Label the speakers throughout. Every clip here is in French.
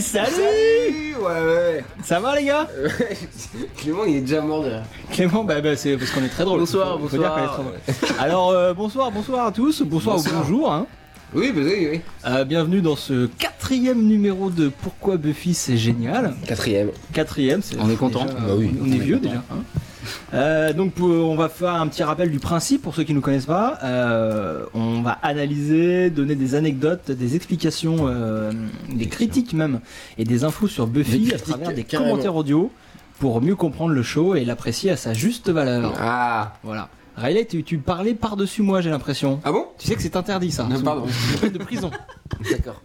Speaker 1: Salut,
Speaker 2: Salut Ouais, ouais,
Speaker 1: Ça va les gars
Speaker 2: ouais. Clément, il est déjà mort de là.
Speaker 1: Clément, bah, bah, c'est parce qu'on est très drôle.
Speaker 2: Bonsoir,
Speaker 1: Faut- faut dire qu'on est
Speaker 2: bonsoir.
Speaker 1: très drôle. Alors euh, bonsoir, bonsoir à tous, bonsoir,
Speaker 2: Bonsoir.
Speaker 1: ou bonjour. hein.
Speaker 2: Oui, bah oui, oui.
Speaker 1: Euh, bienvenue dans ce quatrième numéro de Pourquoi Buffy c'est génial.
Speaker 2: Quatrième.
Speaker 1: Quatrième, c'est.
Speaker 3: On est content.
Speaker 1: déjà-
Speaker 3: Bah oui,
Speaker 1: on, on est
Speaker 3: on est
Speaker 1: vieux
Speaker 3: content.
Speaker 1: déjà. hein. Euh, donc pour- on va faire un petit rappel du principe pour ceux qui ne nous connaissent pas. Euh, on va analyser, donner des anecdotes, des explications, euh, des critiques même, et des infos sur
Speaker 3: Des
Speaker 1: Buffy à
Speaker 3: critiques,
Speaker 1: travers des
Speaker 3: carrément.
Speaker 1: commentaires audio pour mieux comprendre le show et l'apprécier à sa juste valeur.
Speaker 2: Ah.
Speaker 1: Voilà. Riley, tu, tu parlais par-dessus moi, j'ai l'impression.
Speaker 2: Ah bon
Speaker 1: Tu sais que c'est interdit ça.
Speaker 2: Non,
Speaker 1: Sous-
Speaker 2: pardon.
Speaker 1: sous peine de prison.
Speaker 2: D'accord.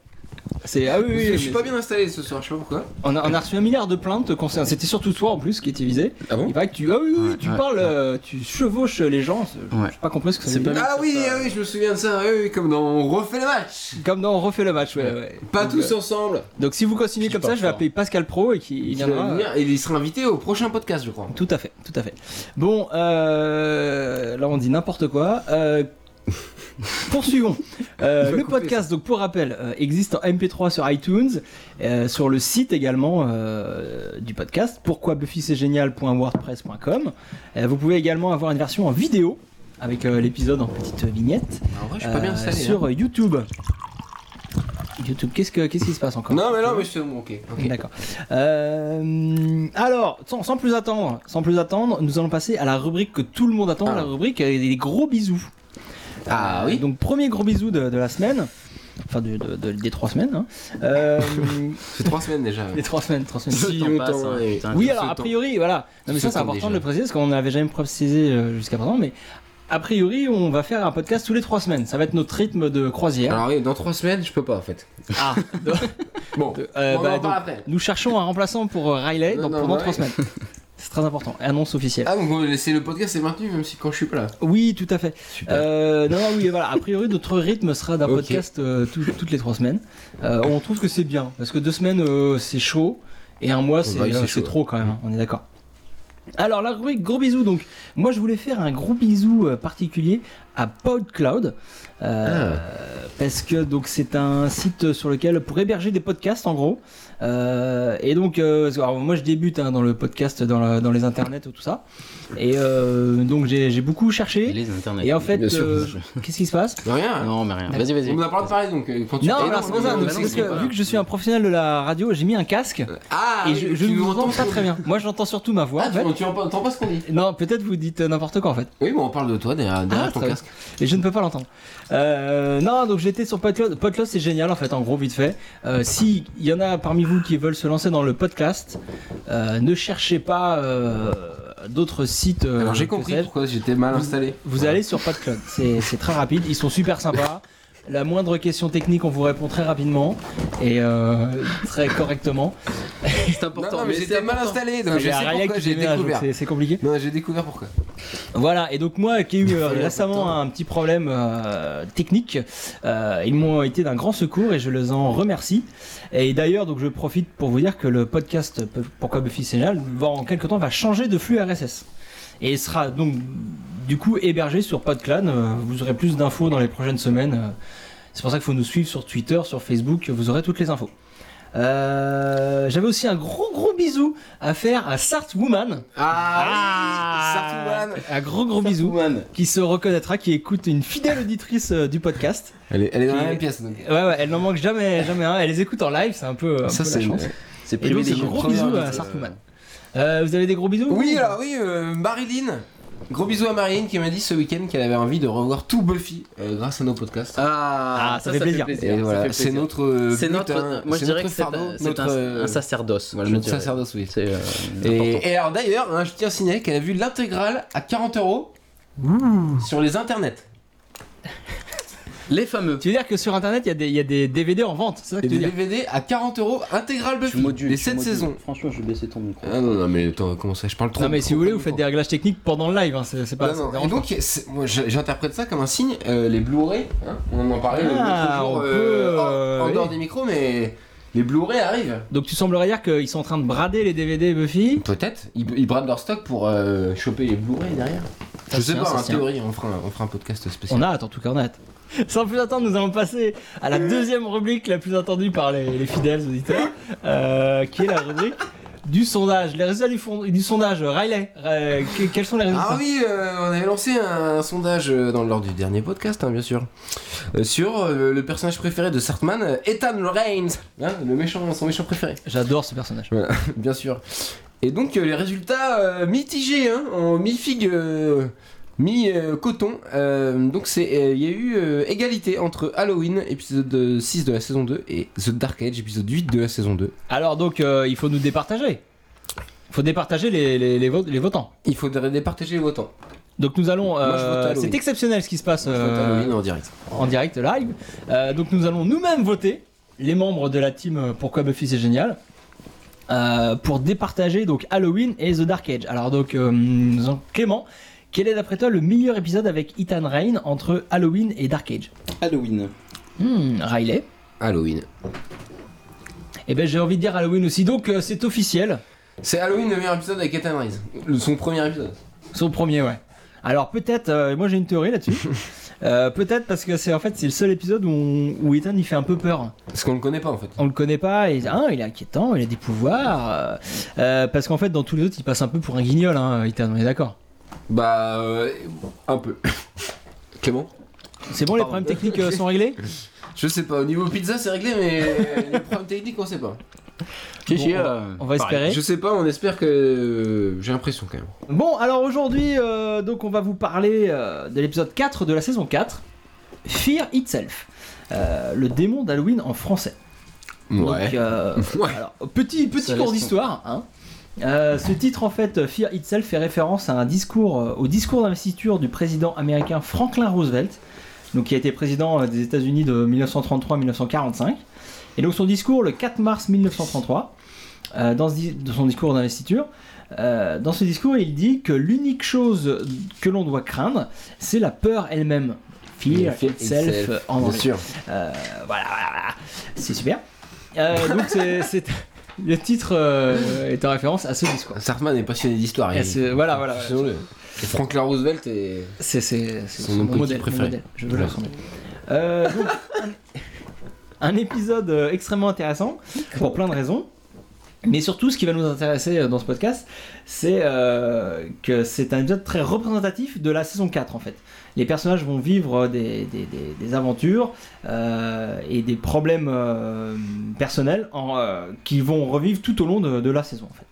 Speaker 1: C'est ah oui, oui,
Speaker 2: je
Speaker 1: mais
Speaker 2: suis pas bien installé ce soir, je sais pas pourquoi.
Speaker 1: On a, on a reçu un milliard de plaintes concernant. C'était surtout toi en plus qui était visé.
Speaker 3: Ah bon
Speaker 1: Il paraît que tu, ah oui, oui,
Speaker 3: Ouais,
Speaker 1: tu
Speaker 3: ouais,
Speaker 1: parles, euh, tu chevauches les gens. c'est-
Speaker 3: Ouais.
Speaker 1: J'ai pas compris ce que ça
Speaker 3: C'est
Speaker 1: veut
Speaker 3: pas
Speaker 1: dire. euh,
Speaker 2: Ah oui, ah oui, je me souviens de ça, oui, oui, comme dans On refait le match
Speaker 1: Comme dans on refait le match. Ouais, ouais.
Speaker 2: Pas
Speaker 1: donc,
Speaker 2: tous
Speaker 1: euh,
Speaker 2: ensemble
Speaker 1: donc si vous continuez
Speaker 3: hein. Je
Speaker 1: comme
Speaker 3: dis
Speaker 1: ça,
Speaker 3: pas
Speaker 1: je vais
Speaker 3: fort.
Speaker 1: appeler Pascal Pro et qu'il il
Speaker 2: va
Speaker 1: viendra. euh,
Speaker 2: venir et il euh, sera invité au prochain podcast, je crois.
Speaker 1: Tout à fait, tout à fait. Bon, euh, là on dit n'importe quoi. Euh, poursuivons. Euh,
Speaker 2: Il va
Speaker 1: le
Speaker 2: couper,
Speaker 1: podcast, donc pour rappel, euh, existe en MP3 sur iTunes, euh, sur le site également euh, du podcast, pourquoi Buffy c'est génial.wordpress.com. Euh, vous pouvez également avoir une version en vidéo avec euh, l'épisode en petite vignette
Speaker 2: Ah, En vrai, je suis pas
Speaker 1: euh,
Speaker 2: bien installé. hein.
Speaker 1: sur YouTube. YouTube, qu'est-ce que qu'est-ce qui se passe encore
Speaker 2: Non, mais non, mais c'est bon, ok. ok.
Speaker 1: D'accord. Euh, alors, sans, sans plus attendre, sans plus attendre, nous allons passer à la rubrique que tout le monde attend,
Speaker 2: Ah.
Speaker 1: la rubrique euh, des gros bisous.
Speaker 2: Ah
Speaker 1: Euh,
Speaker 2: oui.
Speaker 1: Donc premier gros bisou de, de la semaine, enfin de, de- de- des trois semaines. hein. Euh,
Speaker 2: C'est trois semaines déjà.
Speaker 1: des trois semaines, trois semaines.
Speaker 2: Le
Speaker 3: Si
Speaker 2: temps
Speaker 3: on passe,
Speaker 2: passe, Ah,
Speaker 3: hein,
Speaker 2: ouais.
Speaker 3: putain,
Speaker 1: Oui,
Speaker 3: que-
Speaker 1: alors
Speaker 2: ce
Speaker 1: a
Speaker 2: temps.
Speaker 1: priori, voilà. Non, mais
Speaker 2: Ce
Speaker 1: ça c'est
Speaker 2: temps
Speaker 1: important
Speaker 2: déjà.
Speaker 1: de le préciser parce qu'on n'avait jamais précisé euh, jusqu'à présent, mais a priori, on va faire un podcast tous les trois semaines. Ça va être notre rythme de croisière.
Speaker 2: Alors oui, dans trois semaines, je peux pas en fait.
Speaker 1: Ah.
Speaker 2: Bon,
Speaker 1: Euh,
Speaker 2: on en
Speaker 1: bah,
Speaker 2: parle
Speaker 1: donc,
Speaker 2: après.
Speaker 1: Nous cherchons un remplaçant pour euh, Riley
Speaker 2: Non,
Speaker 1: dans-
Speaker 2: non,
Speaker 1: pendant
Speaker 2: bah
Speaker 1: trois semaines. C'est très important. Annonce officielle.
Speaker 2: Ah, donc c'est le podcast, c'est maintenu même si quand je suis pas là.
Speaker 1: Oui, tout à fait.
Speaker 3: Super.
Speaker 1: Euh, non, non, oui, voilà. A priori, notre rythme sera d'un
Speaker 2: Ok.
Speaker 1: podcast euh, tout- toutes les trois semaines. Euh, on trouve que c'est bien parce que deux semaines euh, c'est chaud et un mois c'est
Speaker 2: Ouais, c'est
Speaker 1: c'est
Speaker 2: chaud.
Speaker 1: trop quand même. hein, on est d'accord. Alors la rubrique gros bisous. Donc, moi je voulais faire un gros bisou euh, particulier à PodCloud euh, parce que donc c'est un site sur lequel pour héberger des podcasts en gros. Euh, et donc, euh, alors, moi je débute hein, dans le podcast, dans, la- dans les internets, tout ça. Et euh, donc j'ai j'ai beaucoup cherché.
Speaker 3: Les internets.
Speaker 1: Et en fait,
Speaker 3: Bien sûr.
Speaker 1: euh, qu'est-ce qui se passe
Speaker 2: Rien.
Speaker 3: Non, mais rien. ah. Vas-y, vas-y.
Speaker 2: On n'a pas le droit de parler donc euh, quand tu
Speaker 1: Non,
Speaker 2: Eh
Speaker 1: alors, c'est pas
Speaker 2: on-
Speaker 1: ça.
Speaker 2: on-
Speaker 1: donc, c'est
Speaker 2: on-
Speaker 1: parce
Speaker 2: on-
Speaker 1: que vu que je suis un professionnel de la radio, j'ai mis un casque
Speaker 2: Ah,
Speaker 1: et je, je ne vous entends pas très bien. Moi, j'entends surtout ma voix.
Speaker 2: Ah,
Speaker 1: en
Speaker 2: tu
Speaker 1: fait.
Speaker 2: tu entends pas ce qu'on dit
Speaker 1: Non, peut-être vous dites euh, n'importe quoi en fait.
Speaker 2: Oui, mais on parle de toi derrière, derrière
Speaker 1: Ah,
Speaker 2: ton
Speaker 1: très
Speaker 2: casque.
Speaker 1: Et je ne peux pas l'entendre. Euh, non, donc j'étais sur Podcloud. Podcloud, c'est génial en fait, en gros, vite fait. Euh, si il y en a parmi vous qui veulent se lancer dans le podcast, euh, ne cherchez pas euh, d'autres sites. euh,
Speaker 2: Alors j'ai
Speaker 1: que
Speaker 2: compris
Speaker 1: sais-je.
Speaker 2: pourquoi j'étais mal installé.
Speaker 1: Vous allez sur PodCloud, c'est c'est très rapide, ils sont super sympas. La moindre question technique, on vous répond très rapidement et euh, très correctement.
Speaker 3: C'est
Speaker 2: Non,
Speaker 3: important.
Speaker 2: non, mais j'étais mal installé, donc
Speaker 1: Il
Speaker 2: je
Speaker 1: y a
Speaker 2: sais
Speaker 1: Riley
Speaker 2: pourquoi
Speaker 1: qui
Speaker 2: j'ai
Speaker 1: déménage,
Speaker 2: découvert.
Speaker 1: donc c'est- C'est compliqué.
Speaker 2: Non, j'ai découvert pourquoi.
Speaker 1: Voilà, et donc moi qui ai eu euh,
Speaker 2: fallait un peu de
Speaker 1: récemment
Speaker 2: temps.
Speaker 1: un petit problème euh, technique, euh, ils m'ont été d'un grand secours et je les en remercie. Et d'ailleurs, donc je profite pour vous dire que le podcast Pe- Pourquoi Buffy c'est génial va en quelque temps va changer de flux RSS et sera donc du coup hébergé sur PodClan. Euh, Vous aurez plus d'infos dans les prochaines semaines. Euh, C'est pour ça qu'il faut nous suivre sur Twitter, sur Facebook, vous aurez toutes les infos. Euh, J'avais aussi un gros gros bisou à faire à Sartwoman Woman.
Speaker 3: Ah,
Speaker 2: Ah, oui, Sartouane.
Speaker 1: Un gros gros bisou qui se reconnaîtra, qui écoute une fidèle auditrice euh, du podcast.
Speaker 2: Elle est, elle est dans
Speaker 1: Qui-
Speaker 2: la même pièce. donc.
Speaker 1: Ouais, ouais, elle n'en manque jamais, jamais un. Elle les écoute en live, c'est un peu, un
Speaker 2: Ça
Speaker 1: peu
Speaker 2: c'est
Speaker 1: la chance.
Speaker 3: C'est
Speaker 1: Et donc, c'est
Speaker 3: privilégié.
Speaker 1: un gros
Speaker 2: première
Speaker 1: bisou à
Speaker 2: invitée.
Speaker 1: Sartouman. Euh, vous avez des gros bisous
Speaker 2: Oui, alors oui, euh, Marilyn. Gros bisous à Marilyn qui m'a dit ce week-end qu'elle avait envie de revoir tout Buffy euh, grâce à nos podcasts.
Speaker 3: Ah,
Speaker 1: Ah, ça fait plaisir.
Speaker 2: Et voilà, c'est notre. euh,
Speaker 3: C'est
Speaker 2: but,
Speaker 3: notre.
Speaker 2: hein,
Speaker 3: moi, je
Speaker 2: c'est
Speaker 3: dirais que
Speaker 2: notre
Speaker 3: c'est
Speaker 2: fardeau,
Speaker 3: un- c'est
Speaker 2: notre,
Speaker 3: un,
Speaker 2: euh,
Speaker 3: un sacerdoce.
Speaker 1: Bah,
Speaker 2: voilà,
Speaker 3: je
Speaker 2: notre
Speaker 3: dirais.
Speaker 2: sacerdoce, oui.
Speaker 3: C'est euh, important.
Speaker 2: Et, et alors d'ailleurs, hein, je tiens à signaler qu'elle a vu l'intégrale à 40 euros sur les internets.
Speaker 3: Les fameux.
Speaker 1: Tu veux dire que sur internet, il y, a des- il y a des DVD en vente, c'est ça que
Speaker 2: Et
Speaker 1: tu
Speaker 2: des
Speaker 1: veux dire
Speaker 2: DVD à 40 euros intégrale
Speaker 3: Tu
Speaker 2: Buffy.
Speaker 3: modules.
Speaker 2: les
Speaker 3: tu
Speaker 2: 7
Speaker 3: modules.
Speaker 2: saisons.
Speaker 3: Franchement, je vais baisser ton micro.
Speaker 2: Ah non, non, mais attends, comment ça Je parle trop.
Speaker 1: Non, mais si
Speaker 2: trop,
Speaker 1: vous voulez,
Speaker 2: trop
Speaker 1: vous faites des
Speaker 2: longtemps.
Speaker 1: réglages techniques pendant le live, hein, c'est c'est pas.
Speaker 2: Non, Ah non,
Speaker 1: ça
Speaker 2: Et
Speaker 1: dérange
Speaker 2: donc, c'est- moi, je- j'interprète ça comme un signe. euh, les Blu-ray, hein, on en parlait
Speaker 1: Ah,
Speaker 2: l'autre jour,
Speaker 1: on
Speaker 2: euh,
Speaker 1: peut,
Speaker 2: hors-
Speaker 1: euh,
Speaker 2: en
Speaker 1: oui.
Speaker 2: dehors des micros, mais les Blu-ray arrivent.
Speaker 1: pas. Donc tu semblerais dire qu'ils sont en train de brader les DVD Buffy.
Speaker 2: Peut-être. Ils, ils bradent leur stock pour euh, choper les Blu-ray derrière.
Speaker 1: Ça
Speaker 2: je
Speaker 1: se
Speaker 2: sais
Speaker 1: tient,
Speaker 2: pas,
Speaker 1: ça
Speaker 2: en
Speaker 1: se tient.
Speaker 2: théorie, on fera, un- on fera un podcast
Speaker 1: On
Speaker 2: spécial.
Speaker 1: a hâte, en tout cas, on a hâte. Sans plus attendre, nous allons passer à la deuxième rubrique la plus attendue par les, les fidèles auditeurs. euh, qui est la rubrique du sondage. Les résultats du, fond- du sondage, Riley, euh, que- quels sont les résultats
Speaker 2: Ah oui, euh, on avait lancé un, sondage euh, dans, lors du dernier podcast, hein, bien sûr, euh, sur euh, le personnage préféré de Sartman, euh, Ethan Lorraine, hein, le méchant, son méchant préféré,
Speaker 1: J'adore ce personnage.
Speaker 2: bien sûr. Et donc euh, les résultats euh, mitigés, hein, en mi-figue, euh, mi-coton. euh, donc c'est, euh, il y a eu euh, égalité entre Halloween, épisode euh, 6 de la saison 2, et The Dark Age, épisode 8 de la saison 2.
Speaker 1: Alors donc, euh, il faut nous départager. Il faut départager les, les, les vote- les votants.
Speaker 2: Il faudrait départager les votants.
Speaker 1: Donc nous allons...
Speaker 2: Moi, je vote
Speaker 1: euh,
Speaker 2: Halloween.
Speaker 1: C'est exceptionnel ce qui se passe
Speaker 2: Je vote
Speaker 1: euh,
Speaker 2: Halloween en direct.
Speaker 1: en direct live. Euh, donc nous allons nous-mêmes voter, les membres de la team euh, Pourquoi Buffy c'est génial, euh, pour départager donc Halloween et The Dark Age. Alors donc euh, nous avons Clément, quel est d'après toi le meilleur épisode avec Ethan Rain entre Halloween et Dark Age
Speaker 3: Halloween.
Speaker 1: Hmm, Riley
Speaker 2: Halloween.
Speaker 1: Eh ben j'ai envie de dire Halloween aussi, donc euh, c'est officiel.
Speaker 2: C'est Halloween le meilleur épisode avec Ethan Rise. Le- Son premier épisode.
Speaker 1: Son premier, ouais. Alors peut-être, euh, moi j'ai une théorie là-dessus. Euh, peut-être parce que c'est en fait c'est le seul épisode où, on- où Ethan il fait un peu peur.
Speaker 2: Parce qu'on le connaît pas en fait.
Speaker 1: On le connaît pas, et, hein, il est inquiétant, il a des pouvoirs. euh, euh, parce qu'en fait dans tous les autres il passe un peu pour un guignol, hein, Ethan, on est d'accord.
Speaker 2: Bah, euh, un peu. Clément
Speaker 1: C'est bon, les
Speaker 2: Pardon.
Speaker 1: problèmes techniques euh, sont réglés
Speaker 2: Je sais pas, au niveau pizza c'est réglé, mais les problèmes techniques on sait pas.
Speaker 3: Si, si,
Speaker 1: Bon,
Speaker 3: euh,
Speaker 1: On va espérer.
Speaker 2: Je sais pas, on espère que. euh, J'ai l'impression quand même.
Speaker 1: Bon, alors aujourd'hui, euh, donc on va vous parler euh, de l'épisode 4 de la saison 4, Fear Itself, euh, le démon d'Halloween en français. Donc, euh,
Speaker 2: Ouais.
Speaker 1: alors, petit petit
Speaker 3: Ça
Speaker 1: cours
Speaker 3: laisse
Speaker 1: d'histoire. hein. Euh, ce titre, en fait, Fear Itself, fait référence à un discours, euh, au discours d'investiture du président américain Franklin Roosevelt, donc qui a été président euh, des États-Unis de 1933 à 1945. Et donc son discours, le 4 mars 1933, euh, dans ce di- de son discours d'investiture, euh, dans ce discours, il dit que l'unique chose que l'on doit craindre, c'est la peur elle-même. Fear,
Speaker 3: Fear
Speaker 1: itself,
Speaker 3: itself,
Speaker 1: euh, en
Speaker 2: Bien
Speaker 1: anglais.
Speaker 2: sûr.
Speaker 1: Euh, voilà, voilà, voilà. c'est super. Euh, donc c'est, c'est- le titre euh, est en référence à ce discours.
Speaker 2: Sartman est passionné d'histoire.
Speaker 1: Et
Speaker 2: il-
Speaker 1: c'est- voilà, voilà. voilà.
Speaker 2: Disons-le. Et Franklin Roosevelt est.
Speaker 1: C'est, c'est, c'est
Speaker 2: Son nom politique préféré.
Speaker 1: modèle. Je veux le
Speaker 2: Voilà.
Speaker 1: ressembler. Euh, donc, un, un épisode euh, extrêmement intéressant pour plein de raisons. Mais surtout, ce qui va nous intéresser euh, dans ce podcast, c'est euh, que c'est un épisode très représentatif de la saison 4 en fait. Les personnages vont vivre des, des- des- des aventures euh, et des problèmes euh, personnels en, euh, qui vont revivre tout au long de, de la saison en fait.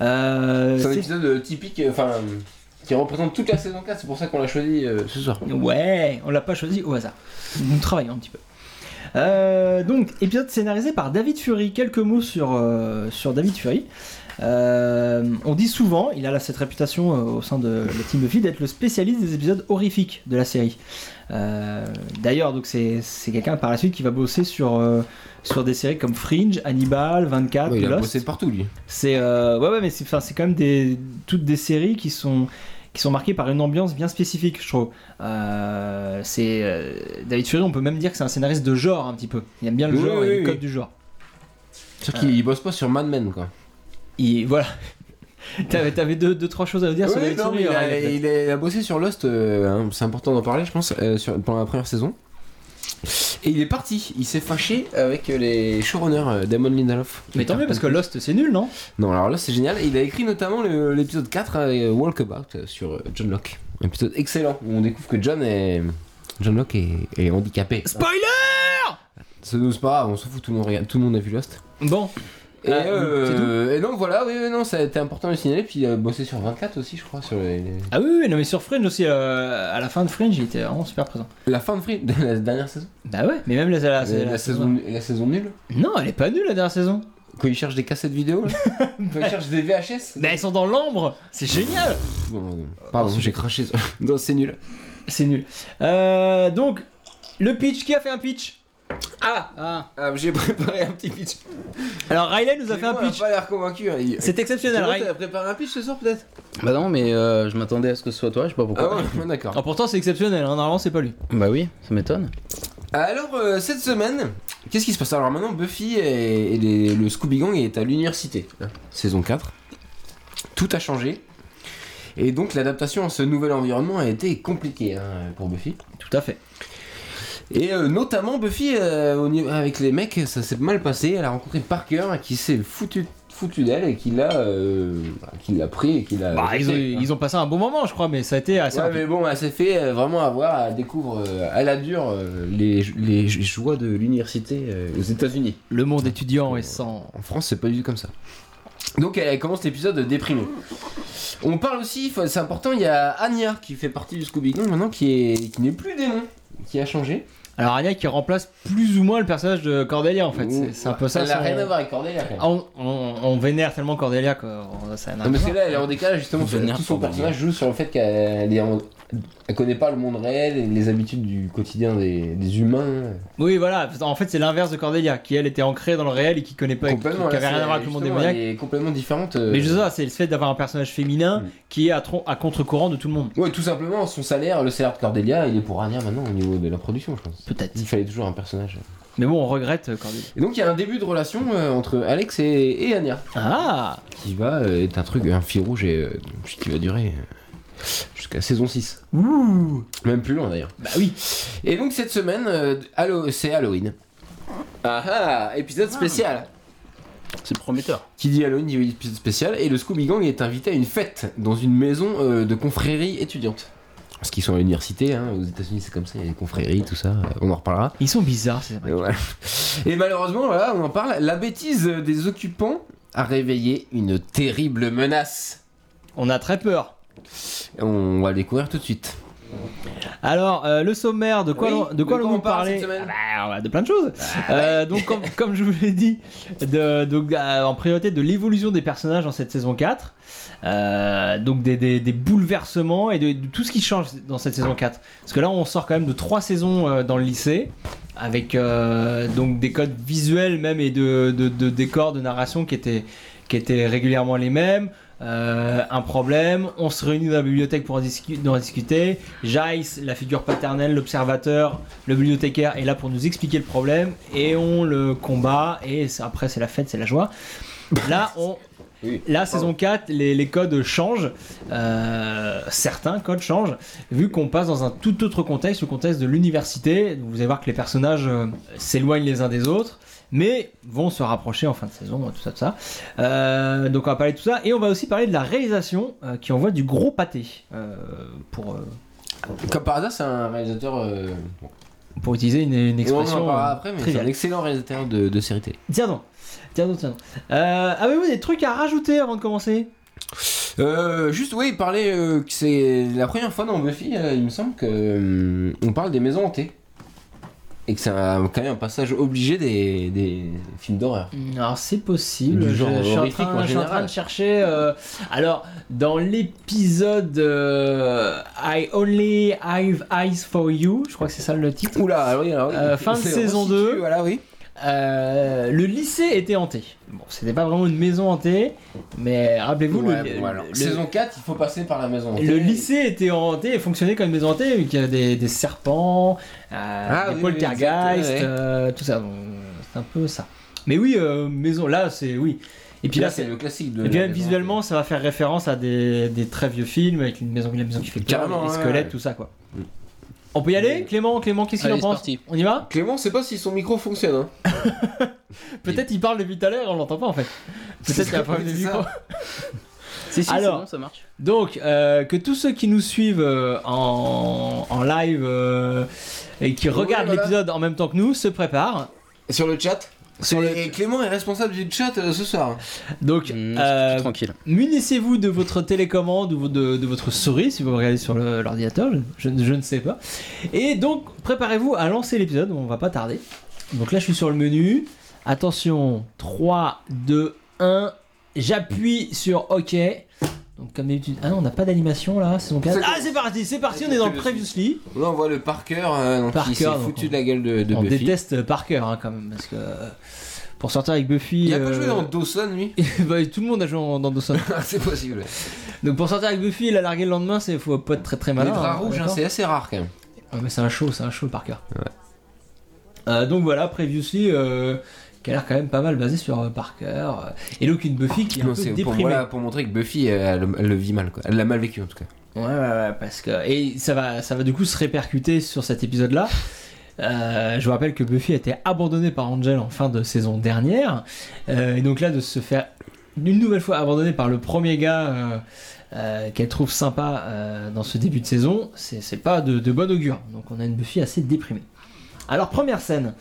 Speaker 1: Euh,
Speaker 2: C'est un
Speaker 1: c'est-
Speaker 2: épisode euh, typique, euh, enfin. Qui représente toute la saison 4, c'est pour ça qu'on l'a choisi euh, ce soir.
Speaker 1: Ouais, on l'a pas choisi au hasard. Nous travaillons un petit peu. Euh, donc, épisode scénarisé par David Fury. Quelques mots sur, euh, sur David Fury. Euh, on dit souvent, il a là cette réputation euh, au sein de la team Buffy d'être le spécialiste des épisodes horrifiques de la série. Euh, D'ailleurs, donc c'est c'est quelqu'un par la suite qui va bosser sur, euh, sur des séries comme Fringe, Hannibal, 24,
Speaker 2: Ouais, il a
Speaker 1: Lost.
Speaker 2: bossé partout lui.
Speaker 1: C'est euh, ouais ouais mais c'est enfin, c'est quand même des toutes des séries qui sont qui sont marquées par une ambiance bien spécifique, je trouve. Euh, c'est euh, David Fury, on peut même dire que c'est un scénariste de genre un petit peu. Il aime bien le
Speaker 2: Oui,
Speaker 1: genre
Speaker 2: oui,
Speaker 1: et le
Speaker 2: oui.
Speaker 1: code du genre.
Speaker 2: C'est sûr qu'il bosse pas sur Mad Men quoi.
Speaker 1: Et voilà. T'avais t'avais deux, deux trois choses à dire sur
Speaker 2: Oui,
Speaker 1: David
Speaker 2: non, mais
Speaker 1: Fury.
Speaker 2: il,
Speaker 1: alors,
Speaker 2: a,
Speaker 1: il a-
Speaker 2: il a- il a bossé sur Lost, euh, hein, c'est important d'en parler, je pense, euh, sur- pendant la première saison. Et il est parti, il s'est fâché avec euh, les showrunners euh, Damon Lindelof.
Speaker 1: Mais tant mieux parce que Lost c'est nul non
Speaker 2: Non, alors là c'est génial, il a écrit notamment le- l'épisode 4 euh, Walkabout euh, sur euh, John Locke. Un épisode excellent où on découvre que John est. John Locke est, est handicapé.
Speaker 1: Spoiler
Speaker 2: Ça nous c'est pas grave, on s'en fout, tout le monde, regarde- tout le monde a vu Lost.
Speaker 1: Bon.
Speaker 2: Et,
Speaker 1: Ah,
Speaker 2: euh,
Speaker 1: c'est
Speaker 2: et donc voilà, oui, oui, non, ça a été important de le signaler. Puis il a bossé sur 24 aussi, je crois, sur les- les-
Speaker 1: Ah oui, oui, non mais sur Fringe aussi euh, à la fin de Fringe, il était vraiment super présent.
Speaker 2: la fin de Free, de la dernière saison. Euh,
Speaker 1: Bah ouais, mais même la, la-
Speaker 2: la,
Speaker 1: la-
Speaker 2: saison, la saison nulle
Speaker 1: Non, elle est pas nulle la dernière saison.
Speaker 2: Quand ils cherchent des cassettes vidéo là Quand ils cherchent des VHS
Speaker 1: Mais elles sont dans l'ombre, c'est génial.
Speaker 2: Bon, non, non. Pardon, j'ai craché ça. Non, c'est nul.
Speaker 1: C'est nul. Euh, donc, le pitch, qui a fait un pitch
Speaker 2: Ah,
Speaker 1: Ah.
Speaker 2: Ah, J'ai préparé un petit pitch.
Speaker 1: Alors Riley nous a fait un
Speaker 2: Clément a
Speaker 1: pitch.
Speaker 2: pas l'air convaincu. hein. Il-
Speaker 1: C'est exceptionnel,
Speaker 2: Clément,
Speaker 1: Riley.
Speaker 2: T'as préparé un pitch ce soir peut-être
Speaker 3: Bah non, mais euh, je m'attendais à ce que ce soit toi, je sais pas
Speaker 2: Ah
Speaker 3: pourquoi.
Speaker 2: ouais, d'accord.
Speaker 1: Ah, pourtant, c'est exceptionnel, hein, normalement, c'est pas lui.
Speaker 3: Bah oui, ça m'étonne.
Speaker 2: Alors, euh, cette semaine, qu'est-ce qui se passe Alors maintenant, Buffy et, et les- le Scooby Gang est à l'université. hein, Saison 4. Tout a changé. Et donc l'adaptation à ce nouvel environnement a été compliquée hein, pour Buffy.
Speaker 1: Tout à fait.
Speaker 2: Et euh, notamment Buffy, euh, au niveau- avec les mecs, ça s'est mal passé. Elle a rencontré Parker qui s'est foutu, foutu d'elle et qui l'a euh, bah, qui l'a pris et qui l'a.
Speaker 1: Bah,
Speaker 2: jeté,
Speaker 1: ils, ont,
Speaker 2: quoi.
Speaker 1: ils ont passé un bon moment, je crois, mais ça a été assez.
Speaker 2: hein. Ouais,
Speaker 1: rapide.
Speaker 2: mais bon, elle s'est fait euh, vraiment avoir, elle découvre euh, à la dure euh, les, les joies de l'université euh, aux États-Unis.
Speaker 1: Le monde étudiant est sans.
Speaker 2: En France, c'est pas du tout comme ça. Donc elle commence l'épisode déprimée. On parle aussi, faut- c'est important, il y a Anya qui fait partie du Scooby-Doo maintenant, qui est qui n'est plus démon, qui a changé.
Speaker 1: Alors Anya qui remplace plus ou moins le personnage de Cordelia en fait.
Speaker 2: Ouh. bah,
Speaker 1: C'est- C'est un peu ça.
Speaker 2: Elle n'a
Speaker 1: son-
Speaker 2: rien à voir avec Cordelia. quand même.
Speaker 1: Ah, on, on- on vénère tellement Cordelia que ça n'a
Speaker 2: Non, parce que
Speaker 1: rien à
Speaker 2: là, elle est en décalage justement.
Speaker 3: Vous Ah. vénère
Speaker 2: Tout son
Speaker 3: pour
Speaker 2: personnage joue sur le fait qu'elle est en- elle connaît pas le monde réel et les habitudes du quotidien des, des humains. euh,
Speaker 1: voir. Oui, voilà. En fait, c'est l'inverse de Cordelia qui elle était ancrée dans le réel et qui connaît pas, Bah, qui, qui
Speaker 2: là,
Speaker 1: avait rien à voir
Speaker 2: c'est-
Speaker 1: avec le monde
Speaker 2: justement,
Speaker 1: démoniaque.
Speaker 2: Elle est complètement différente.
Speaker 1: Mais je sais pas, c'est le fait d'avoir un personnage féminin
Speaker 2: Euh, Mm.
Speaker 1: qui est à, tron- à contre-courant de tout le monde.
Speaker 2: Ouais, tout simplement, son salaire, le salaire de Cordelia, il est pour Anya maintenant au niveau de la production, je pense.
Speaker 1: Peut-être.
Speaker 2: Il fallait toujours un personnage.
Speaker 1: Mais bon, on regrette euh, Cordelia.
Speaker 2: Et donc il y a un début de relation euh, entre Alex et, et Anya,
Speaker 1: Ah
Speaker 2: qui va euh, être un truc, un fil rouge et euh, qui va durer euh, jusqu'à saison 6.
Speaker 1: Ouh
Speaker 2: Même plus loin d'ailleurs.
Speaker 1: Bah oui.
Speaker 2: Et donc cette semaine, euh, Hallo- c'est Halloween. Ah ah, épisode spécial.
Speaker 3: C'est prometteur.
Speaker 2: Qui dit Halloween dit épisode spécial. Et le Scooby Gang est invité à une fête dans une maison euh, de confrérie étudiante. Parce qu'ils sont à l'université, hein, aux États-Unis c'est comme ça, il y a des confréries, tout ça, euh, on en reparlera.
Speaker 1: Ils sont bizarres, c'est
Speaker 2: Et,
Speaker 1: vrai.
Speaker 2: voilà. Et malheureusement, voilà, on en parle, la bêtise des occupants a réveillé une terrible menace.
Speaker 1: On a très peur.
Speaker 2: On va le découvrir tout de suite.
Speaker 1: Alors, euh, le sommaire, de quoi
Speaker 2: Oui,
Speaker 1: l'on- de quoi
Speaker 2: de
Speaker 1: l'on va
Speaker 2: quoi on parle
Speaker 1: parler
Speaker 2: cette semaine
Speaker 1: Ah bah, on va De plein de choses. Euh, donc, comme, comme je vous l'ai dit, de, donc, euh, en priorité de l'évolution des personnages dans cette saison 4. euh, donc, des, des- des bouleversements et de, de tout ce qui change dans cette saison 4. Parce que là, on sort quand même de trois saisons euh, dans le lycée. Avec euh, donc des codes visuels même et de, de, de décors de narration qui étaient, qui étaient régulièrement les mêmes. Euh, un problème, on se réunit dans la bibliothèque pour en, discu- d'en discuter. Jace, la figure paternelle, l'observateur, le bibliothécaire est là pour nous expliquer le problème et on le combat et c'est- après c'est la fête, c'est la joie. Là, on,
Speaker 2: Oui.
Speaker 1: là saison 4, les, les codes changent, Euh, certains codes changent, vu qu'on passe dans un tout autre contexte, le contexte de l'université. Vous allez voir que les personnages euh, s'éloignent les uns des autres, mais vont se rapprocher en fin de saison, tout ça, tout ça. Euh, donc on va parler de tout ça, et on va aussi parler de la réalisation euh, qui envoie du gros pâté, euh, pour, euh,
Speaker 2: Comme par hasard, c'est un réalisateur. euh, bon,
Speaker 1: pour utiliser une, une
Speaker 2: on en
Speaker 1: expression.
Speaker 2: parlera
Speaker 1: euh,
Speaker 2: après, mais c'est
Speaker 1: triviale.
Speaker 2: un excellent réalisateur de, de série télé.
Speaker 1: Tiens donc, tiens donc, tiens donc. Euh, Avez-vous des trucs à rajouter avant de commencer
Speaker 2: Euh, juste, oui, parler euh, que c'est la première fois dans Buffy, euh, il me semble que euh, on parle des maisons hantées. Et que c'est un- quand même un passage obligé des, des films d'horreur.
Speaker 1: Mm, Alors c'est possible.
Speaker 2: Du
Speaker 1: Je-
Speaker 2: genre
Speaker 1: je, suis en
Speaker 2: horrifique,
Speaker 1: train,
Speaker 2: en
Speaker 1: je suis en train de
Speaker 2: général.
Speaker 1: chercher. euh, alors dans l'épisode euh, I Only Have Eyes for You, je crois que c'est ça le titre.
Speaker 2: Oula, alors oui, alors oui.
Speaker 1: Euh, fin de
Speaker 2: C'est-
Speaker 1: saison
Speaker 2: resitue,
Speaker 1: 2.
Speaker 2: Voilà, oui.
Speaker 1: Euh, le lycée était hanté. Bon, c'était pas vraiment une maison hantée, mais rappelez-vous
Speaker 2: Ouais,
Speaker 1: le,
Speaker 2: bon, alors,
Speaker 1: le-
Speaker 2: saison 4, il faut passer par la maison hantée.
Speaker 1: le lycée était hanté et fonctionnait comme une maison hantée, vu qu'il y avait des, des serpents, euh, des
Speaker 2: Ah oui, oui,
Speaker 1: poltergeists,
Speaker 2: exact, ouais.
Speaker 1: euh, tout ça. Donc, C'est un peu ça. Mais oui, euh, maison, là c'est oui. Et puis là, c'est
Speaker 2: le classique de.
Speaker 1: Et puis
Speaker 2: la
Speaker 1: même
Speaker 2: maison
Speaker 1: visuellement, ça va faire référence à des, des très vieux films avec une maison, la maison qui fait peur,
Speaker 2: Carrément,
Speaker 1: les
Speaker 2: ouais,
Speaker 1: squelettes,
Speaker 2: ouais.
Speaker 1: tout ça quoi.
Speaker 2: Mm.
Speaker 1: On peut y aller, Clément. Clément, qu'est-ce qu'il
Speaker 3: Allez,
Speaker 1: en pense
Speaker 3: c'est parti.
Speaker 1: On y va
Speaker 2: hantée. Clément, c'est pas si son micro fonctionne. Hein.
Speaker 1: Peut-être il parle depuis tout à l'heure, on l'entend pas en fait. Peut-être qu'il y a un problème de
Speaker 2: C'est ça.
Speaker 1: micro.
Speaker 3: Si, si,
Speaker 1: Alors.
Speaker 3: c'est bon, ça marche.
Speaker 1: Donc, euh, que tous ceux qui nous suivent euh, en, en live euh, et qui regardent
Speaker 2: voilà.
Speaker 1: l'épisode en même temps que nous se préparent.
Speaker 2: Sur le chat.
Speaker 1: Sur le-
Speaker 2: Et Clément est responsable du chat euh, ce soir.
Speaker 1: Donc,
Speaker 3: Mmh,
Speaker 1: euh,
Speaker 3: c'est tranquille.
Speaker 1: Munissez-vous de votre télécommande ou de, de votre souris si vous regardez sur le- l'ordinateur, je, je- je ne sais pas. Et donc, préparez-vous à lancer l'épisode, on va pas tarder. Donc là, je suis sur le menu. Attention, 3, 2, 1. J'appuie sur OK. Donc, comme d'habitude. Ah non, on n'a pas d'animation là, saison 4.
Speaker 2: C'est-
Speaker 1: Ah, c'est parti, c'est parti, on est dans le Previously.
Speaker 2: Là, on voit le Parker euh, donc,
Speaker 1: Parker,
Speaker 2: qui s'est
Speaker 1: donc,
Speaker 2: foutu
Speaker 1: on-
Speaker 2: de la gueule de, de
Speaker 1: on
Speaker 2: Buffy.
Speaker 1: déteste Parker hein, quand même, parce que euh, pour sortir avec Buffy.
Speaker 2: Il a pas
Speaker 1: euh,
Speaker 2: joué dans Dawson, lui
Speaker 1: bah, tout le monde a joué en- dans Dawson.
Speaker 2: Ah, C'est
Speaker 1: Bah
Speaker 2: possible.
Speaker 1: Donc pour sortir avec Buffy, la larguer le lendemain, c'est faut pas être très très malin.
Speaker 2: les
Speaker 1: hein,
Speaker 2: draps rouges, hein,
Speaker 1: d'accord
Speaker 2: c'est assez rare quand même.
Speaker 1: Ouais, mais c'est un show, c'est un show par cœur. Euh, donc voilà, Previously, euh, qui a l'air quand même pas mal basé sur euh, Parker. euh, et donc une Buffy qui est un
Speaker 2: Non,
Speaker 1: peu
Speaker 2: c'est pour,
Speaker 1: déprimée.
Speaker 2: voilà, pour montrer que Buffy, euh, elle, elle le vit mal, quoi. Elle l'a mal vécu en tout cas.
Speaker 1: Ouais, ouais, ouais, parce que. Et ça va, ça va du coup se répercuter sur cet épisode-là. Euh, je vous rappelle que Buffy a été abandonnée par Angel en fin de saison dernière. Euh, et donc là, de se faire une nouvelle fois abandonnée par le premier gars euh, euh, qu'elle trouve sympa euh, dans ce début de saison, c'est c'est pas de, de bon augure. Donc on a une Buffy assez déprimée. Alors, première scène.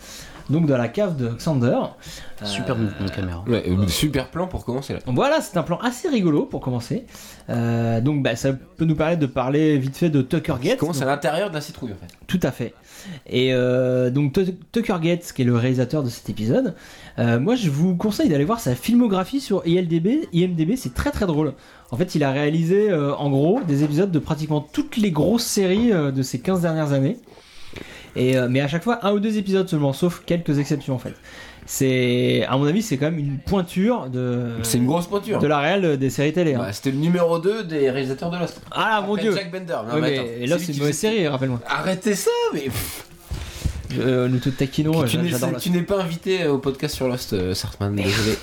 Speaker 1: Donc dans la cave de Xander. Euh,
Speaker 3: Super mouvement de caméra.
Speaker 2: Ouais, euh, super plan pour commencer là.
Speaker 1: voilà, c'est un plan assez rigolo pour commencer. Euh, donc bah, ça peut nous permettre de parler vite fait de Tucker Gates.
Speaker 2: Commence à l'intérieur de la citrouille en fait.
Speaker 1: Tout à fait. Et euh, donc Tu- Tucker Gates, qui est le réalisateur de cet épisode, euh, moi je vous conseille d'aller voir sa filmographie sur ILDB. IMDB, c'est très très drôle. En fait, il a réalisé euh, en gros des épisodes de pratiquement toutes les grosses séries euh, de ces 15 dernières années. Et, euh, mais à chaque fois, un ou deux épisodes seulement, sauf quelques exceptions en fait. C'est, à mon avis, c'est quand même une pointure de,
Speaker 2: C'est une grosse pointure.
Speaker 1: de la réelle des séries télé. hein.
Speaker 2: Bah, C'était le numéro 2 des réalisateurs de Lost.
Speaker 1: ah mon
Speaker 2: Après
Speaker 1: dieu!
Speaker 2: Jack Bender. Non,
Speaker 1: Ouais,
Speaker 2: mais
Speaker 1: mais
Speaker 2: attends,
Speaker 1: là,
Speaker 2: lui
Speaker 1: c'est
Speaker 2: qui
Speaker 1: une mauvaise
Speaker 2: faisait-
Speaker 1: série, rappelle-moi.
Speaker 2: Arrêtez ça, mais pff,
Speaker 1: Euh, nous te taquinons,
Speaker 2: tu
Speaker 1: euh,
Speaker 2: n'es-
Speaker 1: j'adore la
Speaker 2: tu n'es pas invité euh, au podcast sur Lost, euh, Sartman. Désolé.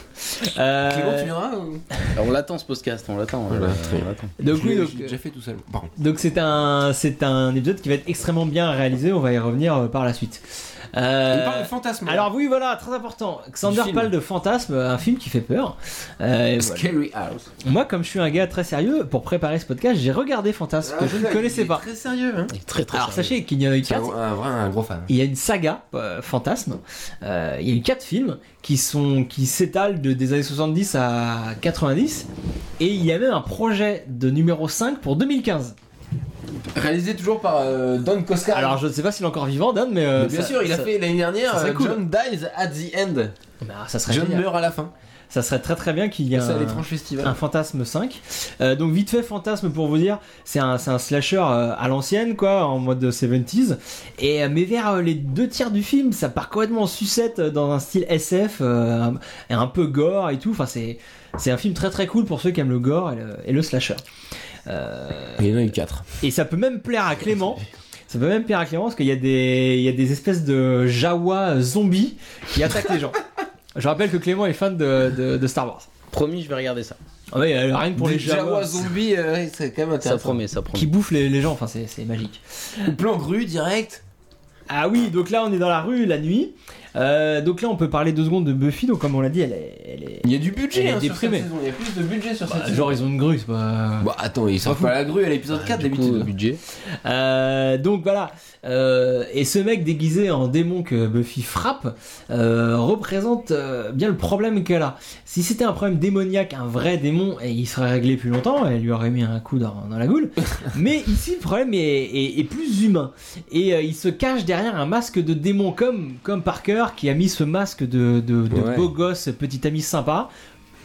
Speaker 1: Euh,
Speaker 2: Clément, tu viendras ou...
Speaker 3: Alors, on l'attend ce podcast, on l'attend.
Speaker 2: Voilà,
Speaker 3: euh,
Speaker 2: très bien.
Speaker 3: on l'attend.
Speaker 1: Donc
Speaker 2: Je
Speaker 1: oui,
Speaker 2: l'ai-
Speaker 1: donc,
Speaker 2: je l'ai déjà fait tout seul. Pardon.
Speaker 1: donc c'est un c'est un épisode qui va être extrêmement bien réalisé. On va y revenir euh, par la suite. Euh,
Speaker 2: On parle de fantasme.
Speaker 1: alors oui, voilà, très important.
Speaker 2: Du
Speaker 1: Xander
Speaker 2: film.
Speaker 1: parle de fantasme, un film qui fait peur. Euh, et voilà.
Speaker 2: Scary House.
Speaker 1: Moi, comme je suis un gars très sérieux, pour préparer ce podcast, j'ai regardé
Speaker 2: Ah,
Speaker 1: Fantasme que je ne connaissais pas.
Speaker 2: Très sérieux. Hein.
Speaker 3: Il est très très
Speaker 1: Alors
Speaker 3: sérieux.
Speaker 1: sachez qu'il y en a eu
Speaker 2: C'est un,
Speaker 1: quatre.
Speaker 2: un vrai un gros fan.
Speaker 1: Il y a une saga euh, fantasme. Euh, il y a eu quatre films qui sont qui s'étalent de, des années 70 à 90. Et il y a même un projet de numéro 5 pour 2015.
Speaker 2: Réalisé toujours par euh, Don Coscar.
Speaker 1: Alors je ne sais pas s'il est encore vivant Dan mais, euh,
Speaker 2: bien
Speaker 1: ça-
Speaker 2: sûr, il a
Speaker 1: ça-
Speaker 2: fait l'année dernière
Speaker 1: ça serait
Speaker 2: euh,
Speaker 1: cool.
Speaker 2: John Dies at the End.
Speaker 1: Bah, ça serait
Speaker 2: John
Speaker 1: génial.
Speaker 2: meurt à la fin.
Speaker 1: Ça serait très très bien qu'il y ait
Speaker 2: C'est à
Speaker 1: un,
Speaker 2: l'étrange festival.
Speaker 1: un fantasme 5. Euh, donc vite fait fantasme pour vous dire, c'est un, c'est un slasher euh, à l'ancienne quoi, en mode 70s. Et euh, mais vers euh, les deux tiers du film, ça part complètement en sucette euh, dans un style SF euh, un- et un peu gore et tout. Enfin c'est c'est un film très très cool pour ceux qui aiment le gore et le, et le slasher.
Speaker 2: Ah, Il y en a eu 4.
Speaker 1: Et ça peut même plaire à Clément. Ça peut même plaire à Clément parce qu'il y a des, il y a des espèces de Jawa zombies qui attaquent les gens. Je rappelle que Clément est fan de, de, de Star Wars.
Speaker 3: Promis, je vais regarder ça.
Speaker 1: Ah ouais, euh, rien que pour les Jawa
Speaker 2: Jawa zombies, euh, ouais, c'est quand même
Speaker 3: Ça
Speaker 2: intéressant.
Speaker 3: promet, ça promet.
Speaker 1: qui bouffent les, les gens, enfin c'est c'est magique.
Speaker 2: Ou plan grue direct.
Speaker 1: Ah oui, donc là on est dans la rue la nuit. Euh, donc là on peut parler deux secondes de Buffy, donc comme on l'a dit, elle est. elle est-
Speaker 2: Il y a du budget
Speaker 1: Elle est
Speaker 2: hein, sur cette
Speaker 1: déprimée.
Speaker 2: saison. Il y a plus de budget sur
Speaker 1: Bah,
Speaker 2: cette saison.
Speaker 1: genre ils ont une grue, c'est pas.
Speaker 2: Bah attends, ils sortent pas la grue à l'épisode
Speaker 1: Ah,
Speaker 2: 4
Speaker 3: Du coup,
Speaker 2: d'habitude.
Speaker 3: budget.
Speaker 1: Euh, donc voilà. Euh, et ce mec déguisé en démon que Buffy frappe euh, représente euh, bien le problème qu'elle a. Si c'était un problème démoniaque, un vrai démon, et il serait réglé plus longtemps, elle lui aurait mis un coup dans, dans la goule. Mais ici, le problème est, est- est plus humain. Et euh, il se cache derrière un masque de démon, comme, comme Parker, qui a mis ce masque de, de- de
Speaker 2: Ouais.
Speaker 1: beau gosse, petit ami sympa.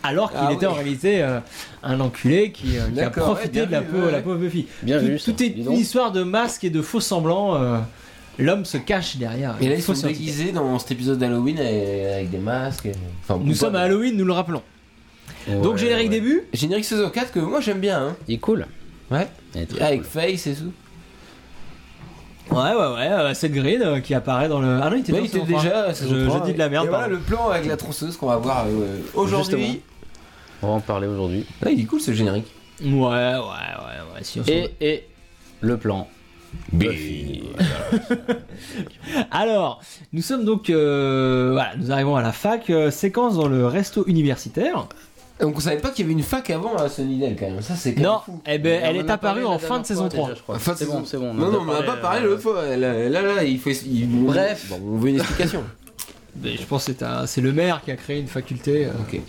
Speaker 1: Alors qu'il
Speaker 2: Ah
Speaker 1: était
Speaker 2: oui.
Speaker 1: en réalité euh, un enculé qui, euh, qui a
Speaker 2: D'accord, ouais,
Speaker 1: profité
Speaker 2: bien
Speaker 1: de la
Speaker 2: vu,
Speaker 1: peau,
Speaker 2: ouais,
Speaker 1: la
Speaker 2: ouais.
Speaker 1: pauvre Buffy.
Speaker 3: Bien
Speaker 1: Tout,
Speaker 3: vu. ça.
Speaker 1: tout est
Speaker 3: Dis
Speaker 1: une
Speaker 3: donc.
Speaker 1: histoire de masque et de faux semblants. euh, L'homme se cache derrière.
Speaker 2: Et là,
Speaker 1: Il
Speaker 2: ils
Speaker 1: faut
Speaker 2: sont
Speaker 1: se sentir.
Speaker 2: déguisés dans cet épisode d'Halloween et- avec des masques. et- Enfin,
Speaker 1: Nous sommes à Halloween, nous le rappelons. Donc
Speaker 3: Ouais,
Speaker 1: générique
Speaker 3: ouais.
Speaker 1: début.
Speaker 2: Générique saison 4 que moi j'aime bien. Hein.
Speaker 3: Il est cool.
Speaker 2: Ouais.
Speaker 3: Il est très
Speaker 2: Avec
Speaker 3: cool.
Speaker 2: Face et tout.
Speaker 1: Ouais ouais ouais. euh, Seth Green euh, qui apparaît dans le. Ah non il était,
Speaker 2: Mais
Speaker 1: dans
Speaker 2: il était
Speaker 1: saison trois.
Speaker 2: déjà.
Speaker 1: Je, je dis de la merde.
Speaker 2: Et voilà
Speaker 1: pardon.
Speaker 2: le plan avec la tronçonneuse qu'on va voir euh, aujourd'hui.
Speaker 3: On va en parler aujourd'hui.
Speaker 2: Ah, il est cool ce générique.
Speaker 1: Ouais ouais ouais ouais. si on s'en-
Speaker 3: Et, et le plan. Buffy.
Speaker 1: Alors nous sommes donc euh, voilà nous arrivons à la fac euh, séquence dans le resto universitaire.
Speaker 2: Donc on savait pas qu'il y avait une fac avant à Sunnydale quand même. Ça c'est quand
Speaker 1: Non
Speaker 2: même fou.
Speaker 1: eh ben
Speaker 3: On
Speaker 1: elle
Speaker 3: en
Speaker 1: est
Speaker 3: a
Speaker 1: apparue
Speaker 3: parlé
Speaker 1: en
Speaker 3: la
Speaker 1: fin de
Speaker 3: dernière
Speaker 1: saison
Speaker 3: fois
Speaker 1: 3.
Speaker 3: déjà, je crois.
Speaker 2: Enfin,
Speaker 3: C'est bon, c'est bon.
Speaker 2: Non, non, on en a
Speaker 3: euh,
Speaker 2: pas parlé
Speaker 1: euh,
Speaker 2: l'autre fois. Là, là, là, il faut. il-
Speaker 3: Bref.
Speaker 2: Bon, on veut une explication.
Speaker 1: Mais je pense que c'est un- c'est le maire qui a créé une faculté. euh,
Speaker 2: Ok.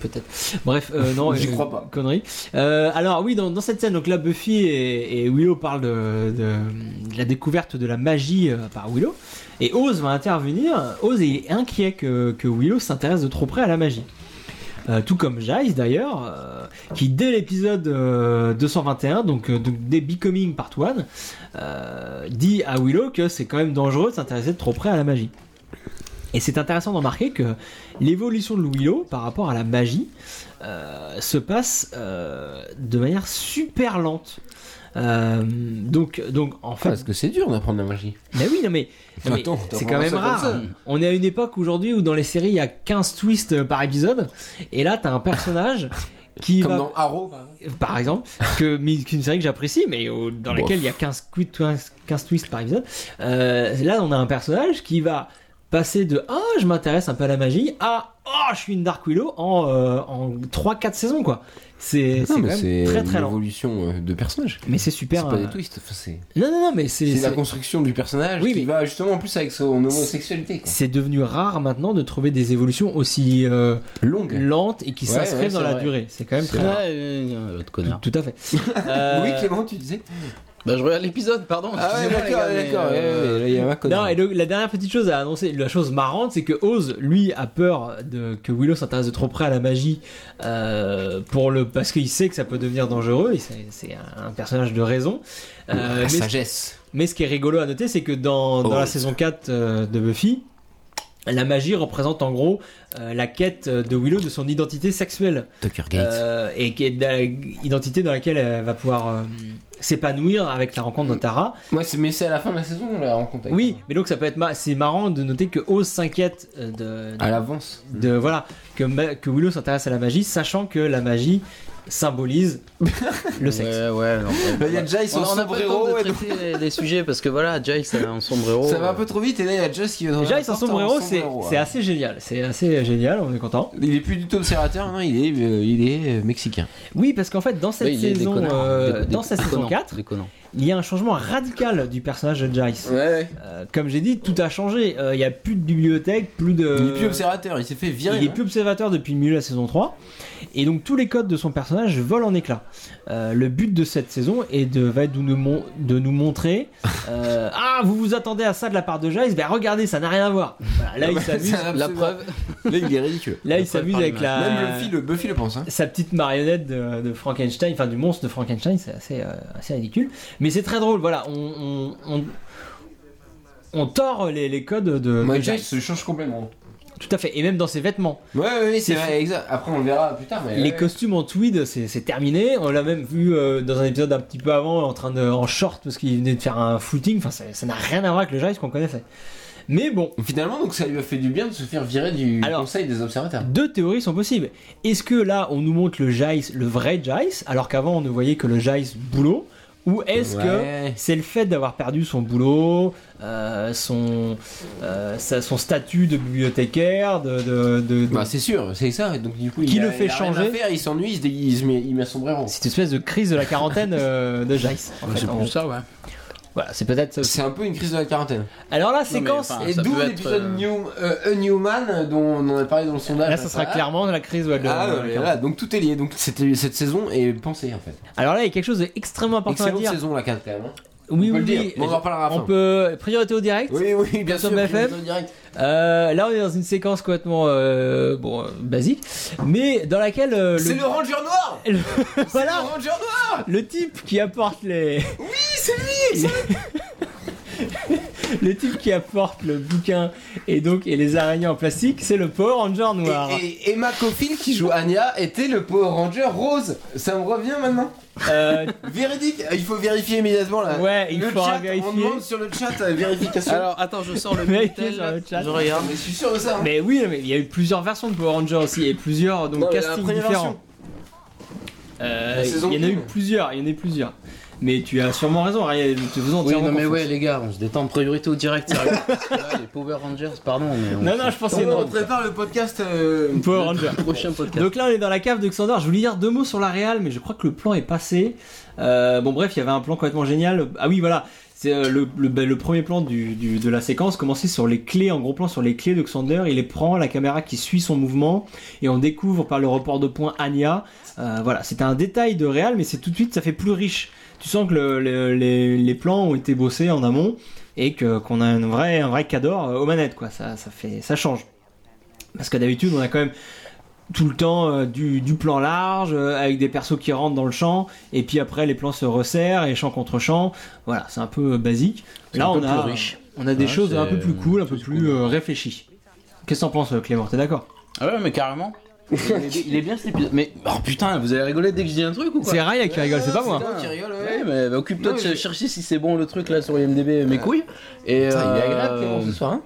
Speaker 1: Peut-être. Bref, euh, non,
Speaker 2: J'y
Speaker 1: euh,
Speaker 2: crois pas.
Speaker 1: Connerie. Euh, alors oui, dans, dans cette scène, donc là, Buffy et, et Willow parlent de, de- de la découverte de la magie euh, par Willow, et Oz va intervenir. Oz est inquiet que, que Willow s'intéresse de trop près à la magie. Euh, tout comme Giles d'ailleurs, euh, qui dès l'épisode euh, 221, donc, euh, donc dès Becoming Part 1, euh, dit à Willow que c'est quand même dangereux de s'intéresser de trop près à la magie. Et c'est intéressant de remarquer que l'évolution de Willow par rapport à la magie euh, se passe euh, de manière super lente. Euh, donc, donc en fait,
Speaker 2: Parce que Ah, c'est dur d'apprendre la magie.
Speaker 1: bah oui, non mais, non, mais
Speaker 2: Attends,
Speaker 1: c'est
Speaker 2: t'as
Speaker 1: quand
Speaker 2: vraiment
Speaker 1: même
Speaker 2: ça comme
Speaker 1: rare.
Speaker 2: ça
Speaker 1: On est à une époque aujourd'hui où dans les séries il y a 15 twists par épisode, et là t'as un personnage qui
Speaker 2: Comme
Speaker 1: va-
Speaker 2: dans Arrow. par exemple.
Speaker 1: par exemple, que, mais qu'une série que j'apprécie, mais au- dans
Speaker 4: Bof.
Speaker 1: laquelle il y a 15, quid- 15, twists par épisode. Euh, là, on a un personnage qui va passer de Ah, je m'intéresse un peu à la magie à Ah, je suis une Dark Willow en, euh, en 3-4 saisons, quoi. C'est c'est quand
Speaker 2: Non, mais
Speaker 1: même très très
Speaker 2: une
Speaker 1: lent.
Speaker 2: évolution euh, de personnage.
Speaker 1: Mais c'est
Speaker 2: C'est
Speaker 1: super.
Speaker 2: pas
Speaker 1: euh,
Speaker 2: des twists. enfin, C'est
Speaker 1: Non, non, non, mais c'est.
Speaker 2: c'est la
Speaker 1: c'est-
Speaker 2: construction du personnage
Speaker 1: Oui,
Speaker 2: qui
Speaker 1: mais-
Speaker 2: va justement en plus avec son homosexualité. quoi.
Speaker 1: C'est devenu rare maintenant de trouver des évolutions aussi euh,
Speaker 2: Longue.
Speaker 1: lentes et qui
Speaker 2: Ouais,
Speaker 1: s'inscrivent
Speaker 2: ouais,
Speaker 1: dans
Speaker 3: c'est
Speaker 1: la
Speaker 3: vrai.
Speaker 1: durée. C'est quand même
Speaker 3: C'est
Speaker 1: très rare.
Speaker 3: vrai, euh, euh, autre
Speaker 2: Ah
Speaker 3: connard.
Speaker 1: Tout à fait.
Speaker 2: Oui,
Speaker 1: Euh,
Speaker 2: Clément, tu disais.
Speaker 3: Bah, je regarde l'épisode, pardon.
Speaker 2: Ah ouais,
Speaker 3: excusez-moi,
Speaker 2: d'accord,
Speaker 3: les gars, mais,
Speaker 2: d'accord.
Speaker 3: euh,
Speaker 2: ouais, ouais, là, il y a hein. un
Speaker 1: Non,
Speaker 2: connard.
Speaker 1: et le- la dernière petite chose à annoncer, la chose marrante, c'est que Oz, lui, a peur de, que Willow s'intéresse de trop près à la magie euh, pour le, parce qu'il sait que ça peut devenir dangereux, et c'est- c'est un, un personnage de raison. Euh,
Speaker 2: La
Speaker 1: mais,
Speaker 2: sagesse.
Speaker 1: mais ce qui est rigolo à noter, c'est que dans, dans la
Speaker 4: Oz.
Speaker 1: saison 4 euh, de Buffy, la magie représente en gros euh, la quête de Willow de son identité sexuelle.
Speaker 4: Tucker
Speaker 1: Euh, et qui est de la- identité dans laquelle elle va pouvoir euh, s'épanouir avec la rencontre de Tara.
Speaker 2: Ouais, c'est- mais c'est à la fin de la saison, on l'a rencontré.
Speaker 1: Oui, mais donc ça peut être ma- c'est marrant de noter que Oz s'inquiète euh, de, de,
Speaker 2: À l'avance.
Speaker 1: de- voilà que ma- que Willow s'intéresse à la magie, sachant que la magie symbolise le sexe.
Speaker 3: Ouais, ouais, non, ouais.
Speaker 2: Là, il y a Giles
Speaker 3: On
Speaker 2: en
Speaker 3: a- on a pas le temps
Speaker 2: sombrero,
Speaker 3: de
Speaker 2: ouais,
Speaker 3: traiter les- les sujets parce que voilà, Giles elle a un sombrero.
Speaker 2: Ça va un
Speaker 3: euh,
Speaker 2: peu trop vite et là il y a Just qui va dans
Speaker 1: Déjà,
Speaker 2: la
Speaker 1: ils s'en
Speaker 2: porte
Speaker 1: sont
Speaker 2: en
Speaker 1: c'est
Speaker 2: sombrero,
Speaker 1: c'est
Speaker 2: hein.
Speaker 1: assez génial, c'est assez génial, on est content.
Speaker 2: Il est plus du tout observateur, non, il est, euh, il est euh, mexicain.
Speaker 1: Oui, parce qu'en fait dans cette
Speaker 3: oui, il y a des
Speaker 1: saison,
Speaker 3: connards,
Speaker 1: euh,
Speaker 3: des- des-
Speaker 1: dans cette
Speaker 3: des
Speaker 1: saison
Speaker 3: connards,
Speaker 1: 4,
Speaker 3: des connards.
Speaker 1: il y a un changement radical du personnage de Jace.
Speaker 2: Ouais,
Speaker 1: Euh, comme j'ai dit, tout a changé. Euh, Il y a plus de bibliothèque, plus de.
Speaker 2: Il est plus observateur, il s'est fait virer.
Speaker 1: Euh,
Speaker 2: hein.
Speaker 1: il est plus observateur depuis le milieu de la saison 3 et donc tous les codes de son personnage volent en éclats. Euh, le but de cette saison est de, va être de nous, mon- de nous montrer euh, Ah, vous vous attendez à ça de la part de Jace Ben regardez, ça n'a rien à voir. Voilà, là, il s'amuse, Euh,
Speaker 3: La preuve,
Speaker 2: Là il est ridicule.
Speaker 1: là, il
Speaker 3: La preuve
Speaker 1: s'amuse
Speaker 3: par
Speaker 1: avec
Speaker 3: l'image.
Speaker 1: la,
Speaker 2: Même le Buffy, le Buffy le pense. Hein.
Speaker 1: sa petite marionnette de, de Frankenstein, enfin du monstre de Frankenstein, c'est assez, euh, assez ridicule. Mais c'est très drôle, voilà, on. on, on- on tord les, les codes de, de
Speaker 2: Moi, Jace
Speaker 1: Giles.
Speaker 2: se change complètement.
Speaker 1: Tout à fait. Et même dans ses vêtements.
Speaker 2: Ouais, ouais, ouais,
Speaker 1: C'est
Speaker 2: c'est vrai, exact. Après on le verra plus tard. Mais
Speaker 1: Les
Speaker 2: ouais.
Speaker 1: costumes en tweed, c'est c'est terminé. On l'a même vu euh, dans un épisode un petit peu avant, en train de en short parce qu'il venait de faire un footing. Enfin, ça ça n'a rien à voir avec le Jace qu'on connaissait. Mais bon,
Speaker 2: Finalement, donc ça lui a fait du bien de se faire virer du
Speaker 1: Alors-
Speaker 2: conseil des observateurs.
Speaker 1: deux théories sont possibles. Est-ce que là, on nous montre le Jace, le vrai Jace, alors qu'avant on ne voyait que le Jace boulot, ou est-ce que
Speaker 2: Ouais.
Speaker 1: c'est le fait d'avoir perdu son boulot, euh, son euh, sa- son statut de bibliothécaire, de, de- de- de-
Speaker 2: Bah, c'est sûr, c'est ça. Donc du coup,
Speaker 1: Qui
Speaker 2: il a-
Speaker 1: le fait
Speaker 2: il a rien
Speaker 1: changer
Speaker 2: à faire, Il s'ennuie, il se déguise, mais il met son sombrero.
Speaker 1: cette espèce de crise de la quarantaine euh, de Jace. en fait.
Speaker 3: c'est
Speaker 1: En-
Speaker 3: plus ça, ouais.
Speaker 1: Voilà, c'est peut-être ça aussi.
Speaker 2: C'est un peu une crise de la quarantaine.
Speaker 1: Alors la
Speaker 3: mais
Speaker 1: séquence,
Speaker 3: enfin,
Speaker 2: Et
Speaker 3: ça
Speaker 2: d'où
Speaker 3: peut être,
Speaker 2: l'épisode
Speaker 3: euh,
Speaker 2: New, euh, A New Man dont on a parlé dans le sondage.
Speaker 1: là, ça sera
Speaker 2: Ah.
Speaker 1: clairement la hein. crise. ouais, de-
Speaker 2: Ah,
Speaker 1: de-
Speaker 2: ouais, mais
Speaker 1: de-
Speaker 2: voilà, donc tout est lié. Donc c'était- cette saison est pensée en fait.
Speaker 1: Alors là, il y a quelque chose d'extrêmement important à
Speaker 2: Excellente
Speaker 1: dire.
Speaker 2: saison la 4 quand même. hein.
Speaker 1: Oui,
Speaker 2: on
Speaker 1: oui,
Speaker 2: peut le dire.
Speaker 1: oui.
Speaker 2: Bon, on en reparlera à la
Speaker 1: On
Speaker 2: fin.
Speaker 1: peut euh, priorité au direct.
Speaker 2: Oui, oui, bien
Speaker 1: Sur
Speaker 2: sûr.
Speaker 1: BFM.
Speaker 2: prise en direct.
Speaker 1: Euh, là, on est dans une séquence complètement euh, bon euh, basique, mais dans laquelle euh,
Speaker 2: C'est
Speaker 1: le,
Speaker 2: le Ranger noir
Speaker 1: voilà
Speaker 2: Le Ranger noir
Speaker 1: le type qui apporte les oui,
Speaker 2: c'est
Speaker 1: lui. Le type qui apporte le bouquin et donc et les araignées en plastique, c'est le Power Ranger noir.
Speaker 2: et, et Emma Cofield qui joue Anya était le Power Ranger rose. Ça me revient maintenant.
Speaker 1: Euh,
Speaker 2: Véridique, Ah, il faut vérifier immédiatement là.
Speaker 1: ouais, il
Speaker 2: le
Speaker 1: faudra
Speaker 2: chat,
Speaker 1: vérifier.
Speaker 2: on demande sur le chat euh, vérification.
Speaker 3: Alors Oh, attends, je sors le
Speaker 1: Vérifiez
Speaker 3: Minitel,
Speaker 1: sur le chat.
Speaker 3: Je regarde.
Speaker 2: mais je suis sûr de ça. hein.
Speaker 1: Mais oui, mais il y a eu plusieurs versions de Power Rangers aussi et plusieurs donc
Speaker 2: Non, mais la
Speaker 1: castings
Speaker 2: première
Speaker 1: différents.
Speaker 2: version.
Speaker 1: Euh,
Speaker 2: La saison
Speaker 1: il y en a eu
Speaker 2: une.
Speaker 1: plusieurs, il y en a eu plusieurs. Mais tu as sûrement raison, Ariel, nous te faisons
Speaker 3: Oui,
Speaker 1: entièrement
Speaker 3: non, mais
Speaker 1: confiance.
Speaker 3: ouais, les gars, on se détend priorité au direct, sérieux. Là, les Power Rangers, pardon, mais on...
Speaker 1: Non, non, je pense que c'est
Speaker 2: on
Speaker 1: drôle.
Speaker 2: prépare le podcast. euh,
Speaker 1: Power Ranger.
Speaker 3: prochain podcast.
Speaker 1: Donc là, on est dans la cave de Xandor. Je voulais dire deux mots sur la Real, mais je crois que le plan est passé. Euh, bon, bref, il y avait un plan complètement génial. Ah oui, voilà. C'est euh, le, le- bah, le premier plan du, du- de la séquence commençait sur les clés, en gros plan sur les clés de Xander. Il les prend, la caméra qui suit son mouvement, et on découvre par le report de points Anya. Euh, voilà, c'était un détail de Real, mais c'est tout de suite, ça fait plus riche. Tu sens que le- le- les, les plans ont été bossés en amont et que qu'on a un vrai un vrai cador euh, aux manettes quoi. Ça ça fait ça change. Parce que d'habitude on a quand même tout le temps euh, du, du plan large euh, avec des persos qui rentrent dans le champ et puis après les plans se resserrent et champ contre champ. Voilà, c'est un peu euh, basique.
Speaker 3: C'est
Speaker 1: Là
Speaker 3: un
Speaker 1: on
Speaker 3: peu
Speaker 1: a
Speaker 3: plus riche.
Speaker 1: on a des
Speaker 3: Ouais,
Speaker 1: choses
Speaker 3: c'est-
Speaker 1: un peu plus cool, un peu
Speaker 3: c'est
Speaker 1: plus
Speaker 3: cool.
Speaker 1: euh, réfléchies. Qu'est-ce que t'en penses euh, Clément T'es d'accord
Speaker 3: Ah ouais, mais carrément. il, est, il est bien cet épisode. Mais oh putain, vous allez rigoler dès que je dis un truc ou quoi
Speaker 1: C'est Raya qui rigole, c'est pas
Speaker 2: c'est
Speaker 1: moi.
Speaker 2: toi qui rigole, ouais.
Speaker 3: Ouais, mais bah, occupe-toi
Speaker 2: Non,
Speaker 3: de
Speaker 2: je-
Speaker 3: chercher si c'est bon le truc là sur IMDb, mes couilles. Et
Speaker 2: Putain, il est
Speaker 3: euh,
Speaker 2: agréable Clément, ce soir. hein.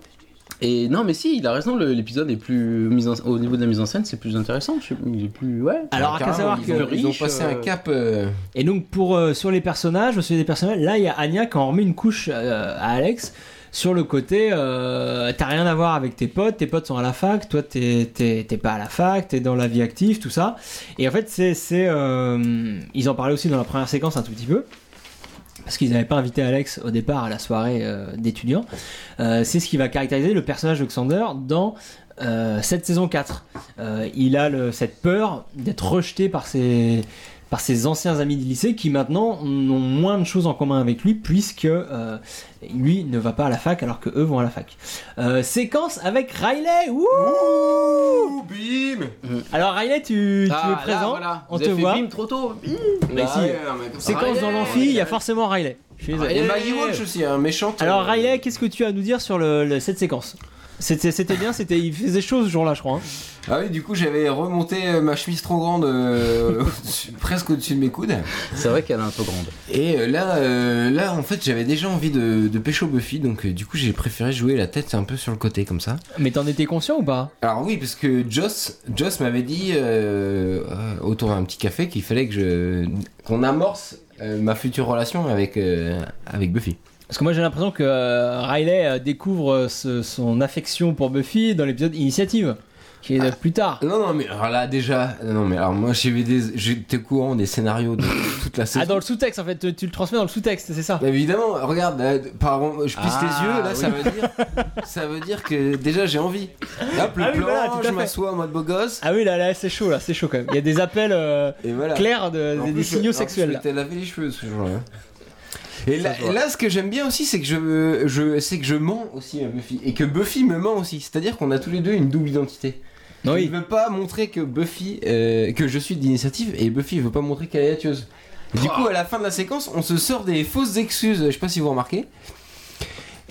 Speaker 3: Et non, mais si, il a raison, le- l'épisode est plus. Mis en- au niveau de la mise en scène, c'est plus intéressant. je sais- il est plus. Ouais.
Speaker 1: Alors, à
Speaker 2: Carrément,
Speaker 1: savoir
Speaker 2: ils
Speaker 1: que.
Speaker 2: ont- ils ont
Speaker 3: riche,
Speaker 2: passé un
Speaker 3: euh,
Speaker 2: cap. euh,
Speaker 1: Et donc pour euh, sur les personnages, sur les personnages, là il y a Anya qui en remet une couche euh, à Alex sur le côté euh, t'as rien à voir avec tes potes, tes potes sont à la fac, toi t'es t'es- t'es pas à la fac, t'es dans la vie active, tout ça. Et en fait c'est c'est euh, ils en parlaient aussi dans la première séquence un tout petit peu. Parce qu'ils n'avaient pas invité Alex au départ à la soirée euh, d'étudiants. Euh, c'est ce qui va caractériser le personnage de Xander dans euh, cette saison 4. Euh, il a le- cette peur d'être rejeté par ses, par ses anciens amis de lycée qui maintenant ont moins de choses en commun avec lui puisque euh, lui ne va pas à la fac alors que eux vont à la fac. Euh, séquence avec Riley. Wouh
Speaker 2: Ouh, bim
Speaker 1: alors Riley, tu, tu es
Speaker 2: Ah, là,
Speaker 1: présent,
Speaker 2: voilà.
Speaker 1: on
Speaker 3: Vous
Speaker 1: te
Speaker 3: avez fait
Speaker 1: voit.
Speaker 3: bim trop tôt.
Speaker 1: Mais
Speaker 2: Bah
Speaker 1: si. Séquence dans l'amphi, il y a forcément Riley. Je suis désolé.
Speaker 2: Et Maggie Walsh aussi, hein, euh, un méchant.
Speaker 1: Alors Riley, qu'est-ce que tu as à nous dire sur le- le- cette séquence C'était c'était bien, c'était il faisait chaud ce jour-là, je crois. hein.
Speaker 2: Ah oui, du coup, j'avais remonté euh, ma chemise trop grande, euh, au-dessus- presque au-dessus de mes coudes.
Speaker 3: C'est vrai qu'elle est un peu grande.
Speaker 2: Et euh, là, euh, là, en fait, j'avais déjà envie de, de pécho Buffy, donc euh, du coup, j'ai préféré jouer la tête un peu sur le côté comme ça.
Speaker 1: Mais t'en étais conscient ou pas
Speaker 2: Alors oui, parce que Joss, Joss m'avait dit euh, euh, autour d'un petit café qu'il fallait que je qu'on amorce euh, ma future relation avec euh, avec Buffy.
Speaker 1: Parce que moi j'ai l'impression que euh, Riley euh, découvre euh, ce- son affection pour Buffy dans l'épisode Initiative, qui
Speaker 2: Ah.
Speaker 1: est euh, plus tard.
Speaker 2: Non, non, mais alors là déjà, non, mais alors moi j'ai vu des, j'étais au courant des scénarios de toute la saison.
Speaker 1: Ah, dans le sous-texte en fait, tu, tu le transmets dans le sous-texte, c'est ça
Speaker 2: Bah, Évidemment, regarde, là, par, je pisse
Speaker 3: Ah,
Speaker 2: les yeux, là,
Speaker 3: oui.
Speaker 2: ça veut dire, ça veut dire que déjà j'ai envie. Hop, le
Speaker 1: Ah oui,
Speaker 2: plan,
Speaker 1: voilà, tout à
Speaker 2: je
Speaker 1: fait.
Speaker 2: m'assois en mode beau gosse,
Speaker 1: Ah oui, là, là, c'est chaud, là, c'est chaud quand même. Il y a des appels euh,
Speaker 2: et voilà.
Speaker 1: clairs, de-
Speaker 2: En
Speaker 1: des, des
Speaker 2: plus,
Speaker 1: signaux
Speaker 2: en plus,
Speaker 1: sexuels.
Speaker 2: Je
Speaker 1: là.
Speaker 2: t'ai lavé les cheveux ce jour-là. Et
Speaker 1: Ça
Speaker 2: là,
Speaker 1: se voit.
Speaker 2: et là, ce que j'aime bien aussi, c'est que je, je, c'est que je mens aussi à Buffy et que Buffy me ment aussi. C'est-à-dire qu'on a tous les deux une double identité.
Speaker 1: Non,
Speaker 2: Je
Speaker 1: oui.
Speaker 2: ne veux pas montrer que Buffy, euh, que je suis d'initiative, et Buffy veut pas montrer qu'elle est hâteuse. Et Du coup, à la fin de la séquence, on se sort des fausses excuses. Je sais pas si vous remarquez.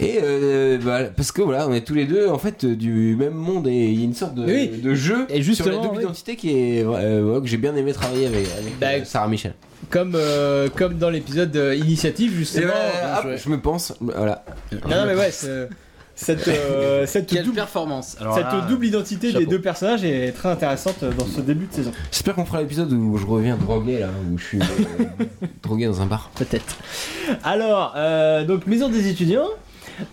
Speaker 2: Et euh, bah, parce que voilà, on est tous les deux en fait euh, du même monde et il y a une sorte de,
Speaker 1: Oui.
Speaker 2: de jeu
Speaker 1: Et
Speaker 2: sur la
Speaker 1: justement,
Speaker 2: double
Speaker 1: oui.
Speaker 2: identité qui est euh, voilà, que j'ai bien aimé travailler avec, avec,
Speaker 1: Bah,
Speaker 2: euh, Sarah Michel.
Speaker 1: comme, euh, comme dans l'épisode euh, Initiative,
Speaker 2: Et
Speaker 1: justement.
Speaker 2: voilà,
Speaker 1: Bien
Speaker 2: hop,
Speaker 1: joué.
Speaker 2: je me pense, voilà.
Speaker 1: Non, non, mais ouais, c'est- cette, euh, cette,
Speaker 3: Quelle
Speaker 1: double,
Speaker 3: performance Alors
Speaker 1: cette
Speaker 3: là,
Speaker 1: double identité des
Speaker 3: chapeau.
Speaker 1: deux personnages est très intéressante dans ce début de saison.
Speaker 2: J'espère qu'on fera l'épisode où je reviens drogué là, où je suis euh, drogué dans un bar.
Speaker 1: Peut-être. Alors, euh, donc maison des étudiants.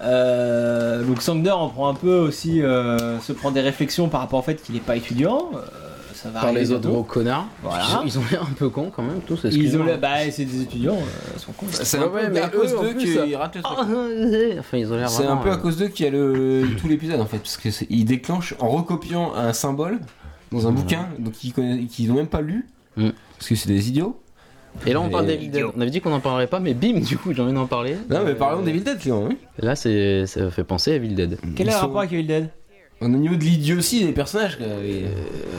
Speaker 1: Euh, donc Sander en prend un peu aussi, euh, se prend des réflexions par rapport au fait qu'il n'est pas étudiant. Euh, ça va
Speaker 3: Par
Speaker 1: arriver
Speaker 3: les autres
Speaker 1: bientôt.
Speaker 3: gros connaards.
Speaker 1: Voilà.
Speaker 3: Ils ont l'air un peu cons quand même, tous.
Speaker 1: Ils ont
Speaker 3: excusez-moi.
Speaker 1: l'air- bah, c'est des étudiants, euh, ils sont cons.
Speaker 2: C'est
Speaker 3: Ouais, ouais, mais
Speaker 2: à
Speaker 3: eux,
Speaker 2: cause
Speaker 3: en
Speaker 2: d'eux
Speaker 3: plus,
Speaker 2: qu'il
Speaker 3: ça-
Speaker 2: rate le truc.
Speaker 3: Ah, euh, Enfin, ils ont l'air
Speaker 2: C'est un
Speaker 3: vraiment,
Speaker 2: peu à
Speaker 3: euh,
Speaker 2: cause d'eux qu'il y a le, tout l'épisode en fait, parce que c'est- ils déclenchent en recopiant un symbole dans un bouquin, donc qu'ils connaissent- qu'ils n'ont même pas lu,
Speaker 3: Mm.
Speaker 2: parce que c'est des idiots.
Speaker 3: Et là, on parle
Speaker 2: Et-
Speaker 3: d'Evil Dead. On avait dit qu'on n'en parlerait pas, mais bim, du coup, j'ai envie d'en parler.
Speaker 2: Non mais
Speaker 3: Euh,
Speaker 2: parlons des Dead, Clément, hein. oui.
Speaker 3: Là, c'est, ça fait penser à Evil Dead.
Speaker 1: Quel est le
Speaker 2: Ils sont-
Speaker 1: rapport avec Evil Dead
Speaker 2: Au niveau de l'idiotie des personnages. quoi, et-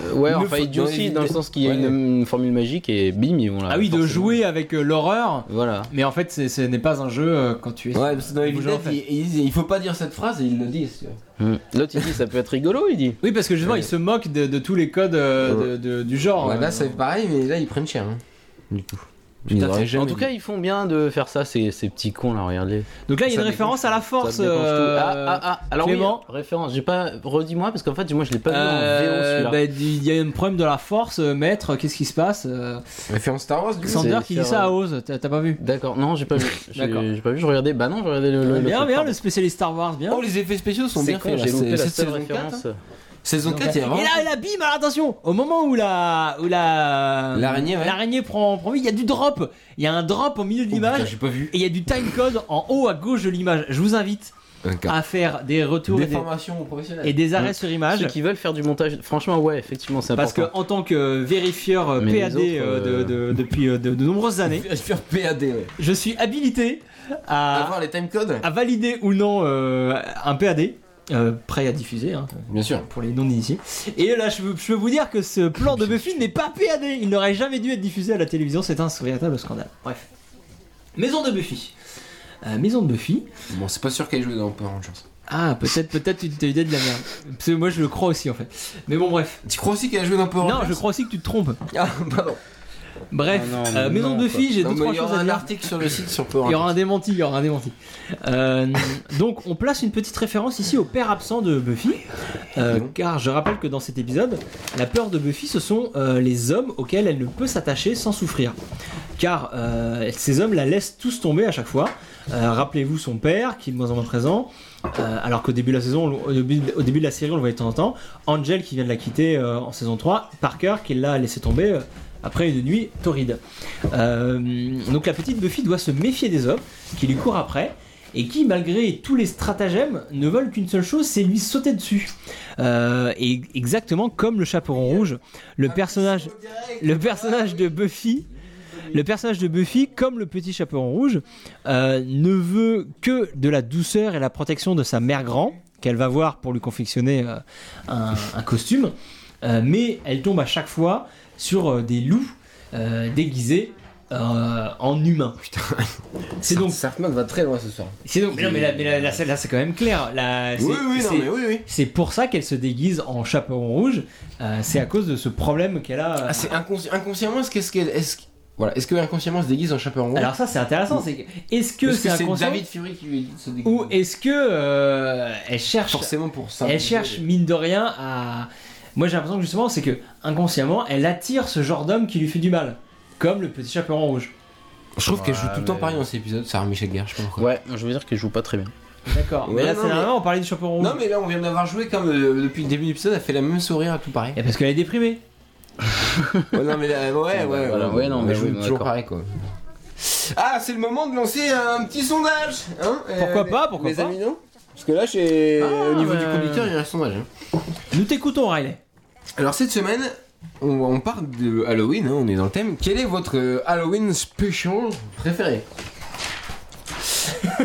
Speaker 3: Euh, ouais,
Speaker 2: Le faut-
Speaker 3: enfin, idiot
Speaker 2: dans
Speaker 3: aussi,
Speaker 2: Evil
Speaker 3: dans le
Speaker 2: Dead.
Speaker 3: sens qu'il y a
Speaker 2: Ouais.
Speaker 3: une, une formule magique et bim, ils vont là.
Speaker 1: Ah oui, de jouer avec euh, l'horreur.
Speaker 3: Voilà.
Speaker 1: Mais en fait, c'est- ce n'est pas un jeu euh, quand tu es.
Speaker 2: Ouais, parce que dans les
Speaker 1: Vous
Speaker 2: Dead,
Speaker 1: en faites.
Speaker 2: ils, ils disent, il faut pas dire cette phrase et ils le disent. tu vois.
Speaker 3: Hmm. L'autre, il dit, ça peut être rigolo, il dit.
Speaker 1: Oui, parce que justement,
Speaker 2: Ouais.
Speaker 1: ils se moquent de, de tous les codes euh, de- de- du genre.
Speaker 2: Ouais,
Speaker 1: euh,
Speaker 2: Oh, là c'est pareil, mais là ils prennent cher. hein. Du coup. Ils
Speaker 1: Putain,
Speaker 2: auraient jamais
Speaker 3: En tout
Speaker 2: dit.
Speaker 3: cas, ils font bien de faire ça, ces, ces petits cons là, regardez.
Speaker 1: Donc là, il y a
Speaker 2: ça
Speaker 1: une référence à la force.
Speaker 3: Ça me déclenche tout.
Speaker 1: euh,
Speaker 3: ah, ah, ah, alors
Speaker 1: Clément.
Speaker 3: oui, référence. J'ai pas. Redis-moi, parce qu'en fait, moi, je l'ai pas vu en VO
Speaker 1: Euh,
Speaker 3: ah, celui-là.
Speaker 1: bah, du- il y a un problème de la force, euh, maître, qu'est-ce qui se passe euh,
Speaker 2: Référence Star Wars, du coup.
Speaker 1: Xander
Speaker 3: c'est
Speaker 1: qui dit
Speaker 3: faire,
Speaker 1: ça à
Speaker 3: euh,
Speaker 1: Oz, t'as t'as pas vu
Speaker 3: D'accord, non, j'ai pas vu. J'ai
Speaker 1: D'accord.
Speaker 3: j'ai pas vu, je regardais. Bah non, je regardais le. le-
Speaker 1: Bien,
Speaker 3: le
Speaker 1: bien, le spécialiste Star Wars, bien.
Speaker 2: Oh, les effets spéciaux sont
Speaker 3: C'est
Speaker 2: bien
Speaker 3: con,
Speaker 2: faits. là.
Speaker 3: J'ai
Speaker 2: C'est-
Speaker 3: loupé la
Speaker 2: cette
Speaker 3: seule
Speaker 2: saison 4,
Speaker 3: référence.
Speaker 2: hein. Saison 4, il y a
Speaker 1: Et
Speaker 2: vraiment.
Speaker 1: là, la bim, alors attention, au moment où la, où la, euh,
Speaker 2: L'araignée, ouais.
Speaker 1: l'araignée prend, prend vie, il y a du drop, il y a un drop au milieu de
Speaker 2: Oh, putain,
Speaker 1: l'image,
Speaker 2: J'ai pas vu.
Speaker 1: et il y a du timecode en haut à gauche de l'image. Je vous invite
Speaker 2: Ah,
Speaker 1: à faire des retours et
Speaker 2: Des
Speaker 1: des,
Speaker 2: formations professionnelles.
Speaker 1: et des arrêts
Speaker 3: Ouais.
Speaker 1: sur
Speaker 3: Ceux
Speaker 1: image,
Speaker 3: qui veulent faire du montage, franchement, ouais, effectivement, c'est
Speaker 1: parce que
Speaker 3: important.
Speaker 1: en tant que vérifieur euh,
Speaker 3: Mais les
Speaker 1: PAD
Speaker 3: autres,
Speaker 1: euh, de-
Speaker 3: euh,
Speaker 1: de- depuis euh, de- de nombreuses années,
Speaker 2: Faire PAD, ouais.
Speaker 1: je suis habilité
Speaker 2: À
Speaker 1: à,
Speaker 2: voir les timecodes
Speaker 1: à valider ou non euh, un PAD euh, prêt à diffuser hein,
Speaker 2: Bien sûr.
Speaker 1: pour les non-initiés. Et là, je, peux- je peux vous dire que ce plan de Buffy n'est pas PAD. Il n'aurait jamais dû être diffusé à la télévision. C'est un véritable scandale. Bref. Maison de Buffy. Euh, maison de Buffy.
Speaker 2: Bon, c'est pas sûr qu'elle joue dans Power Rangers.
Speaker 1: Ah, peut-être, peut-être tu t'es idée de la merde. Parce que moi, je le crois aussi en fait. Mais bon, bref.
Speaker 2: Tu crois aussi qu'elle a joué dans Power
Speaker 1: Non,
Speaker 2: Rangers
Speaker 1: je crois aussi que tu te trompes.
Speaker 2: Ah, pardon.
Speaker 1: Bref,
Speaker 3: Ah non, mais
Speaker 1: euh, Maison
Speaker 3: non,
Speaker 1: de
Speaker 3: quoi.
Speaker 1: filles, j'ai
Speaker 2: Non,
Speaker 1: deux
Speaker 2: mais
Speaker 1: trois
Speaker 2: il y
Speaker 1: choses
Speaker 2: aura
Speaker 1: à
Speaker 2: un
Speaker 1: dire.
Speaker 2: article sur le site sur
Speaker 1: Il y
Speaker 2: Power
Speaker 1: aura un démenti, il y aura un démenti. Euh, donc on place une petite référence ici au père absent de Buffy, euh, car je rappelle que dans cet épisode, la peur de Buffy, ce sont euh, les hommes auxquels elle ne peut s'attacher sans souffrir. Car euh, ces hommes la laissent tous tomber à chaque fois. Euh, Rappelez-vous son père, qui est de moins en moins présent, euh, alors qu'au début de la saison, on- au début, au début de la série, on le voyait de temps en temps. Angel qui vient de la quitter euh, en saison 3, Parker qui l'a laissé tomber euh, après une nuit torride. Euh, donc la petite Buffy doit se méfier des hommes qui lui courent après et qui, malgré tous les stratagèmes, ne veulent qu'une seule chose, c'est lui sauter dessus. Euh, et exactement comme le chaperon rouge, le personnage, le personnage de Buffy. Le personnage de Buffy, comme le petit chaperon rouge, euh, ne veut que de la douceur et la protection de sa mère grand, qu'elle va voir pour lui confectionner euh, un, un costume. Euh, mais elle tombe à chaque fois sur euh, des loups euh, déguisés euh, en humains. C'est donc
Speaker 3: Sartman va très loin ce soir.
Speaker 1: c'est donc, mais non, mais la, mais la- la- celle-là, c'est quand même clair. La- Ah, c'est-
Speaker 2: euh, Oui, oui, non,
Speaker 1: c'est-
Speaker 2: mais oui, oui.
Speaker 1: C'est pour ça qu'elle se déguise en chaperon rouge. Euh, c'est à cause de ce problème qu'elle a.
Speaker 2: Ah, c'est inconsci- inconsciemment, est-ce qu'est-ce qu'elle. Est-ce que... Voilà, est-ce que inconsciemment elle se déguise en chaperon rouge
Speaker 1: euh, Alors ça, c'est intéressant. C'est que- est-ce que
Speaker 2: Est-ce
Speaker 1: c'est inconscient
Speaker 2: David Fury qui lui se déguise
Speaker 1: ou est-ce que euh, elle cherche,
Speaker 2: Forcément pour ça.
Speaker 1: elle cherche mine de rien à. Moi, j'ai l'impression que justement, c'est que inconsciemment, elle attire ce genre d'homme qui lui fait du mal, comme le petit chaperon rouge.
Speaker 2: Je trouve qu'elle joue
Speaker 3: Ouais,
Speaker 2: tout le temps
Speaker 3: mais-
Speaker 2: pareil dans cet épisode, Sarah Michel Gellar, je sais pas pourquoi.
Speaker 3: Ouais, je veux dire qu'il joue pas très bien.
Speaker 1: D'accord. mais
Speaker 2: Ouais,
Speaker 1: là,
Speaker 2: non,
Speaker 1: c'est
Speaker 2: mais-
Speaker 1: normal, on parlait du chaperon rouge.
Speaker 2: Non, mais là on vient d'avoir joué comme euh, depuis le début de l'épisode, elle fait la même sourire à tout pareil.
Speaker 1: Et parce qu'elle est déprimée.
Speaker 2: Ouais, non, mais là, ouais, ouais, ouais,
Speaker 3: Voilà, ouais, non,
Speaker 2: on
Speaker 3: mais
Speaker 2: joue
Speaker 3: oui, bon,
Speaker 2: toujours
Speaker 3: d'accord.
Speaker 2: pareil quoi. Ah, c'est le moment de lancer un petit sondage hein euh,
Speaker 1: Pourquoi
Speaker 2: les-
Speaker 1: pas, pourquoi
Speaker 2: les
Speaker 1: pas.
Speaker 2: amis, non Parce que là, chez...
Speaker 1: Ah,
Speaker 2: au niveau du
Speaker 1: ouais.
Speaker 2: conducteur, il y a un sondage. hein.
Speaker 1: Nous t'écoutons, Riley.
Speaker 2: Alors cette semaine, on, on parle de Halloween, hein, on est dans le thème. Quel est votre euh, Halloween special préféré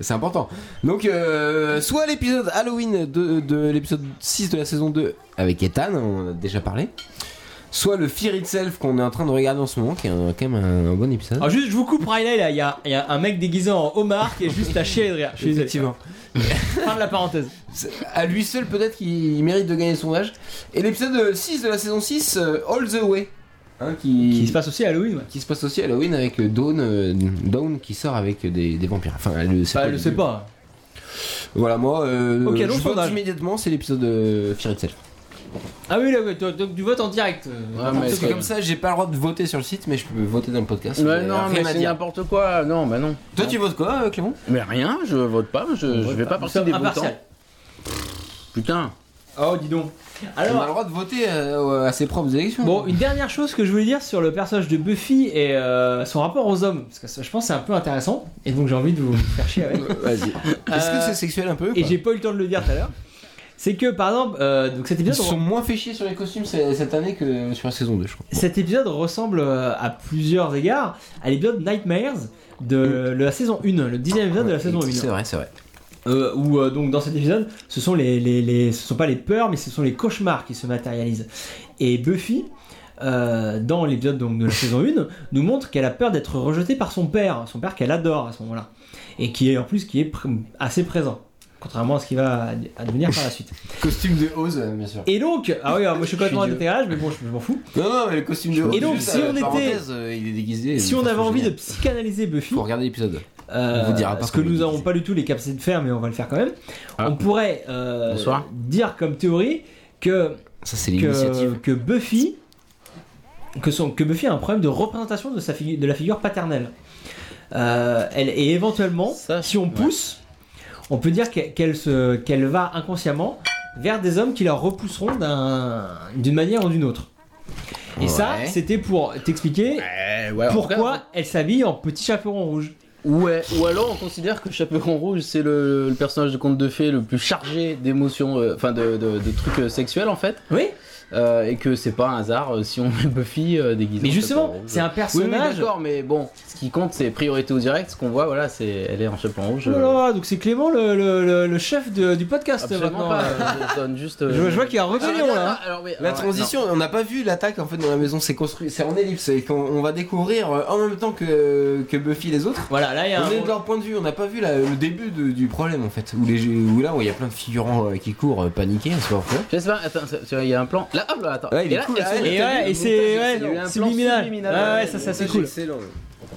Speaker 2: C'est important. Donc, euh, soit l'épisode Halloween de, de l'épisode 6 de la saison 2 avec Ethan, on en a déjà parlé. Soit le Fear Itself qu'on est en train de regarder en ce moment, qui est un- quand même un, un bon épisode.
Speaker 1: Alors juste, je vous coupe Riley là, il y a, il y a un mec déguisé en homard qui est juste à chier de rire. Je suis désolé.
Speaker 2: Effectivement.
Speaker 1: Fin de la parenthèse.
Speaker 3: Mm.
Speaker 2: C'est- À lui seul, peut-être qu'il mérite de gagner le sondage. Et l'épisode euh, 6 de la saison 6, euh, All the Way. hein,
Speaker 1: Qui se passe aussi à Halloween. ouais.
Speaker 2: qui se passe aussi à Halloween avec euh, Dawn, euh, Dawn qui sort avec des, des vampires. Enfin, elle le sait
Speaker 1: Bah,
Speaker 2: pas.
Speaker 1: elle le sait pas.
Speaker 2: Voilà, moi, euh,
Speaker 1: Ok,
Speaker 2: je
Speaker 1: donc
Speaker 2: vote
Speaker 1: sondage.
Speaker 2: immédiatement, c'est l'épisode euh, Fear Itself.
Speaker 1: Ah oui, là, ouais, toi, donc du vote en direct. euh,
Speaker 3: mais
Speaker 2: Parce que
Speaker 3: c'est-
Speaker 2: comme ça, j'ai pas le droit de voter sur le site, mais je peux voter dans le podcast.
Speaker 3: Ouais,
Speaker 2: J'ai
Speaker 3: non,
Speaker 2: rien
Speaker 3: mais
Speaker 2: à
Speaker 3: c'est
Speaker 2: dire.
Speaker 3: n'importe quoi. Non, bah non.
Speaker 2: Toi, tu votes quoi, euh, Clément
Speaker 3: Mais rien, je vote pas, euh, je, je vais pas
Speaker 1: nous
Speaker 3: partir
Speaker 1: sommes
Speaker 3: des votants.
Speaker 1: impartials.
Speaker 3: Putain.
Speaker 1: Oh, dis donc.
Speaker 2: On a le
Speaker 1: Alors,
Speaker 2: droit de voter euh, à ses propres élections.
Speaker 1: bon, une dernière chose que je voulais dire sur le personnage de Buffy et euh, son rapport aux hommes. Parce que ça, je pense que c'est un peu intéressant. Et donc j'ai envie de vous faire chier avec.
Speaker 2: Vas-y. Est-ce que
Speaker 1: Euh,
Speaker 2: c'est sexuel un peu ou
Speaker 1: Et
Speaker 2: pas
Speaker 1: j'ai pas eu le temps de le dire tout à l'heure. C'est que par exemple, euh, donc cet
Speaker 2: Ils
Speaker 1: épisode,
Speaker 2: se sont moins fait chier sur les costumes c- cette année que sur la saison 2, je crois.
Speaker 1: Cet épisode ressemble euh, à plusieurs égards à l'épisode Nightmares de la saison 1, le dixième épisode de la saison 1.
Speaker 2: Mm. C'est vrai, c'est vrai.
Speaker 1: Euh, où euh, donc dans cet épisode, ce sont les, les, les- ce sont pas les peurs, mais ce sont les cauchemars qui se matérialisent. Et Buffy, euh, dans l'épisode donc de la saison 1, nous montre qu'elle a peur d'être rejetée par son père, son père qu'elle adore à ce moment-là, et qui est en plus qui est pr- assez présent, contrairement à ce qui va à devenir par la suite.
Speaker 2: Costume de Oz, euh, bien sûr.
Speaker 1: Et donc, ah oui, alors, moi je suis complètement en
Speaker 2: Je suis
Speaker 1: décalage, mais bon, je, je m'en fous.
Speaker 2: Non, non, mais le costume de Oz.
Speaker 1: Et donc,
Speaker 2: juste,
Speaker 1: si
Speaker 2: euh,
Speaker 1: on était-
Speaker 2: parenthèse, euh, il est déguisé.
Speaker 1: Si on
Speaker 2: de
Speaker 1: avait
Speaker 2: façon
Speaker 1: envie de
Speaker 2: géniale.
Speaker 1: psychanalyser Buffy,
Speaker 2: Faut regarder l'épisode.
Speaker 1: Euh,
Speaker 2: On vous dira pas
Speaker 1: ce que
Speaker 2: comment
Speaker 1: nous
Speaker 2: il
Speaker 1: n'avons
Speaker 2: disait.
Speaker 1: pas du tout les capacités de faire, mais on va le faire quand même.
Speaker 3: Ah.
Speaker 1: On pourrait euh,
Speaker 3: Bonsoir.
Speaker 1: dire comme théorie que,
Speaker 2: Ça, c'est
Speaker 1: que,
Speaker 2: l'initiative.
Speaker 1: que Buffy que, son, que Buffy a un problème de représentation de, sa figu- de la figure paternelle. Euh, elle, et éventuellement,
Speaker 3: Ça,
Speaker 1: si on
Speaker 3: ouais.
Speaker 1: pousse, on peut dire qu'elle qu'elle se- qu'elle va inconsciemment vers des hommes qui la repousseront d'un- d'une manière ou d'une autre. Et ça,
Speaker 2: Ouais.
Speaker 1: c'était pour t'expliquer
Speaker 3: ouais,
Speaker 1: pourquoi elle s'habille en petit chaperon rouge.
Speaker 3: Ouais, ou alors on considère que Chaperon Rouge c'est le, le personnage de conte de fées le plus chargé d'émotions, euh, enfin de, de- de trucs euh, sexuels en fait,
Speaker 1: Oui,
Speaker 3: euh, et que c'est pas un hasard euh, si on met Buffy euh, déguisée.
Speaker 1: Mais
Speaker 3: en
Speaker 1: justement,
Speaker 3: Chaperon Rouge.
Speaker 1: c'est un
Speaker 3: Oui, oui,
Speaker 1: personnage.
Speaker 3: d'accord, mais bon, ce qui compte c'est priorité au direct, ce qu'on voit, voilà, c'est elle est en Chaperon Rouge.
Speaker 1: Oh là
Speaker 3: euh,
Speaker 1: là, donc c'est Clément le, le- le- le chef de- du podcast maintenant.
Speaker 3: Absolument pas, je donne juste. euh,
Speaker 1: Je, je vois qu'il y a un
Speaker 3: Ah,
Speaker 1: rébellion
Speaker 3: regarde,
Speaker 1: là. hein.
Speaker 3: ah, alors, oui,
Speaker 2: La
Speaker 3: alors,
Speaker 2: transition, on n'a pas vu l'attaque en fait dans la maison, c'est construit, c'est en ellipse et qu'on on va découvrir euh, en même temps que, que Buffy et les autres.
Speaker 1: Voilà, là il y a
Speaker 2: On est de
Speaker 1: un.
Speaker 2: leur point de vue, on n'a pas vu la- le début de- du problème en fait, où, les, où là où il y a plein de figurants euh, qui courent euh, paniqués, on sait pas pourquoi.
Speaker 3: non. Je sais pas, attends, ça- tu vois, il y a un plan. Là, là, hop là, attends.
Speaker 2: Ouais, il est
Speaker 3: là,
Speaker 2: cool,
Speaker 3: elles
Speaker 2: hein.
Speaker 3: sont-
Speaker 1: Et
Speaker 3: t'as
Speaker 1: ouais,
Speaker 3: vu,
Speaker 1: et
Speaker 3: le
Speaker 1: c'est
Speaker 3: montage,
Speaker 1: ouais,
Speaker 3: il y a eu un plan
Speaker 1: subliminal.
Speaker 3: subliminal.
Speaker 1: Ah, Ouais, ouais, ça, ça, c'est
Speaker 3: Montage
Speaker 1: cool.
Speaker 3: excellent, ouais.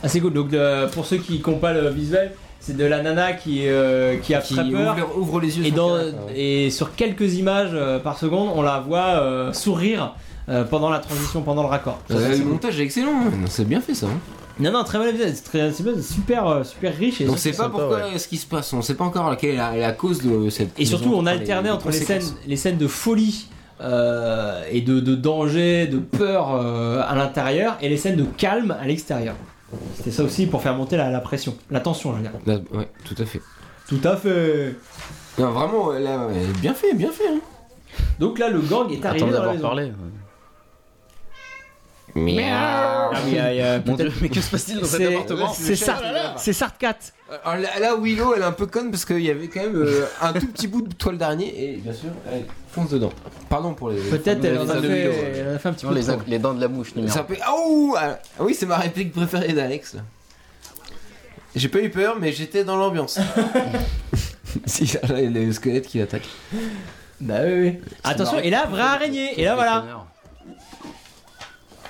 Speaker 1: Ah, c'est cool. Donc, euh, pour ceux qui n'ont pas le visuel, c'est de la nana qui, euh, qui a
Speaker 2: Qui
Speaker 1: peur.
Speaker 2: ouvre, ouvre les yeux.
Speaker 1: Et,
Speaker 2: sur
Speaker 1: dans, euh,
Speaker 2: le canapé, ouais.
Speaker 1: et sur quelques images euh, par seconde, on la voit euh, sourire euh, pendant la transition, pendant le raccord. Ça, ça,
Speaker 2: Ouais,
Speaker 1: c'est
Speaker 2: le
Speaker 1: cool.
Speaker 2: montage est excellent, hein. c'est bien fait ça. hein.
Speaker 1: Non, non, très bon épisode. C'est très- c'est bien, super, euh, super riche. Et
Speaker 2: On
Speaker 1: ça,
Speaker 2: sait
Speaker 1: c'est
Speaker 2: pas
Speaker 1: sympa,
Speaker 2: pourquoi
Speaker 1: ouais.
Speaker 2: ce qui se passe, on sait pas encore quelle est la, la cause de cette.
Speaker 1: Et surtout, on
Speaker 2: les-
Speaker 1: alternait entre les scènes,
Speaker 2: conséquences.
Speaker 1: les scènes de folie euh, et de, de danger, de peur euh, à l'intérieur, et les scènes de calme à l'extérieur. C'était ça aussi pour faire monter la, la pression, la tension, je veux dire.
Speaker 2: Là, ouais, tout à fait.
Speaker 1: Tout à fait.
Speaker 2: Non, vraiment, euh, là, ouais, bien fait, bien fait. hein.
Speaker 1: Donc là, le gang est arrivé
Speaker 3: Attends
Speaker 1: dans la
Speaker 3: d'avoir
Speaker 1: maison.
Speaker 3: parlé.
Speaker 1: Ah oui, ah, il y a-
Speaker 3: Mon dieu, mais que se passe-t-il dans cet
Speaker 1: C'est
Speaker 3: appartement
Speaker 1: c'est Sart, c'est Sartcat.
Speaker 2: Euh, Alors là, là, Willow, elle est un peu conne parce qu'il y avait quand même euh, un tout petit bout de toile d'araignée et bien sûr, elle fonce dedans. Pardon pour les.
Speaker 1: Peut-être
Speaker 2: les
Speaker 1: elle en a
Speaker 2: fans de Willow. hein.
Speaker 1: fait, elle en a fait un petit
Speaker 3: Sinon,
Speaker 1: peu.
Speaker 3: les,
Speaker 1: trop.
Speaker 3: les dents de la mouche, numéro
Speaker 2: Ça peut- Ah, ouh, ah, ah oui, c'est ma réplique préférée d'Alex. là. J'ai pas eu peur, mais j'étais dans l'ambiance. si, là, il y a le squelette qui attaque.
Speaker 1: Bah oui, oui. Attention,
Speaker 2: marrant.
Speaker 1: et là, vraie araignée. Et là, voilà.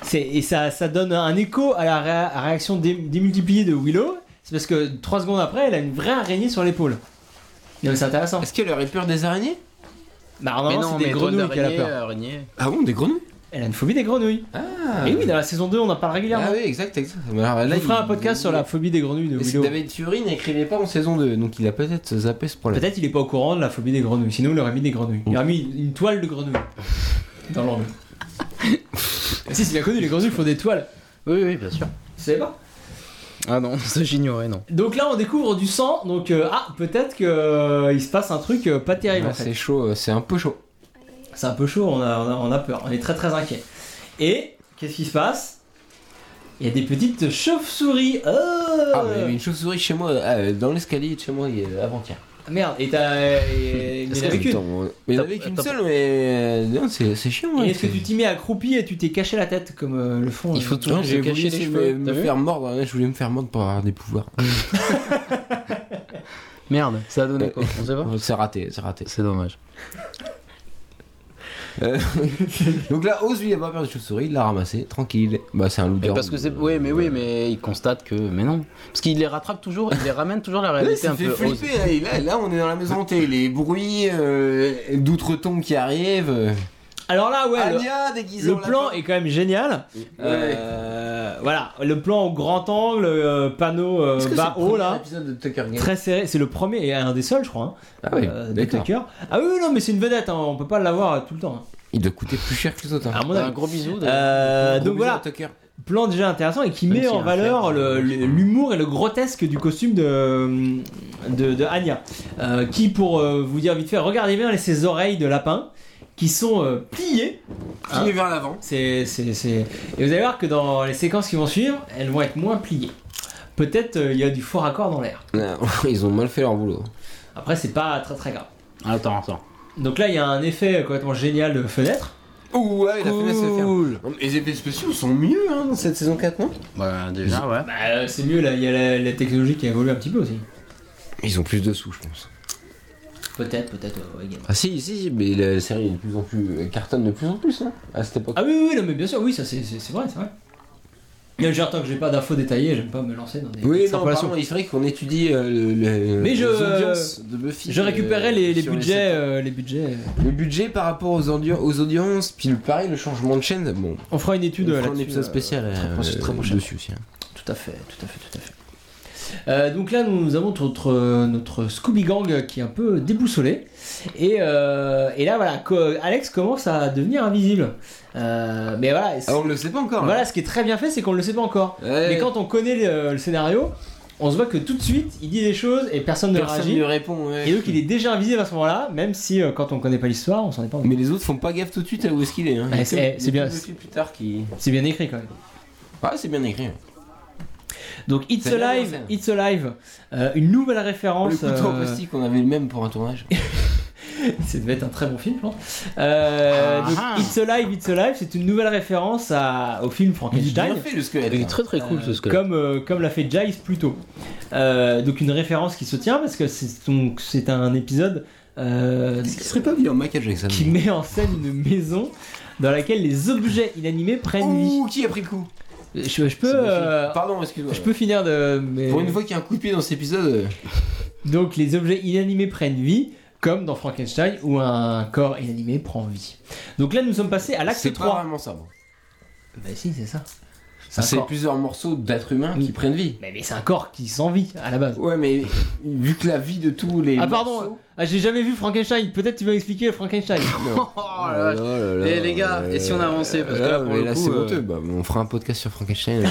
Speaker 1: C'est- Et ça, ça donne un écho à la réa- à la réaction dé- démultipliée de Willow. C'est parce que trois secondes après, elle a une vraie araignée sur l'épaule. Non, mais c'est intéressant.
Speaker 2: Est-ce qu'elle aurait peur des araignées
Speaker 1: Bah,
Speaker 3: Mais
Speaker 1: normalement,
Speaker 3: non,
Speaker 1: c'est
Speaker 3: mais euh,
Speaker 1: des grenouilles qu'elle a peur.
Speaker 3: Araignée.
Speaker 2: Ah bon, des grenouilles
Speaker 1: Elle a une phobie des grenouilles.
Speaker 2: Ah
Speaker 1: Et oui, dans la saison 2, on en parle régulièrement.
Speaker 2: Ah oui, exact, exact. Mais alors
Speaker 1: Je
Speaker 2: là,
Speaker 1: vous ferai
Speaker 2: il-
Speaker 1: un podcast sur la phobie des grenouilles de
Speaker 2: Et c'est
Speaker 1: Willow.
Speaker 2: David Thury n'écrivait pas en saison 2, donc il a peut-être zappé ce problème.
Speaker 1: Peut-être il est pas au courant de la phobie des grenouilles, sinon il aurait mis des grenouilles. Il aurait mis une toile de grenouille dans l'angle. si, c'est bien connu, les grenouilles font des toiles.
Speaker 3: Oui, oui, bien sûr.
Speaker 1: Tu savais pas
Speaker 3: Ah non, ça j'ignorais, non.
Speaker 1: Donc là, on découvre du sang, donc euh, ah, peut-être qu'il se passe un truc euh, pas terrible
Speaker 2: Ouais,
Speaker 1: en fait.
Speaker 2: c'est chaud, euh, c'est un peu chaud.
Speaker 1: C'est un peu chaud, on a, on a- on a peur, on est très très inquiet. Et qu'est-ce qui se passe Il y a des petites chauves-souris. Oh
Speaker 2: Ah, mais il y avait une chauve-souris chez moi, euh, dans l'escalier de chez moi, il y a- avant-hier.
Speaker 1: Merde, et t'as. et- Il y en avait qu'une.
Speaker 2: Attends, mais il y en avait
Speaker 3: T'as-
Speaker 2: qu'une
Speaker 3: t'as-
Speaker 2: seule, mais euh, non, c'est c'est chiant.
Speaker 1: Et
Speaker 2: ouais,
Speaker 1: est-ce que
Speaker 2: c'est-
Speaker 1: tu t'y mets accroupi et tu t'es caché la tête comme euh, le font
Speaker 3: Il faut
Speaker 1: euh,
Speaker 3: toujours
Speaker 2: Non,
Speaker 3: se
Speaker 2: j'ai voulu
Speaker 3: cacher les
Speaker 2: essayer de
Speaker 3: cheveux.
Speaker 2: me,
Speaker 3: T'as
Speaker 2: me
Speaker 3: vu
Speaker 2: faire mordre, ouais, je voulais me faire mordre pour avoir des pouvoirs.
Speaker 3: Merde, ça a donné quoi On sait pas
Speaker 2: c'est raté, c'est raté.
Speaker 3: C'est dommage.
Speaker 2: Donc là, Oz lui il a pas peur des chauves-souris, il l'a ramassé, tranquille. Bah c'est un loup
Speaker 3: parce que c'est. Oui, mais oui, mais il constate que. Mais non. Parce qu'il les rattrape toujours, il les ramène toujours à la
Speaker 2: Là, il
Speaker 3: réalité
Speaker 2: s'est
Speaker 3: un
Speaker 2: fait
Speaker 3: peu. Oz.
Speaker 2: flipper, là, il- là, là, on est dans la maison hantée, les bruits euh, d'outre-tombe qui arrivent. euh,
Speaker 1: Alors là, ouais, le-
Speaker 2: Anya déguisée
Speaker 1: le,
Speaker 2: en lapin.
Speaker 1: plan est quand même génial. Euh, voilà, le plan au grand angle, euh, panneau euh,
Speaker 2: Est-ce que
Speaker 1: bas
Speaker 2: c'est le
Speaker 1: haut
Speaker 2: premier
Speaker 1: là.
Speaker 2: épisode de Tucker Games
Speaker 1: Très serré, c'est le premier et un des seuls, je crois. hein,
Speaker 2: Ah oui,
Speaker 1: euh, de
Speaker 2: d'accord.
Speaker 1: Tucker. Ah oui, oui, non, mais c'est une vedette, hein, on peut pas l'avoir euh, tout le temps. hein.
Speaker 2: Il doit coûter plus cher que les autres. hein.
Speaker 1: À mon
Speaker 3: Un
Speaker 1: avis.
Speaker 3: gros bisou. d'ailleurs.
Speaker 1: Euh,
Speaker 2: Gros
Speaker 1: donc
Speaker 2: bisous
Speaker 1: voilà,
Speaker 2: à Tucker.
Speaker 1: plan déjà intéressant et qui
Speaker 3: Même
Speaker 1: met
Speaker 3: s'il y a
Speaker 1: en
Speaker 3: un euh,
Speaker 1: valeur
Speaker 3: fer,
Speaker 1: le- le- l'humour et le grotesque du costume de, de, de Anya. Euh, qui, pour euh, vous dire vite fait, regardez bien les- ses oreilles de lapin qui sont euh, pliées. Hein
Speaker 2: Plié vers l'avant.
Speaker 1: C'est, c'est, c'est- Et vous allez voir que dans les séquences qui vont suivre, elles vont être moins pliées. Peut-être euh, il y a du faux raccord dans l'air.
Speaker 2: Non, Ah, Ils ont mal fait leur boulot.
Speaker 1: Après, c'est pas très très grave.
Speaker 3: Attends, attends.
Speaker 1: Donc là, il y a un effet euh, complètement génial de fenêtre.
Speaker 2: Ouh, ouais, la fenêtre se ferme. Non, mais Les effets spéciaux sont mieux hein, dans cette saison 4, non
Speaker 3: Bah, déjà, ouais.
Speaker 1: Bah, euh, c'est mieux, là, il y a la, la technologie qui a évolué un petit peu aussi.
Speaker 2: Ils ont plus de sous, je pense.
Speaker 1: Peut-être, peut-être, euh, ouais, ouais, également.
Speaker 2: Ah si, si, si, mais la série est de plus en plus elle cartonne de plus en plus hein, à cette époque.
Speaker 1: Ah oui, oui, oui, non, mais bien sûr, oui, ça c'est, c'est, c'est vrai, c'est vrai. Et J'ai un temps que j'ai pas d'infos détaillées, j'aime pas me lancer dans des
Speaker 2: Ah, oui, non,
Speaker 1: extrapolations.
Speaker 2: pardon, il faudrait qu'on étudie euh, le, le-
Speaker 1: Mais
Speaker 2: les
Speaker 1: je-
Speaker 2: audiences de Buffy.
Speaker 1: Je récupérais
Speaker 2: euh,
Speaker 1: les, les
Speaker 2: sur
Speaker 1: budgets,
Speaker 2: sept ans.
Speaker 1: euh, les budgets. euh.
Speaker 2: Le budget par rapport aux, audi- aux audiences, puis le, pareil, le changement de chaîne. Bon,
Speaker 1: On fera une étude.
Speaker 2: on
Speaker 1: euh,
Speaker 2: fera un
Speaker 1: là-dessus,
Speaker 2: épisode
Speaker 1: euh,
Speaker 2: spécial euh,
Speaker 1: proche- très prochain.
Speaker 2: dessus aussi. hein.
Speaker 1: Tout à fait, tout à fait, tout à fait. Euh, donc là, nous avons notre, euh, notre Scooby Gang qui est un peu déboussolé. Et, euh, et là, voilà, co- Alex commence à devenir invisible. Euh, mais voilà, c'est-
Speaker 2: Ah, on le sait pas encore. hein. Eh.
Speaker 1: voilà, ce qui est très bien fait, c'est qu'on ne le sait pas encore.
Speaker 2: Ouais.
Speaker 1: Mais quand on connaît le, le scénario, on se voit que tout de suite, il dit des choses et personne ne
Speaker 2: Personne
Speaker 1: réagit.
Speaker 2: ne répond. ouais.
Speaker 1: Et donc, il est déjà invisible à ce moment-là, même si euh, quand on connaît pas l'histoire, on s'en est pas rendu
Speaker 2: Mais les autres font pas gaffe tout de suite à où est-ce qu'il est. Hein.
Speaker 1: Ouais,
Speaker 2: Il y a
Speaker 1: c'est-
Speaker 2: que- il y a
Speaker 1: c'est
Speaker 2: que
Speaker 1: bien.
Speaker 2: Buffy plus tard qui.
Speaker 1: compte. C'est bien écrit quand même.
Speaker 2: Ouais, c'est bien écrit. hein.
Speaker 1: Donc, It's
Speaker 2: C'est bien
Speaker 1: Alive,
Speaker 2: lancé.
Speaker 1: It's Alive, euh, une nouvelle référence.
Speaker 2: le couteau en
Speaker 1: euh,
Speaker 2: plastique, on avait le même pour un tournage.
Speaker 1: Ça devait être un très bon film, je pense. Euh,
Speaker 3: Ah
Speaker 1: donc,
Speaker 3: ah.
Speaker 1: It's Alive, It's Alive, c'est une nouvelle référence à, au film
Speaker 2: Il est bien
Speaker 1: Frankenstein.
Speaker 2: fait le squelette.
Speaker 3: Il est
Speaker 2: hein.
Speaker 3: très très cool
Speaker 1: euh,
Speaker 3: ce squelette.
Speaker 1: comme, euh, comme l'a fait Jive plus tôt. Euh, donc une référence qui se tient parce que c'est donc- c'est un épisode euh,
Speaker 2: Est-ce qu'il serait pas venu en Michael Jackson
Speaker 1: qui met en scène une maison dans laquelle les objets inanimés prennent vie.
Speaker 2: Ouh, qui a pris le coup
Speaker 1: Je, je peux.
Speaker 3: C'est ma fille.
Speaker 1: euh,
Speaker 2: Pardon, excuse-moi.
Speaker 1: Je peux finir de. mais-
Speaker 2: Pour une fois qu'il y a un coup de pied dans cet épisode, euh,
Speaker 1: Donc les objets inanimés prennent vie, comme dans Frankenstein où un corps inanimé prend vie. Donc là nous sommes passés à
Speaker 2: euh,
Speaker 1: l'acte
Speaker 2: c'est pas
Speaker 1: 3.
Speaker 2: vraiment ça. bon.
Speaker 1: Bah si c'est ça. C'est un
Speaker 2: Ah, C'est
Speaker 1: corps.
Speaker 2: plusieurs morceaux d'êtres humains
Speaker 3: Mm.
Speaker 1: Oui.
Speaker 2: qui prennent vie.
Speaker 1: Mais, mais c'est un corps qui sans vie à la base.
Speaker 2: Ouais, mais vu que la vie de tous les.
Speaker 1: Ah, pardon.
Speaker 2: morceaux-
Speaker 1: Ah j'ai jamais vu Frankenstein, peut-être tu vas m'expliquer Frankenstein.
Speaker 2: Non.
Speaker 3: Oh la vache. Eh, les gars, et si on avançait, parce que là, pour
Speaker 2: mais
Speaker 3: le
Speaker 2: là,
Speaker 3: coup,
Speaker 2: c'est
Speaker 3: euh,
Speaker 2: honteux. Bah, on fera un podcast sur Frankenstein.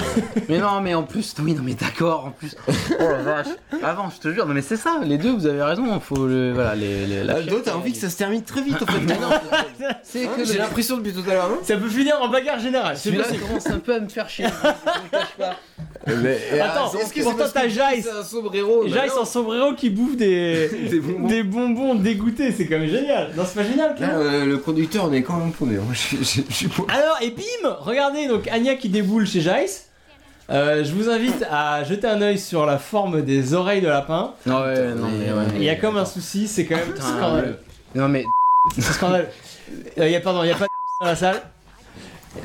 Speaker 3: Mais non, mais en plus, oui, non, mais d'accord, en plus. Oh la vache. Avant, je te jure, non, mais c'est ça, les deux, vous avez raison, hein, faut le. Voilà, les. les la
Speaker 2: L'autre a Euh, envie que ça se termine très vite en fait.
Speaker 3: C'est
Speaker 2: Hein,
Speaker 3: que
Speaker 2: J'ai
Speaker 3: le-
Speaker 2: l'impression depuis tout à l'heure. non
Speaker 1: Ça peut finir en bagarre générale. C'est
Speaker 3: Celui-là
Speaker 1: possible.
Speaker 3: commence un peu à me faire chier. je vous cache pas.
Speaker 2: Mais-
Speaker 1: Attends,
Speaker 2: ah,
Speaker 1: pourtant,
Speaker 2: parce
Speaker 1: t'as
Speaker 2: que
Speaker 1: Jace.
Speaker 2: C'est un sombrero. bah
Speaker 1: Jace
Speaker 2: non.
Speaker 1: en sombrero qui bouffe des,
Speaker 2: Des bonbons.
Speaker 1: des bonbons dégoûtés, c'est quand même génial. Non c'est pas génial.
Speaker 2: Là,
Speaker 1: Clément
Speaker 2: euh, le conducteur, on est quand même paumé. hein. Je je- je suis pas.
Speaker 1: Alors, et bim Regardez, donc Anya qui déboule chez Jace. Euh, je vous invite à jeter un oeil sur la forme des oreilles de lapin.
Speaker 3: Non, ouais, non, mais ouais.
Speaker 1: Il y a comme un souci, c'est quand même
Speaker 3: Putain,
Speaker 1: scandaleux.
Speaker 3: Non, mais.
Speaker 1: C'est scandaleux. Euh, il y a, pardon, il y a pas de dans la salle.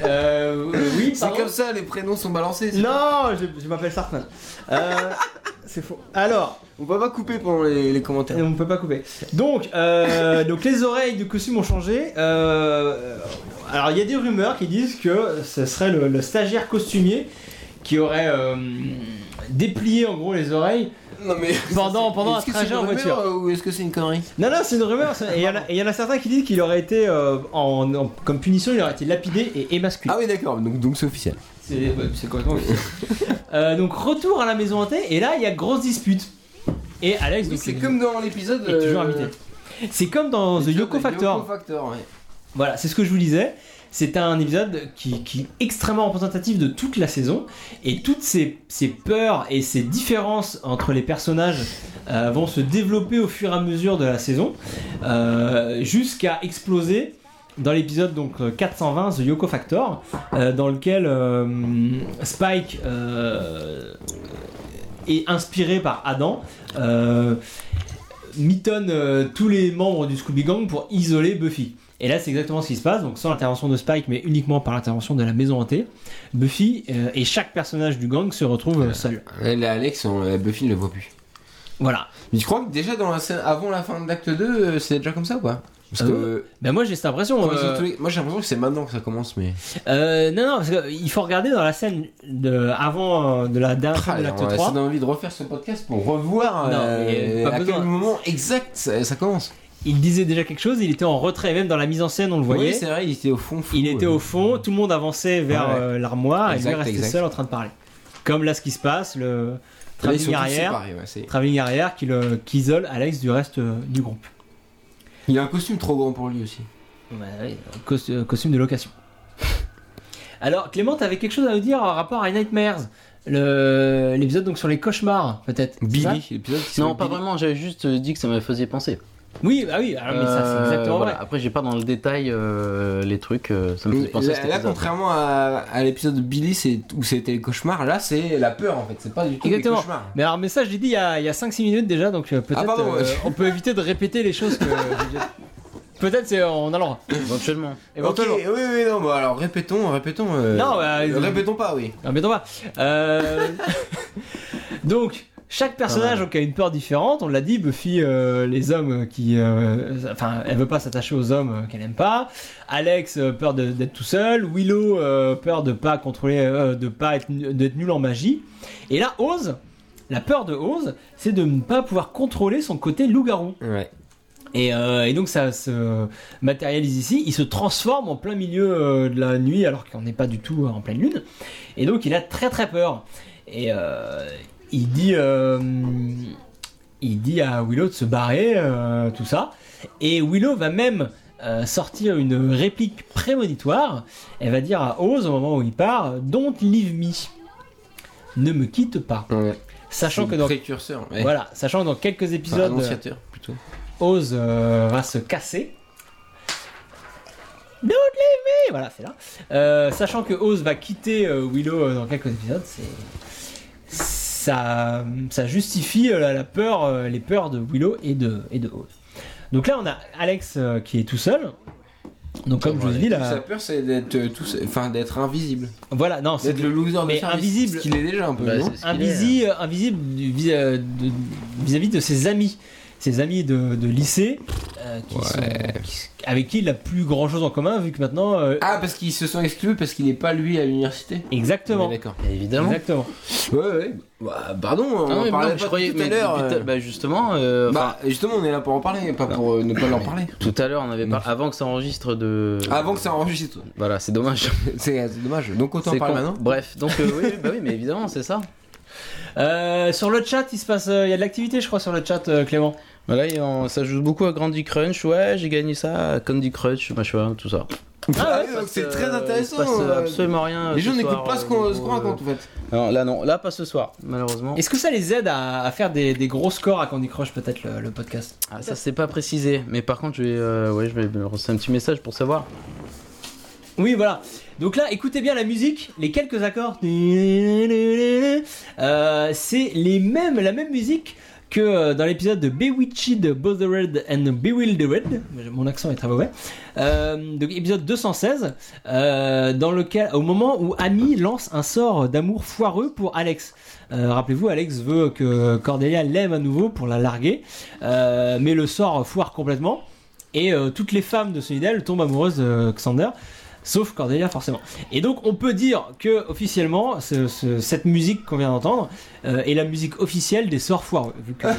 Speaker 1: Euh, oui,
Speaker 2: C'est
Speaker 1: pardon.
Speaker 2: comme ça, les prénoms sont balancés. c'est-
Speaker 1: Non, je, je m'appelle Sartman. Euh, c'est faux. Alors,
Speaker 2: On va pas couper pendant les, les commentaires.
Speaker 1: on peut pas couper. Donc, euh, donc les oreilles de costume ont changé. Euh, alors, il y a des rumeurs qui disent que ce serait le, le stagiaire costumier qui aurait euh, déplié en gros les oreilles.
Speaker 2: Non mais.
Speaker 1: Pendant- pendant
Speaker 2: Est-ce
Speaker 1: un
Speaker 2: que c'est
Speaker 1: trajet
Speaker 2: une
Speaker 1: en
Speaker 2: rumeur,
Speaker 1: voiture.
Speaker 2: euh, Ou est-ce que c'est une connerie
Speaker 1: Non, non, c'est une rumeur. ça. Et il y en a- et il y, en a certains qui disent qu'il aurait été, euh, en, en- comme punition, il aurait été lapidé et émasculé.
Speaker 2: Ah oui, d'accord. Donc donc c'est officiel.
Speaker 1: C'est c'est complètement Euh, Donc, retour à la maison hantée. Et là, il y a grosse dispute. Et Alex, donc, euh,
Speaker 2: C'est
Speaker 1: il-
Speaker 2: comme dans l'épisode.
Speaker 1: est toujours
Speaker 2: euh,
Speaker 1: invité. C'est comme dans The
Speaker 2: l'épisode
Speaker 1: Yoko
Speaker 2: de
Speaker 1: Factor.
Speaker 2: Yoko Factor, ouais.
Speaker 1: Voilà, c'est ce que je vous disais. C'est un épisode qui, qui est extrêmement représentatif de toute la saison. Et toutes ces, ces peurs et ces différences entre les personnages euh, vont se développer au fur et à mesure de la saison, euh, jusqu'à exploser dans l'épisode donc euh, 420 The Yoko Factor, euh, dans lequel euh, Spike euh, est inspiré par Adam. euh, mitonne euh, tous les membres du Scooby Gang pour isoler Buffy. Et là, c'est exactement ce qui se passe, donc sans l'intervention de Spike, mais uniquement par l'intervention de la maison hantée. Buffy euh, et chaque personnage du gang se retrouve euh, seul.
Speaker 2: Ouais, Là, Alex, on- euh, Buffy ne le voit plus.
Speaker 1: Voilà.
Speaker 2: Mais tu crois que déjà dans la scène, avant la fin de l'acte 2, euh, c'est déjà comme ça ou pas Parce que.
Speaker 1: Ah ouais. Ben moi, j'ai cette impression.
Speaker 2: quand ils
Speaker 1: euh,
Speaker 2: ont tous les- Moi j'ai l'impression que c'est maintenant que ça commence, mais.
Speaker 1: euh, non, non, parce qu'il faut regarder dans la scène de, avant euh, de la dernière scène
Speaker 2: Ah,
Speaker 1: de
Speaker 2: là,
Speaker 1: l'acte
Speaker 2: on a
Speaker 1: 3.
Speaker 2: on a envie de refaire ce podcast pour revoir
Speaker 1: Non,
Speaker 2: euh,
Speaker 1: mais, euh, pas
Speaker 2: à
Speaker 1: besoin.
Speaker 2: quel moment exact ça, ça commence.
Speaker 1: Il disait déjà quelque chose, il était en retrait, même dans la mise en scène, on le voyait.
Speaker 2: oui, c'est vrai, il était au fond. fou,
Speaker 1: il était
Speaker 2: euh.
Speaker 1: au fond, tout le monde avançait vers
Speaker 2: Ouais, ouais.
Speaker 1: euh, l'armoire et
Speaker 2: Exact,
Speaker 1: lui restait
Speaker 2: exact.
Speaker 1: seul en train de parler. Comme là, ce qui se passe, le
Speaker 2: Là, ils sont
Speaker 1: travelling
Speaker 2: tous
Speaker 1: arrière,
Speaker 2: séparés, ouais, c'est-
Speaker 1: travelling arrière qui, le- qui isole Alex du reste euh, du groupe.
Speaker 2: Il a un costume trop grand pour lui aussi.
Speaker 1: Bah oui, cos- euh, costume de location. Alors, Clément, t'avais quelque chose à nous dire en rapport à Nightmares Le- L'épisode donc sur les cauchemars, peut-être c'est ça
Speaker 2: Billy, l'épisode qui
Speaker 3: Non,
Speaker 2: s'appelle
Speaker 3: pas
Speaker 2: Billy.
Speaker 3: vraiment, j'avais juste dit que ça me faisait penser.
Speaker 1: Oui, bah oui, ah, mais ça c'est
Speaker 3: Euh,
Speaker 1: exactement
Speaker 3: voilà.
Speaker 1: vrai.
Speaker 3: Après, j'ai pas dans le détail euh, les trucs, euh, ça me faisait penser à
Speaker 2: Là,
Speaker 3: cet
Speaker 2: là,
Speaker 3: épisode.
Speaker 2: contrairement à, à l'épisode de Billy c'est- où c'était le cauchemar, là c'est la peur en fait, c'est pas du tout le
Speaker 1: Exactement.
Speaker 2: cauchemar.
Speaker 1: Mais alors, mais ça, je l'ai dit il y a, il y a 5-6 minutes déjà, donc euh, peut-être
Speaker 2: Ah, pardon,
Speaker 1: euh,
Speaker 2: ouais.
Speaker 1: on peut éviter de répéter les choses que. j'ai déjà- peut-être c'est on a le droit.
Speaker 3: Éventuellement.
Speaker 2: Ok,
Speaker 1: Éventuellement.
Speaker 2: oui, oui, non, bah alors répétons, répétons. euh,
Speaker 1: Non, bah,
Speaker 2: euh,
Speaker 1: euh,
Speaker 2: répétons pas, oui.
Speaker 1: Non, mais t'en vas. Euh, Donc, chaque personnage donc, a une peur différente. On l'a dit, Buffy, euh, les hommes qui. euh, Enfin, elle veut pas s'attacher aux hommes euh, qu'elle aime pas. Alex, euh, peur de- d'être tout seul. Willow, euh, peur de pas contrôler. euh, de pas être, nu- d'être nul en magie. Et là, Oz, la peur de Oz, c'est de ne pas pouvoir contrôler son côté loup-garou.
Speaker 2: Ouais.
Speaker 1: Et, euh, et donc ça se matérialise ici, il se transforme en plein milieu euh, de la nuit alors qu'on n'est pas du tout euh, en pleine lune. Et donc il a très très peur. Et euh, il dit... euh, il dit à Willow de se barrer, euh, tout ça. Et Willow va même euh, sortir une réplique prémonitoire. Elle va dire à Oz au moment où il part, Don't leave me. Ne me quitte pas. Sachant que dans...
Speaker 2: Précurseur, ouais.
Speaker 1: Voilà, sachant que dans quelques
Speaker 2: Enfin,
Speaker 1: épisodes...
Speaker 2: annonciateur plutôt.
Speaker 1: Oz euh, va se casser. Don't leave me Voilà, c'est là. Euh, sachant que Oz va quitter euh, Willow euh, dans quelques épisodes, c'est ça, ça justifie euh, la, la peur, euh, les peurs de Willow et de, et de Oz. Donc là, on a Alex euh, qui est tout seul. Donc comme je vous ai dit
Speaker 2: Tout Sa
Speaker 1: là,
Speaker 2: peur, c'est d'être euh, tout sa- enfin d'être invisible.
Speaker 1: voilà, non, c'est
Speaker 2: D'être le loser de
Speaker 1: mais
Speaker 2: service,
Speaker 1: invisible.
Speaker 2: ce qu'il est déjà un peu,
Speaker 3: Bah,
Speaker 2: non
Speaker 3: c'est ce qu'il est,
Speaker 1: invisi- euh, invisible du- vis- euh, de- vis-à-vis de ses amis, ses amis de, de lycée, euh, qui
Speaker 2: Ouais.
Speaker 1: sont- qui- avec qui il n'a plus grand chose en commun vu que maintenant, euh,
Speaker 2: Ah, parce qu'ils se sont exclus parce qu'il n'est pas lui à l'université.
Speaker 1: exactement,
Speaker 2: Ouais, D'accord.
Speaker 3: euh, Évidemment.
Speaker 1: exactement.
Speaker 2: Ouais, ouais. Bah, pardon, hein. on
Speaker 3: Ah non,
Speaker 2: en
Speaker 3: mais
Speaker 2: parlait
Speaker 3: non,
Speaker 2: pas
Speaker 3: je croyais
Speaker 2: tout à
Speaker 3: mais
Speaker 2: l'heure.
Speaker 3: depuis tout à-
Speaker 2: euh.
Speaker 3: Bah justement, euh, enfin,
Speaker 2: Bah, justement, on est là pour en parler, pas pour euh, ne pas en parler.
Speaker 3: tout à l'heure on avait parlé avant que ça enregistre de.
Speaker 2: Avant que ça enregistre.
Speaker 3: Voilà, c'est dommage.
Speaker 2: C'est euh, c'est dommage. Donc autant en
Speaker 3: C'est
Speaker 2: parler
Speaker 3: con.
Speaker 2: maintenant.
Speaker 3: Bref, donc euh, oui, oui, bah oui, mais évidemment, c'est ça.
Speaker 1: Euh, sur le chat, il se passe, euh, il y a de l'activité, je crois, sur le chat, euh, Clément.
Speaker 3: Voilà, et on- ça joue beaucoup à Candy Crunch. Ouais, j'ai gagné ça à Candy Crunch, machin, tout ça.
Speaker 2: Ah,
Speaker 1: ouais,
Speaker 2: ouais, donc c'est
Speaker 3: Parce que,
Speaker 2: très
Speaker 3: euh,
Speaker 2: intéressant.
Speaker 3: Il se passe euh,
Speaker 2: euh,
Speaker 3: absolument rien. euh,
Speaker 2: Les
Speaker 3: ce
Speaker 2: gens n'écoutent
Speaker 3: soir,
Speaker 2: pas ce
Speaker 3: euh,
Speaker 2: qu'on
Speaker 3: niveau,
Speaker 2: ce qu'on raconte
Speaker 3: euh,
Speaker 2: en fait.
Speaker 3: Non, là non, là pas ce soir, malheureusement.
Speaker 1: Est-ce que ça les aide à, à faire des, des gros scores à Candy Crush, peut-être le, le podcast
Speaker 3: Ah, ça c'est pas précisé, mais par contre je vais, euh, ouais, je vais me lancer un petit message pour savoir.
Speaker 1: Oui, voilà. Donc là, écoutez bien la musique, les quelques accords. Euh, c'est les mêmes, la même musique que euh, dans l'épisode de Bewitched, Bothered and Bewildered. Mon accent est très mauvais. Euh, donc épisode 216, euh, dans lequel, au moment où Amy lance un sort d'amour foireux pour Alex. Euh, Rappelez-vous, Alex veut que Cordelia l'aime à nouveau pour la larguer, euh, mais le sort foire complètement. Et euh, toutes les femmes de Sunnydale tombent amoureuses de Xander sauf Cordelia forcément. Et donc on peut dire que officiellement ce- ce- cette musique qu'on vient d'entendre euh, est la musique officielle des sorts foireux. Vu que là,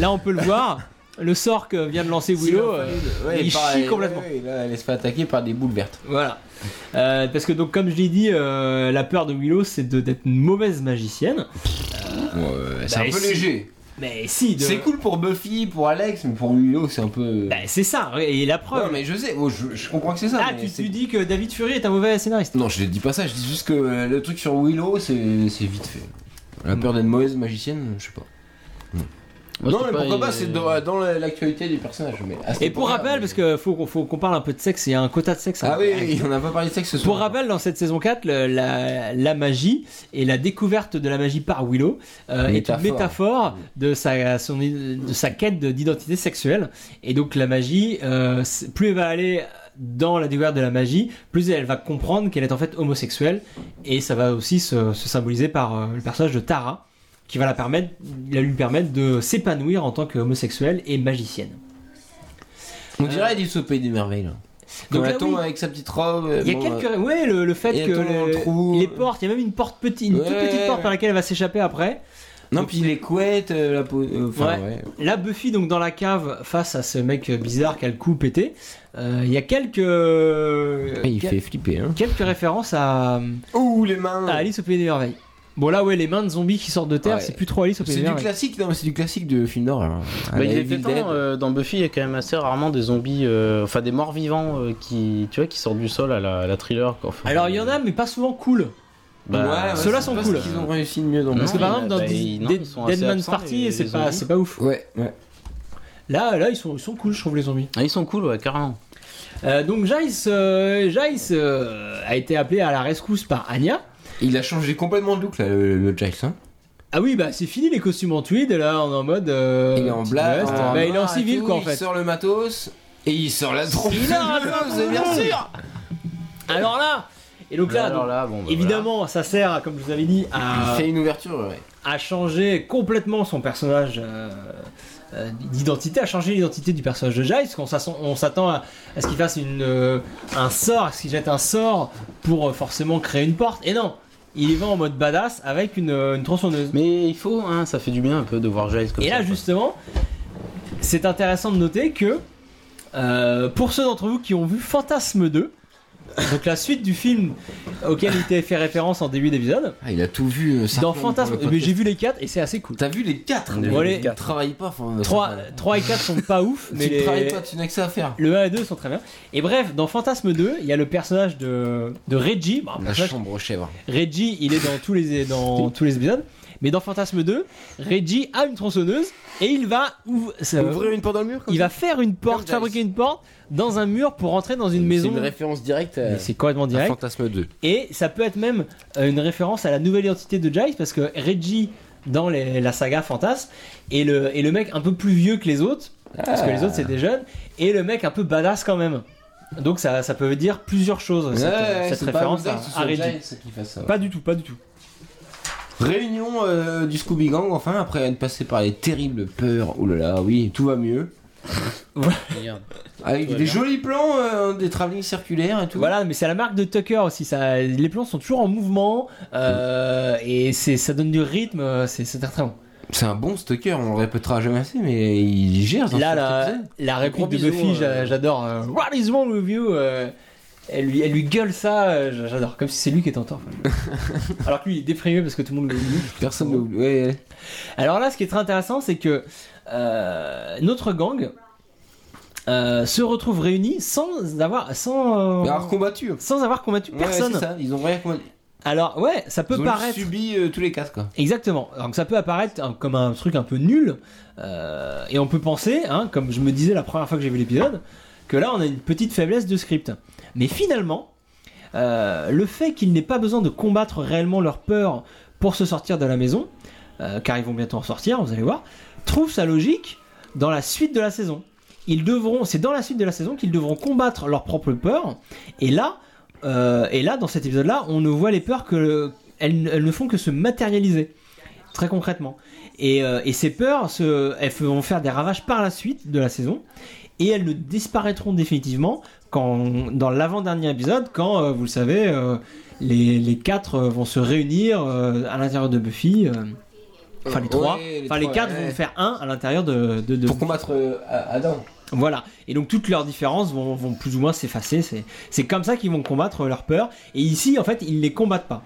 Speaker 1: là, on peut le voir, le sort que vient de lancer Willow. euh,
Speaker 2: Ouais,
Speaker 1: il
Speaker 2: pareil,
Speaker 1: chie complètement.
Speaker 2: ouais, ouais, là, elle se fait attaquer par des boules vertes.
Speaker 1: voilà. Euh, parce que donc comme je l'ai dit, euh, la peur de Willow c'est de- d'être une mauvaise magicienne.
Speaker 2: c'est
Speaker 1: bah,
Speaker 2: un peu
Speaker 1: si.
Speaker 2: léger.
Speaker 1: Mais si, de-
Speaker 2: C'est cool pour Buffy, pour Alex, mais pour Willow, c'est un peu.
Speaker 1: Bah, c'est ça. Et la
Speaker 2: Ouais,
Speaker 1: preuve.
Speaker 2: mais je sais, bon, je, je comprends que c'est ça.
Speaker 1: ah,
Speaker 2: mais
Speaker 1: tu,
Speaker 2: c'est-
Speaker 1: tu dis que David Fury est un mauvais scénariste.
Speaker 2: Non, je dis pas ça, je dis juste que euh, le truc sur Willow, c'est c'est vite fait. La peur d'être mauvaise magicienne, je sais pas.
Speaker 3: Moi,
Speaker 2: non,
Speaker 3: je
Speaker 2: mais
Speaker 3: sais
Speaker 2: pourquoi pas,
Speaker 3: il-
Speaker 2: c'est dans, euh, dans l'actualité du personnage. Mais à euh, cette
Speaker 1: Et pour
Speaker 2: époque-là,
Speaker 1: rappel,
Speaker 2: mais-
Speaker 1: parce que faut, qu'on- faut qu'on parle un peu de sexe, il y a un quota de sexe. à-
Speaker 2: Ah oui,
Speaker 1: à-
Speaker 2: oui, on n'a pas parlé de sexe ce soir.
Speaker 1: Pour rappel, dans cette saison 4, le- la, la magie et la découverte de la magie par Willow euh, est une
Speaker 2: Métaphore.
Speaker 1: métaphore de sa, son- de sa quête de- d'identité sexuelle. Et donc la magie, euh, c'est- plus elle va aller dans la découverte de la magie, plus elle va comprendre qu'elle est en fait homosexuelle. Et ça va aussi se, se symboliser par euh, le personnage de Tara, qui va la permettre, la lui permettre de s'épanouir en tant qu'homosexuelle et magicienne.
Speaker 2: On dirait Alice au pays des merveilles. Là.
Speaker 1: euh,
Speaker 2: Quand
Speaker 1: Donc
Speaker 2: elle
Speaker 1: là,
Speaker 2: tombe
Speaker 1: oui.
Speaker 2: avec sa petite robe. euh,
Speaker 1: Il y a
Speaker 2: bon, euh,
Speaker 1: quelques. Ouais, le, le fait
Speaker 2: et elle
Speaker 1: que.
Speaker 2: tombe dans le
Speaker 1: le-
Speaker 2: trou.
Speaker 1: Les portes, il y a même une porte petite, une toute
Speaker 2: Ouais.
Speaker 1: petite porte par laquelle elle va s'échapper après.
Speaker 2: euh, Non, puis les couettes, euh, la peau. euh, Enfin, ouais.
Speaker 1: Là, Buffy, donc dans la cave, face à ce mec bizarre qui a le cou pété, euh, il y a quelques.
Speaker 3: Ah,
Speaker 1: Il
Speaker 2: flipper, hein.
Speaker 1: Quelques références à,
Speaker 2: Ouh, les mains
Speaker 1: à Ah, Alice au Pays des Merveilles. Bon, là, ouais, les mains de zombies qui sortent de terre,
Speaker 2: Ouais.
Speaker 1: c'est plus trop Alice au Pays
Speaker 2: C'est
Speaker 1: des
Speaker 2: du
Speaker 1: Merveilles.
Speaker 2: classique, non, mais c'est du classique de film d'horreur. hein. À
Speaker 3: Bah,
Speaker 2: la
Speaker 3: il était
Speaker 2: Evil
Speaker 3: temps,
Speaker 2: Dead.
Speaker 3: euh, dans Buffy, il y a quand même assez rarement des zombies, euh, enfin des morts vivants euh, qui, tu vois, qui sortent du sol à la, à la thriller. Quoi. Enfin, euh,
Speaker 1: Alors, il y en a, mais pas souvent cool.
Speaker 3: bah,
Speaker 2: ouais, ouais,
Speaker 1: ceux-là
Speaker 2: c'est
Speaker 1: sont
Speaker 2: pas
Speaker 1: cool.
Speaker 2: ce qu'ils ont réussi de mieux dans
Speaker 1: Parce que
Speaker 3: Non,
Speaker 1: par
Speaker 3: il y
Speaker 1: exemple,
Speaker 3: en a-
Speaker 1: dans
Speaker 3: bah,
Speaker 1: Dis-
Speaker 3: ils- non,
Speaker 1: Dead-
Speaker 3: ils sont assez
Speaker 1: Dead Man's
Speaker 3: absents, les-
Speaker 1: Party, c'est
Speaker 3: les
Speaker 1: pas,
Speaker 3: zombies.
Speaker 1: c'est pas ouf.
Speaker 2: Ouais, ouais.
Speaker 1: Là, là ils, sont, ils sont cool, je trouve, les zombies.
Speaker 3: Ah, ils sont cool, ouais, carrément.
Speaker 1: Euh, donc, Jace, euh, Jace, euh, a été appelé à la rescousse par Anya.
Speaker 2: Il a changé complètement de look là, le, le Jax. Hein.
Speaker 1: Ah oui, bah c'est fini les costumes en tweed, là on est en mode. euh,
Speaker 2: il est en
Speaker 1: petit
Speaker 2: blague,
Speaker 1: veste.
Speaker 2: en
Speaker 1: Bah, il est en
Speaker 2: noir et
Speaker 1: civil
Speaker 2: tout,
Speaker 1: quoi en
Speaker 2: Il
Speaker 1: fait.
Speaker 2: sort le matos et il sort la trompe.
Speaker 1: Il a un peu, bien sûr Alors là Et donc là,
Speaker 3: Alors
Speaker 1: donc,
Speaker 3: là, bon, bah,
Speaker 1: évidemment, ça sert, comme je vous avais dit,
Speaker 2: Il
Speaker 1: à,
Speaker 2: fait une ouverture, ouais.
Speaker 1: à changer complètement son personnage. euh, euh, d'identité, à changer l'identité du personnage de Giles, qu'on s'attend- on s'attend à, à ce qu'il fasse une, euh, un sort, à ce qu'il jette un sort pour euh, forcément créer une porte, et non, il y va en mode badass avec une, euh, une tronçonneuse.
Speaker 3: voilà. Mais il faut, hein, ça fait du bien un peu de voir Giles comme
Speaker 1: Et
Speaker 3: ça.
Speaker 1: là,
Speaker 3: quoi.
Speaker 1: justement, c'est intéressant de noter que euh, pour ceux d'entre vous qui ont vu Fantasme 2, donc la suite du film auquel il était fait référence en début d'épisode,
Speaker 2: Ah, il a tout vu. euh,
Speaker 1: dans
Speaker 2: Sarkman pour
Speaker 1: Fantasme,
Speaker 2: le podcast.
Speaker 1: mais j'ai vu les 4 et c'est assez cool.
Speaker 2: T'as vu les 4
Speaker 1: Bon, allez,
Speaker 2: Il travaille pas. Enfin,
Speaker 1: 3,
Speaker 2: Sarkman.
Speaker 1: 3 et 4 sont pas ouf, mais
Speaker 2: Tu ne
Speaker 1: les-
Speaker 2: travailles pas, tu n'as que ça à faire.
Speaker 1: le 1 et 2 sont très bien. Et bref, dans Fantasme 2, il y a le personnage de, de Reggie. Bon, un
Speaker 2: La
Speaker 1: personnage-
Speaker 2: chambre aux chèvres.
Speaker 1: Reggie, il est dans tous les, dans tous les épisodes. Mais dans Fantasme 2, Reggie a une tronçonneuse et il va ouv- ça-
Speaker 2: une porte dans le mur
Speaker 1: euh, Il va faire une porte,
Speaker 2: Dice.
Speaker 1: fabriquer une porte dans un mur pour rentrer dans une maison.
Speaker 2: référence directe euh,
Speaker 1: Mais C'est complètement direct.
Speaker 2: Fantasme 2.
Speaker 1: Et ça peut être même euh, une référence à la nouvelle identité de Giles parce que Reggie dans les- la saga Fantasme est le,
Speaker 2: Ah.
Speaker 1: est le mec un peu plus vieux que les autres parce que les autres c'est des jeunes et le mec un peu badass quand même. Donc ça, ça peut dire plusieurs choses, cette,
Speaker 2: Ouais,
Speaker 1: cette
Speaker 2: c'est pas hein.
Speaker 1: référence
Speaker 2: Google
Speaker 1: à,
Speaker 2: que ce
Speaker 1: à
Speaker 2: soit
Speaker 1: Reggie.
Speaker 2: Giles qui fasse ça.
Speaker 1: Pas du tout, pas du tout.
Speaker 2: Réunion euh, du Scooby Gang, enfin, après être passé par les terribles peurs. Oh là là, oui, tout va mieux.
Speaker 3: Merde.
Speaker 2: Avec
Speaker 3: Tout va
Speaker 2: des
Speaker 3: bien.
Speaker 2: jolis plans, euh, des travelling circulaires et tout.
Speaker 1: Voilà, mais c'est la marque de Tucker aussi. Ça, les plans sont toujours en mouvement euh, et c'est, ça donne du rythme. euh, C'est, c'est très très bon.
Speaker 2: C'est un bon stocker, on le répétera jamais assez, mais il
Speaker 3: Ah,
Speaker 2: gère dans
Speaker 1: Là,
Speaker 2: cet
Speaker 1: la,
Speaker 2: épisode.
Speaker 1: la réplique
Speaker 3: Gros
Speaker 1: de
Speaker 3: bisous,
Speaker 1: Buffy,
Speaker 3: euh.
Speaker 1: j'a- j'adore. euh, What is wrong with you euh, elle, lui, elle lui gueule ça, euh, j'a- j'adore. Comme si c'est lui qui était en tort. Alors que lui, il est déprimé parce que tout le monde le oublie.
Speaker 2: Personne ne l'oublie. Ouais, ouais.
Speaker 1: Alors là, ce qui est très intéressant, c'est que euh, notre gang euh, se retrouve réunis sans avoir, sans, euh,
Speaker 2: Mais alors combattu.
Speaker 1: sans avoir combattu
Speaker 2: Ouais,
Speaker 1: personne.
Speaker 2: c'est ça, ils ont rien combattu.
Speaker 1: Alors ouais, ça peut
Speaker 2: Ils ont
Speaker 1: paraître.
Speaker 2: subi euh, tous les quatre, quoi.
Speaker 1: Exactement. Donc ça peut apparaître hein, comme un truc un peu nul, euh, et on peut penser, hein, comme je me disais la première fois que j'ai vu l'épisode, que là on a une petite faiblesse de script. Mais finalement, euh, le fait qu'ils n'aient pas besoin de combattre réellement leur peur pour se sortir de la maison, euh, car ils vont bientôt en sortir, vous allez voir, trouve sa logique dans la suite de la saison. Ils devront, c'est dans la suite de la saison qu'ils devront combattre leur propre peur, et là, euh, et là, dans cet épisode-là, on ne voit les peurs que elles, elles ne font que se matérialiser très concrètement. Et, euh, et ces peurs, se, elles vont faire des ravages par la suite de la saison, et elles ne disparaîtront définitivement quand, dans l'avant-dernier épisode, quand euh, vous le savez, euh, les, les quatre euh, vont se réunir euh, à l'intérieur de Buffy. euh, Enfin les
Speaker 2: Ouais,
Speaker 1: trois,
Speaker 2: les
Speaker 1: enfin les
Speaker 2: trois,
Speaker 1: quatre
Speaker 2: ouais.
Speaker 1: vont faire un à l'intérieur de, de, de-
Speaker 2: Pour combattre euh, Adam.
Speaker 1: voilà. Et donc toutes leurs différences vont, vont plus ou moins s'effacer. C'est, c'est comme ça qu'ils vont combattre leur peur. Et ici, en fait, ils les combattent pas.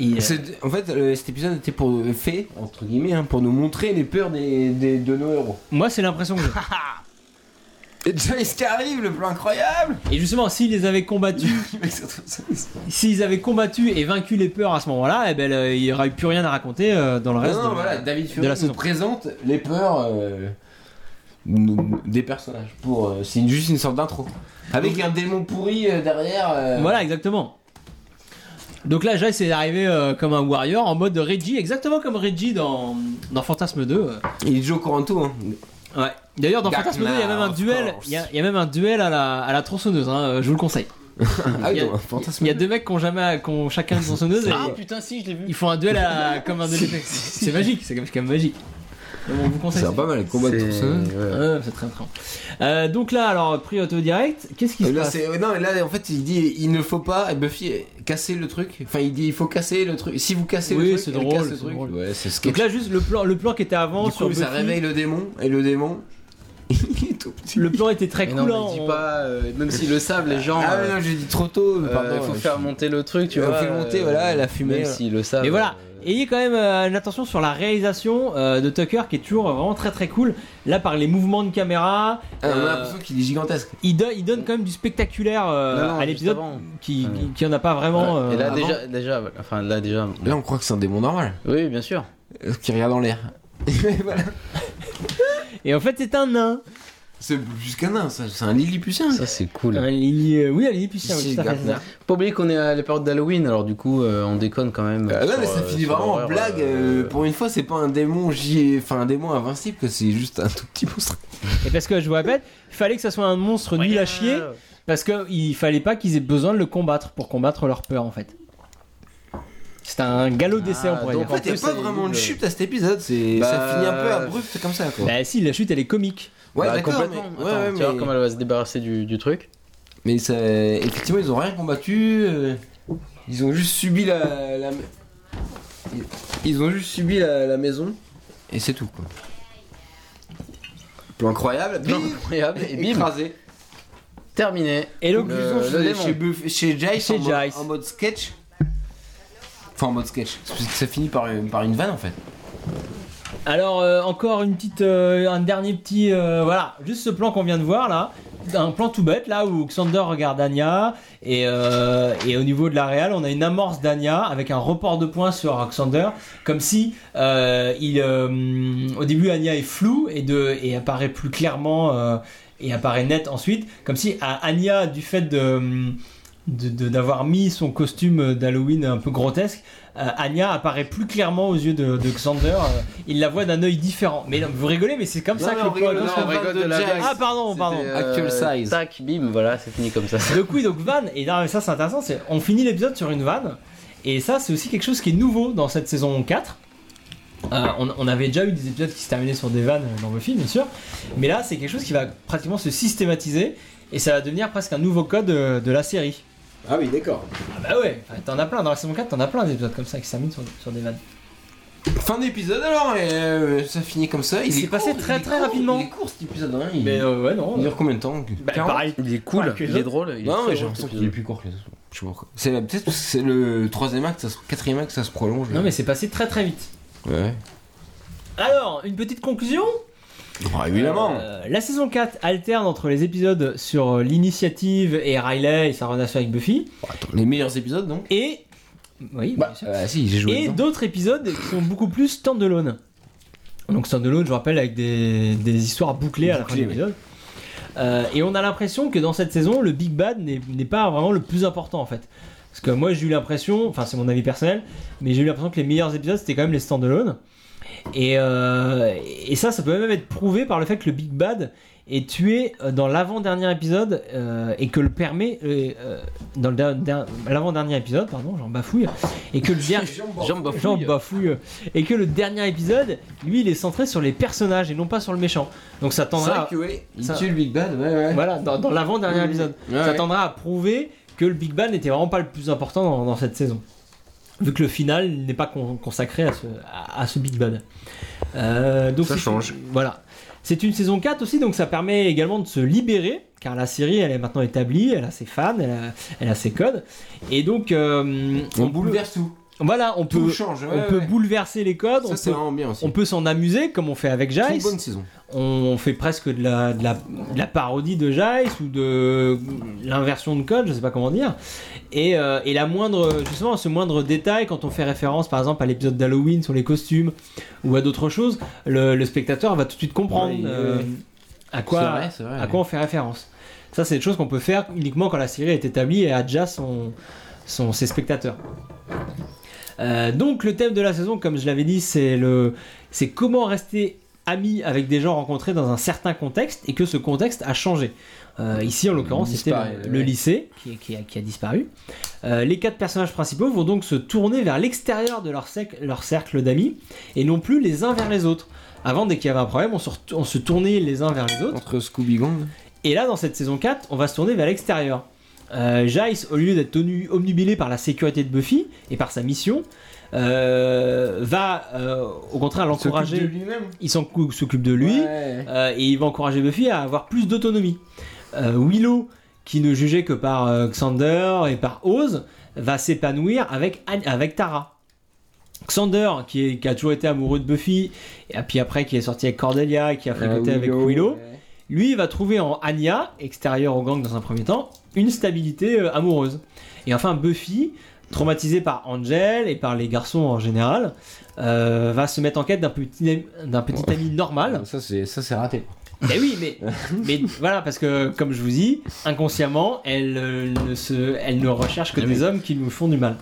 Speaker 1: Et, euh,
Speaker 2: C'est- En fait, euh, cet épisode était pour euh, fait, entre guillemets, hein, pour nous montrer les peurs des, des- de nos héros.
Speaker 1: moi, c'est l'impression que j'ai.
Speaker 3: Ah,
Speaker 2: Et déjà, ce qui arrive, le plan incroyable
Speaker 1: Et justement, s'ils les avaient combattus, s'ils avaient combattu et vaincu les peurs à ce moment-là, eh ben, le- il n'y aurait eu plus rien à raconter euh, dans le reste.
Speaker 2: Non, non,
Speaker 1: de-
Speaker 2: voilà, David
Speaker 1: de
Speaker 2: Fury
Speaker 1: la
Speaker 2: nous
Speaker 1: saison.
Speaker 2: présente les peurs euh, nous- des personnages. Pour, euh, c'est une- juste une sorte d'intro. Avec un démon pourri euh, derrière. euh,
Speaker 1: Voilà, exactement. Donc là, Jace est arrivé euh, comme un warrior en mode Reggie, exactement comme Reggie dans, dans Fantasme 2. euh.
Speaker 2: Il joue au Coranto. Hein.
Speaker 1: Ouais. D'ailleurs, dans
Speaker 2: Dark
Speaker 1: Fantasme 2, il y a même un
Speaker 2: Knight, of
Speaker 1: duel.
Speaker 2: course.
Speaker 1: Il y, a- il y a même un duel à la, à la tronçonneuse. hein, euh, je vous le conseille.
Speaker 2: Ah oui,
Speaker 1: Il y a-
Speaker 2: non, un fantasme.
Speaker 1: Il y a deux mecs qui ont jamais, qui ont chacun une tronçonneuse. et
Speaker 3: Ah putain, si, je l'ai vu.
Speaker 1: ils font un duel à la- comme un duel d'épée. C'est magique. C'est quand même- quand même magique. Donc, on vous conseille.
Speaker 2: C'est pas mal, le combat de
Speaker 3: C'est-
Speaker 2: tout
Speaker 1: hein.
Speaker 2: ça.
Speaker 3: ouais.
Speaker 1: Ouais, c'est très très bon. Euh, donc là, alors, prix auto direct, qu'est-ce qui se
Speaker 2: Euh, Là,
Speaker 1: passe
Speaker 2: c'est... euh, Non, mais là, en fait, il dit il ne faut pas. et Buffy, euh, casser le truc. Enfin, il dit il faut casser le truc. Si vous cassez
Speaker 1: Oui,
Speaker 2: le truc,
Speaker 1: c'est
Speaker 2: elle
Speaker 1: drôle,
Speaker 2: casse le
Speaker 1: c'est
Speaker 2: truc.
Speaker 1: drôle.
Speaker 2: Ouais, c'est sketch.
Speaker 1: Donc là, juste le plan, le plan qui était avant
Speaker 2: du
Speaker 1: sur
Speaker 2: coup, ça
Speaker 1: Buffy,
Speaker 2: réveille le démon. Et le démon, il est tout petit.
Speaker 1: Le plan était très
Speaker 3: Mais
Speaker 1: cool.
Speaker 3: non, mais
Speaker 1: hein,
Speaker 3: dis
Speaker 1: on-
Speaker 3: pas, euh, même s'ils le savent, les gens.
Speaker 2: ah,
Speaker 3: euh,
Speaker 2: mais non, j'ai dit trop tôt.
Speaker 3: euh,
Speaker 2: pardon,
Speaker 3: faut
Speaker 2: je
Speaker 3: faire
Speaker 2: suis-
Speaker 3: monter le truc, tu
Speaker 2: Euh,
Speaker 3: vois.
Speaker 2: faut le monter, voilà, la fumée,
Speaker 3: Même
Speaker 2: voilà.
Speaker 3: s'ils le savent.
Speaker 1: Mais voilà,
Speaker 3: euh,
Speaker 1: ayez quand même euh, une attention sur la réalisation euh, de Tucker qui est toujours euh, vraiment très très cool. Là, par les mouvements de caméra,
Speaker 2: Ah, On
Speaker 1: euh,
Speaker 2: a l'impression qu'il est gigantesque.
Speaker 1: il, do- il donne quand même du spectaculaire euh,
Speaker 3: non, non,
Speaker 1: à
Speaker 3: juste
Speaker 1: l'épisode
Speaker 3: avant.
Speaker 1: qui,
Speaker 3: Ouais.
Speaker 1: qui, qui en a pas vraiment. euh,
Speaker 3: Et là
Speaker 1: avant.
Speaker 3: déjà, déjà, voilà, enfin là déjà.
Speaker 2: Là, on croit que c'est un démon normal.
Speaker 3: Oui, bien sûr.
Speaker 2: euh, Qui regarde en l'air. Voilà.
Speaker 1: Et en fait, c'est un nain.
Speaker 2: C'est plus qu'un nain, ça, c'est un lilliputien.
Speaker 3: Ça c'est cool.
Speaker 1: Un lili- euh, oui, allez, puis ça,
Speaker 2: Si,
Speaker 1: oui, tout à fait,
Speaker 2: grave.
Speaker 1: c'est ça.
Speaker 3: Faut Pas oublier qu'on est à la période d'Halloween, alors du coup euh, on déconne quand même.
Speaker 2: Euh,
Speaker 3: euh,
Speaker 2: ouais,
Speaker 3: sur,
Speaker 2: mais ça
Speaker 3: euh,
Speaker 2: finit
Speaker 3: sur
Speaker 2: vraiment en
Speaker 3: l'horreur,
Speaker 2: blague.
Speaker 3: euh,
Speaker 2: euh, pour une fois, c'est pas un démon j... enfin un démon invincible, que c'est juste un tout petit monstre.
Speaker 1: Et parce que je vous rappelle, il fallait que ça soit un monstre nul à chier. Parce qu'il fallait pas qu'ils aient besoin de le combattre pour combattre leur peur en fait. C'est un galop d'essai,
Speaker 3: Ah,
Speaker 1: on pourrait
Speaker 3: donc
Speaker 1: dire.
Speaker 2: En fait, il y a
Speaker 3: plus,
Speaker 2: pas
Speaker 3: ça
Speaker 2: vraiment de
Speaker 3: double.
Speaker 2: chute à cet épisode. C'est ça
Speaker 3: Bah,
Speaker 2: finit un peu abrupt comme ça, quoi.
Speaker 1: Bah si, la chute elle est comique.
Speaker 2: ouais,
Speaker 3: Bah,
Speaker 2: d'accord. Mais...
Speaker 3: complètement.
Speaker 2: ouais,
Speaker 3: Attends,
Speaker 2: ouais,
Speaker 3: tu
Speaker 2: mais...
Speaker 3: vois comment elle va se débarrasser du, du truc.
Speaker 2: mais ça- effectivement, ils ont rien combattu. euh, Ils ont juste subi la. la- Ils ont juste subi la, la maison et c'est tout, quoi. Plan incroyable.
Speaker 3: Plan
Speaker 2: bim,
Speaker 3: incroyable, et Ah bah, bim.
Speaker 2: écrasé.
Speaker 3: Terminé.
Speaker 1: Et donc,
Speaker 2: Conclusion,
Speaker 3: le-
Speaker 2: je
Speaker 3: le
Speaker 2: suis
Speaker 3: démon.
Speaker 2: chez, Buff- chez Jice,
Speaker 1: Chez
Speaker 2: en, mode-
Speaker 1: Jice.
Speaker 2: en mode sketch. Enfin, en mode sketch. C'est parce que ça finit par, une- par une vanne en fait.
Speaker 1: alors euh, encore une petite, euh, un dernier petit, euh, voilà, juste ce plan qu'on vient de voir là, un plan tout bête là où Xander regarde Anya et, euh, et au niveau de la réal, on a une amorce d'Anya avec un report de points sur Xander, comme si euh, il, euh, au début Anya est floue et de et apparaît plus clairement euh, et apparaît nette ensuite, comme si euh, Anya du fait de de- de- d'avoir mis son costume d'Halloween un peu grotesque, euh, Anya apparaît plus clairement aux yeux de, de Xander. euh, il la voit d'un œil différent. Mais non, vous rigolez, mais c'est comme
Speaker 2: Non,
Speaker 1: ça
Speaker 2: mais
Speaker 1: que le
Speaker 2: on rigole,
Speaker 1: point-
Speaker 2: non, on rigole de la blague.
Speaker 1: Ah pardon, pardon.
Speaker 3: C'était, euh,
Speaker 2: Actual size.
Speaker 3: Tac, bim, voilà, c'est fini comme ça.
Speaker 1: Donc oui, donc van, et non, mais ça c'est intéressant, c'est on finit l'épisode sur une vanne, et ça c'est aussi quelque chose qui est nouveau dans cette saison 4. Euh, on, on avait déjà eu des épisodes qui se terminaient sur des vannes dans Buffy, bien sûr, mais là c'est quelque chose qui va pratiquement se systématiser, et ça va devenir presque un nouveau code euh, de la série.
Speaker 2: Ah oui, d'accord.
Speaker 1: Ah bah ouais, enfin, t'en as plein, dans la saison 4 t'en as plein d'épisodes comme ça qui se terminent sur, sur des vannes.
Speaker 2: Fin d'épisode alors, et euh, ça finit comme ça.
Speaker 1: Il s'est
Speaker 2: est
Speaker 1: passé
Speaker 2: court,
Speaker 1: très,
Speaker 2: il est
Speaker 1: très
Speaker 2: court,
Speaker 1: rapidement.
Speaker 2: Il est court cet épisode, hein. Il,
Speaker 1: Mais euh, ouais, non.
Speaker 2: il
Speaker 1: euh,
Speaker 2: dure combien de temps
Speaker 1: bah,
Speaker 2: 40?
Speaker 1: pareil.
Speaker 3: Il est cool,
Speaker 1: Ouais, que
Speaker 3: il
Speaker 1: ça.
Speaker 3: est drôle. il est
Speaker 2: Non,
Speaker 3: très
Speaker 2: mais j'ai
Speaker 3: drôle,
Speaker 2: l'impression
Speaker 3: cet
Speaker 2: qu'il est plus court que les autres. Je sais pas pourquoi. C'est la- peut-être parce que c'est le troisième acte, ça se, quatrième acte, ça se prolonge.
Speaker 1: Non mais c'est passé très très vite.
Speaker 2: Ouais.
Speaker 1: Alors, une petite conclusion
Speaker 2: Ah, évidemment.
Speaker 1: Euh, la saison 4 alterne entre les épisodes sur euh, l'initiative et Riley et sa relation avec Buffy
Speaker 2: Bon, attends, les meilleurs épisodes donc.
Speaker 1: et oui, bien
Speaker 2: Bah,
Speaker 1: sûr.
Speaker 2: euh, si, j'ai joué.
Speaker 1: et
Speaker 2: dedans.
Speaker 1: d'autres épisodes qui sont beaucoup plus standalone. Donc standalone, je rappelle avec des, des histoires bouclées à la fin de
Speaker 2: Bouclées,
Speaker 1: l'épisode. Euh, et on a l'impression que dans cette saison, le Big Bad n'est n'est pas vraiment le plus important en fait. Parce que moi j'ai eu l'impression, enfin c'est mon avis personnel, mais j'ai eu l'impression que les meilleurs épisodes c'était quand même les standalone. Et, euh, et ça, ça peut même être prouvé par le fait que le Big Bad est tué euh, dans l'avant-dernier épisode euh, et que le permet euh, euh, dans le der- der- l'avant-dernier épisode, pardon, j'en bafouille, et que le der-
Speaker 3: Jean Bafouille.
Speaker 1: Jean Bafouille. Et que le dernier épisode, lui, il est centré sur les personnages et non pas sur le méchant. Donc ça
Speaker 2: C'est vrai
Speaker 1: tendra.
Speaker 2: que ouais, il
Speaker 1: ça-
Speaker 2: tue le Big Bad, ouais, ouais.
Speaker 1: Voilà, dans, dans l'avant-dernier
Speaker 2: Mmh.
Speaker 1: épisode.
Speaker 2: Ouais,
Speaker 1: ça
Speaker 2: ouais.
Speaker 1: tendra à prouver que le Big Bang n'était vraiment pas le plus important dans, dans cette saison. Vu que le final n'est pas con- consacré à ce, à, à ce Big Bang. Euh, donc
Speaker 2: Ça
Speaker 1: c'est-
Speaker 2: change.
Speaker 1: Voilà. C'est une saison 4 aussi, donc ça permet également de se libérer, car la série elle est maintenant établie, elle a ses fans, elle a, elle a ses codes. Et donc, euh,
Speaker 2: On
Speaker 1: peut-
Speaker 2: bouleverse tout.
Speaker 1: Voilà, on peut,
Speaker 2: Tout change. ouais,
Speaker 1: on peut
Speaker 2: ouais.
Speaker 1: bouleverser les codes,
Speaker 2: Ça,
Speaker 1: on
Speaker 2: c'est
Speaker 1: peut,
Speaker 2: vraiment bien aussi.
Speaker 1: on peut s'en amuser comme on fait avec
Speaker 2: C'est une
Speaker 1: Jace.
Speaker 2: bonne saison.
Speaker 1: On fait presque de la, de la, de la parodie de Jace ou de l'inversion de code, je sais pas comment dire. Et, euh, et la moindre, justement, ce moindre détail, quand on fait référence par exemple à l'épisode d'Halloween sur les costumes ou à d'autres choses, le, le spectateur va tout de suite comprendre
Speaker 2: Ouais,
Speaker 1: euh,
Speaker 2: ouais.
Speaker 1: à quoi,
Speaker 2: C'est vrai, c'est vrai.
Speaker 1: à quoi on fait référence. Ça, c'est des choses qu'on peut faire uniquement quand la série est établie et a déjà son, son- ses spectateurs. Euh, donc, le thème de la saison, comme je l'avais dit, c'est le, c'est comment rester ami avec des gens rencontrés dans un certain contexte et que ce contexte a changé. Euh, ici, en l'occurrence, c'était
Speaker 2: Disparaît,
Speaker 1: le,
Speaker 2: ouais.
Speaker 1: le lycée qui, qui a, qui a disparu. Euh, les quatre personnages principaux vont donc se tourner vers l'extérieur de leur, sec- leur cercle d'amis et non plus les uns vers les autres. Avant, dès qu'il y avait un problème, on se, ret- on se tournait les uns vers les autres.
Speaker 2: Entre Scooby Gang.
Speaker 1: Et là, dans cette saison 4, on va se tourner vers l'extérieur. Euh, Jace, au lieu d'être tenu- omnubilé par la sécurité de Buffy et par sa mission, euh, va euh, au contraire
Speaker 2: S'occupe
Speaker 1: l'encourager.
Speaker 2: de lui-même.
Speaker 1: Il s'en cou- s'occupe de lui
Speaker 2: Ouais.
Speaker 1: euh, et il va encourager Buffy à avoir plus d'autonomie. Euh, Willow, qui ne jugeait que par euh, Xander et par Oz, va s'épanouir avec, An- avec Tara. Xander, qui, est- qui a toujours été amoureux de Buffy, et puis après qui est sorti avec Cordelia, qui a fréquenté
Speaker 2: Euh,
Speaker 1: avec Willow,
Speaker 2: ouais.
Speaker 1: lui, il va trouver en Anya, extérieure au gang dans un premier temps, une stabilité euh, amoureuse. Et enfin, Buffy, traumatisée par Angel et par les garçons en général, euh, va se mettre en quête d'un petit, ami- d'un petit ami normal.
Speaker 2: Ah, Ça, c'est ça, c'est raté.
Speaker 1: Mais oui, mais, mais voilà, parce que comme je vous dis, inconsciemment, elle, euh, ne, se, elle ne recherche que
Speaker 3: Mais
Speaker 1: des hommes qui nous font du mal.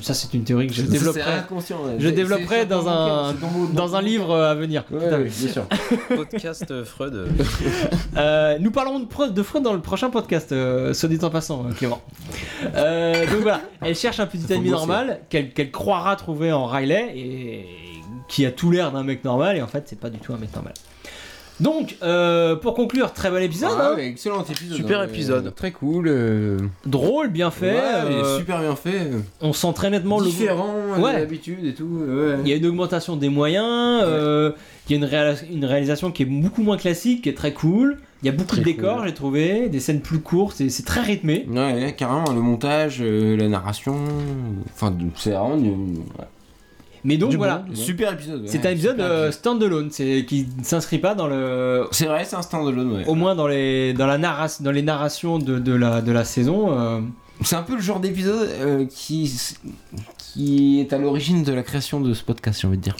Speaker 1: Ça, c'est une théorie que je
Speaker 2: Ça,
Speaker 1: développerai,
Speaker 2: Eh c'est inconscient, ouais.
Speaker 1: je
Speaker 2: C'est-
Speaker 1: développerai
Speaker 2: c'est-
Speaker 1: dans,
Speaker 2: c'est
Speaker 1: un,
Speaker 2: ton mot-
Speaker 1: dans un livre euh, à venir.
Speaker 2: Ouais,
Speaker 1: Tout à
Speaker 2: ouais, bien sûr.
Speaker 3: Podcast euh, Freud. euh,
Speaker 1: Euh, nous parlerons de, Pro- de Freud dans le prochain podcast, euh, soit dit en passant, euh, Clément. Euh, donc voilà, elle cherche un petit
Speaker 2: Ça
Speaker 1: ami
Speaker 2: faut bosser.
Speaker 1: normal qu'elle qu'elle croira trouver en Riley et qui a tout l'air d'un mec normal et en fait c'est pas du tout un mec normal. Donc euh, pour conclure, très bon épisode,
Speaker 2: Ah
Speaker 1: hein.
Speaker 2: ouais, excellent épisode.
Speaker 3: Super
Speaker 2: hein,
Speaker 3: épisode.
Speaker 2: euh, Très cool. euh,
Speaker 1: drôle, bien
Speaker 2: ouais,
Speaker 1: fait,
Speaker 2: il est
Speaker 1: euh,
Speaker 2: super bien fait. euh,
Speaker 1: on sent très nettement le
Speaker 2: Différent
Speaker 1: Ouais.
Speaker 2: de l'habitude et tout. euh,
Speaker 1: Il y
Speaker 2: Ouais.
Speaker 1: a une augmentation des moyens, euh, il y a une, réala- une réalisation qui est beaucoup moins classique, qui est très cool. Il y a beaucoup
Speaker 3: Très
Speaker 1: de décors, j'ai trouvé, des scènes plus courtes, et c'est très rythmé.
Speaker 2: Ouais, ouais, carrément, le montage, euh, la narration. Enfin, de- c'est vraiment. du- ouais.
Speaker 1: Mais donc
Speaker 2: Du
Speaker 1: voilà,
Speaker 2: bon, super épisode. ouais,
Speaker 1: c'est un épisode
Speaker 2: super
Speaker 1: euh, standalone, c'est qui ne s'inscrit pas dans le,
Speaker 2: C'est vrai, c'est un standalone, ouais.
Speaker 1: au moins dans les dans la narra- dans les narrations de, de la de la saison. euh.
Speaker 2: C'est un peu le genre d'épisode euh, qui qui est à l'origine de la création de ce podcast, j'ai envie de dire.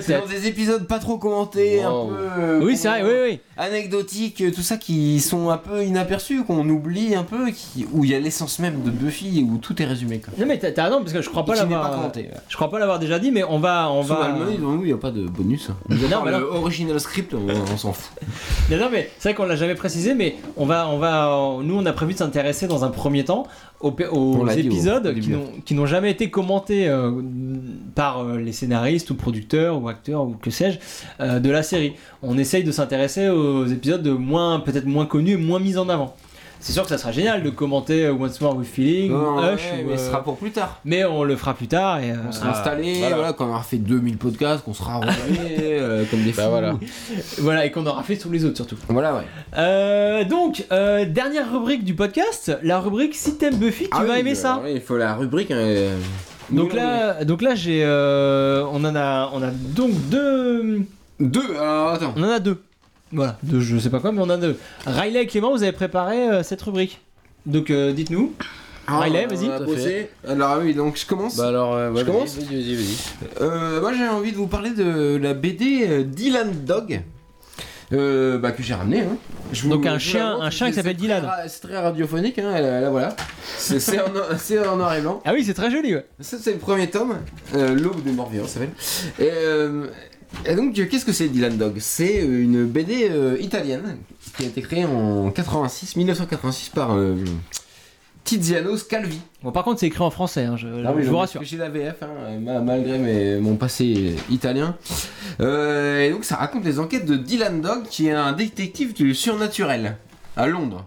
Speaker 2: C'est dans
Speaker 1: Peut-être.
Speaker 2: des épisodes pas trop commentés,
Speaker 3: Wow.
Speaker 2: un peu. euh,
Speaker 1: Oui, c'est vrai,
Speaker 2: qu'on-
Speaker 1: oui, oui.
Speaker 2: Anecdotiques, euh, tout ça qui sont un peu inaperçus, qu'on oublie un peu, qui... où il y a l'essence même de Buffy, où tout est résumé. Quoi.
Speaker 1: Non mais t'as t'as raison parce que je crois pas
Speaker 2: Et qui n'est
Speaker 1: l'avoir.
Speaker 2: pas commenté. ouais.
Speaker 1: Je crois pas l'avoir déjà dit, mais on va, on
Speaker 2: Sous
Speaker 1: va.
Speaker 2: Malmö, ils ont- nous, il n'y a pas de bonus. hein.
Speaker 1: Non,
Speaker 2: Par
Speaker 1: mais
Speaker 2: le
Speaker 1: non.
Speaker 2: original script, on, on s'en fout.
Speaker 1: Non, non, mais c'est vrai qu'on l'a jamais précisé, mais on va, on va, euh, nous on a prévu de s'intéresser dans un premier temps aux, pe- aux
Speaker 2: On l'a dit au-
Speaker 1: épisodes
Speaker 2: au
Speaker 1: qui
Speaker 2: début.
Speaker 1: n'ont- qui n'ont jamais été commentés euh, par euh, les scénaristes ou producteurs ou acteurs ou que sais-je euh, de la série. On essaye de s'intéresser aux épisodes de moins, peut-être moins connus, et moins mis en avant. C'est sûr que ça sera génial de commenter euh, Once More with Feeling,
Speaker 2: Non,
Speaker 1: ou
Speaker 2: ouais,
Speaker 1: Hush, ou,
Speaker 2: mais ce
Speaker 1: euh,
Speaker 2: sera pour plus tard.
Speaker 1: mais on le fera plus tard et euh,
Speaker 2: On sera
Speaker 3: Ah,
Speaker 2: installé,
Speaker 3: voilà.
Speaker 2: voilà. quand on aura fait 2000 podcasts, qu'on sera revenu comme des fous.
Speaker 3: Bah voilà.
Speaker 1: voilà et qu'on aura fait tous les autres surtout.
Speaker 2: Voilà, ouais.
Speaker 1: Euh, donc, euh, dernière rubrique du podcast, la rubrique si t'aimes Buffy, tu
Speaker 2: Ah
Speaker 1: vas
Speaker 2: oui,
Speaker 1: aimer
Speaker 2: euh,
Speaker 1: ça.
Speaker 2: oui, Il faut la rubrique. euh,
Speaker 1: Donc
Speaker 2: nous,
Speaker 1: là, donc là, j'ai, euh, on en a, on a donc deux,
Speaker 2: on est- Deux, alors attends.
Speaker 1: on en a deux. Voilà, deux, je sais pas quoi, mais on en a deux. Riley et Clément, vous avez préparé euh, cette rubrique. Donc euh, dites-nous. Riley,
Speaker 2: Ah,
Speaker 1: vas-y.
Speaker 2: on a bossé. Alors oui, donc je commence.
Speaker 3: Bah alors, euh, ouais,
Speaker 2: Je
Speaker 3: vas-y,
Speaker 2: commence
Speaker 3: Vas-y, vas-y, vas-y.
Speaker 2: Euh, moi j'ai envie de vous parler de la BD euh, Dylan Dog. euh, bah, que j'ai ramené. hein. Je vous-
Speaker 1: Donc
Speaker 2: je
Speaker 1: un
Speaker 2: vous
Speaker 1: chien-
Speaker 2: l'annonce,
Speaker 1: un chien qui
Speaker 2: c'est-
Speaker 1: s'appelle
Speaker 2: c'est très
Speaker 1: Dylan.
Speaker 2: ra- C'est très radiophonique, hein, là, là, voilà. C'est c'est en, c'est en noir et blanc.
Speaker 1: Ah oui, c'est très joli. Ouais.
Speaker 2: Ça, c'est le premier tome, euh, L'aube de mort vivant s'appelle. Et, euh, et donc, euh, qu'est-ce que c'est Dylan Dog C'est une BD euh, italienne qui a été créée en 86, 1986 par euh, Tiziano Scalvi.
Speaker 1: Bon, par contre, c'est écrit en français. hein, je,
Speaker 2: Ah oui,
Speaker 1: Euh, je
Speaker 2: non,
Speaker 1: vous
Speaker 2: mais
Speaker 1: rassure.
Speaker 2: parce que J'ai la VF, hein, ma- malgré mes- mon passé italien. Euh, et donc, ça raconte les enquêtes de Dylan Dog, qui est un détective du surnaturel à Londres.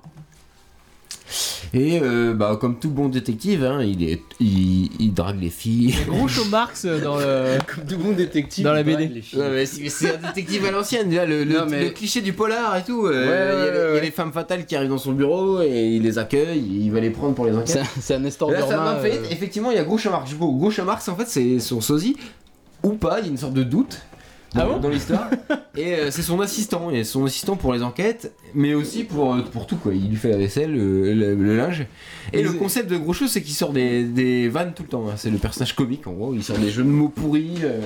Speaker 2: Et euh, bah, comme tout bon détective, hein, il, est, il, il drague les filles.
Speaker 1: Gros show Marx euh, dans le.
Speaker 3: Comme tout bon détective.
Speaker 1: Dans la
Speaker 3: il drague
Speaker 1: BD.
Speaker 3: les filles.
Speaker 2: Non, mais c'est c'est un détective à l'ancienne, déjà, le, le-
Speaker 3: Non, mais-
Speaker 2: le cliché du polar et tout. euh,
Speaker 3: Ouais, ouais,
Speaker 2: il, y a, les- il
Speaker 3: ouais,
Speaker 2: y a
Speaker 3: ouais.
Speaker 2: les femmes fatales qui arrivent dans son bureau et il les accueille, il va les prendre pour les enquêtes.
Speaker 3: C'est un- C'est un Nestor
Speaker 2: Et Là, ça
Speaker 3: Burma,
Speaker 2: m'a fait.
Speaker 3: euh,
Speaker 2: Effectivement, il y a Groucho Marx. Groucho Marx, en fait, c'est son sosie ou pas. Il y a une sorte de doute
Speaker 1: Ah
Speaker 2: dans,
Speaker 1: bon
Speaker 2: dans l'histoire. et euh, c'est son assistant. Et son assistant pour les enquêtes, mais aussi pour, euh, pour tout quoi. Il lui fait la vaisselle, le, le- le linge. Et
Speaker 3: Mais
Speaker 2: le
Speaker 3: c'est-
Speaker 2: concept de Groucho, c'est qu'il sort des, des vannes tout le temps. hein. C'est le personnage comique en gros. Il sort des jeux de mots pourris. euh,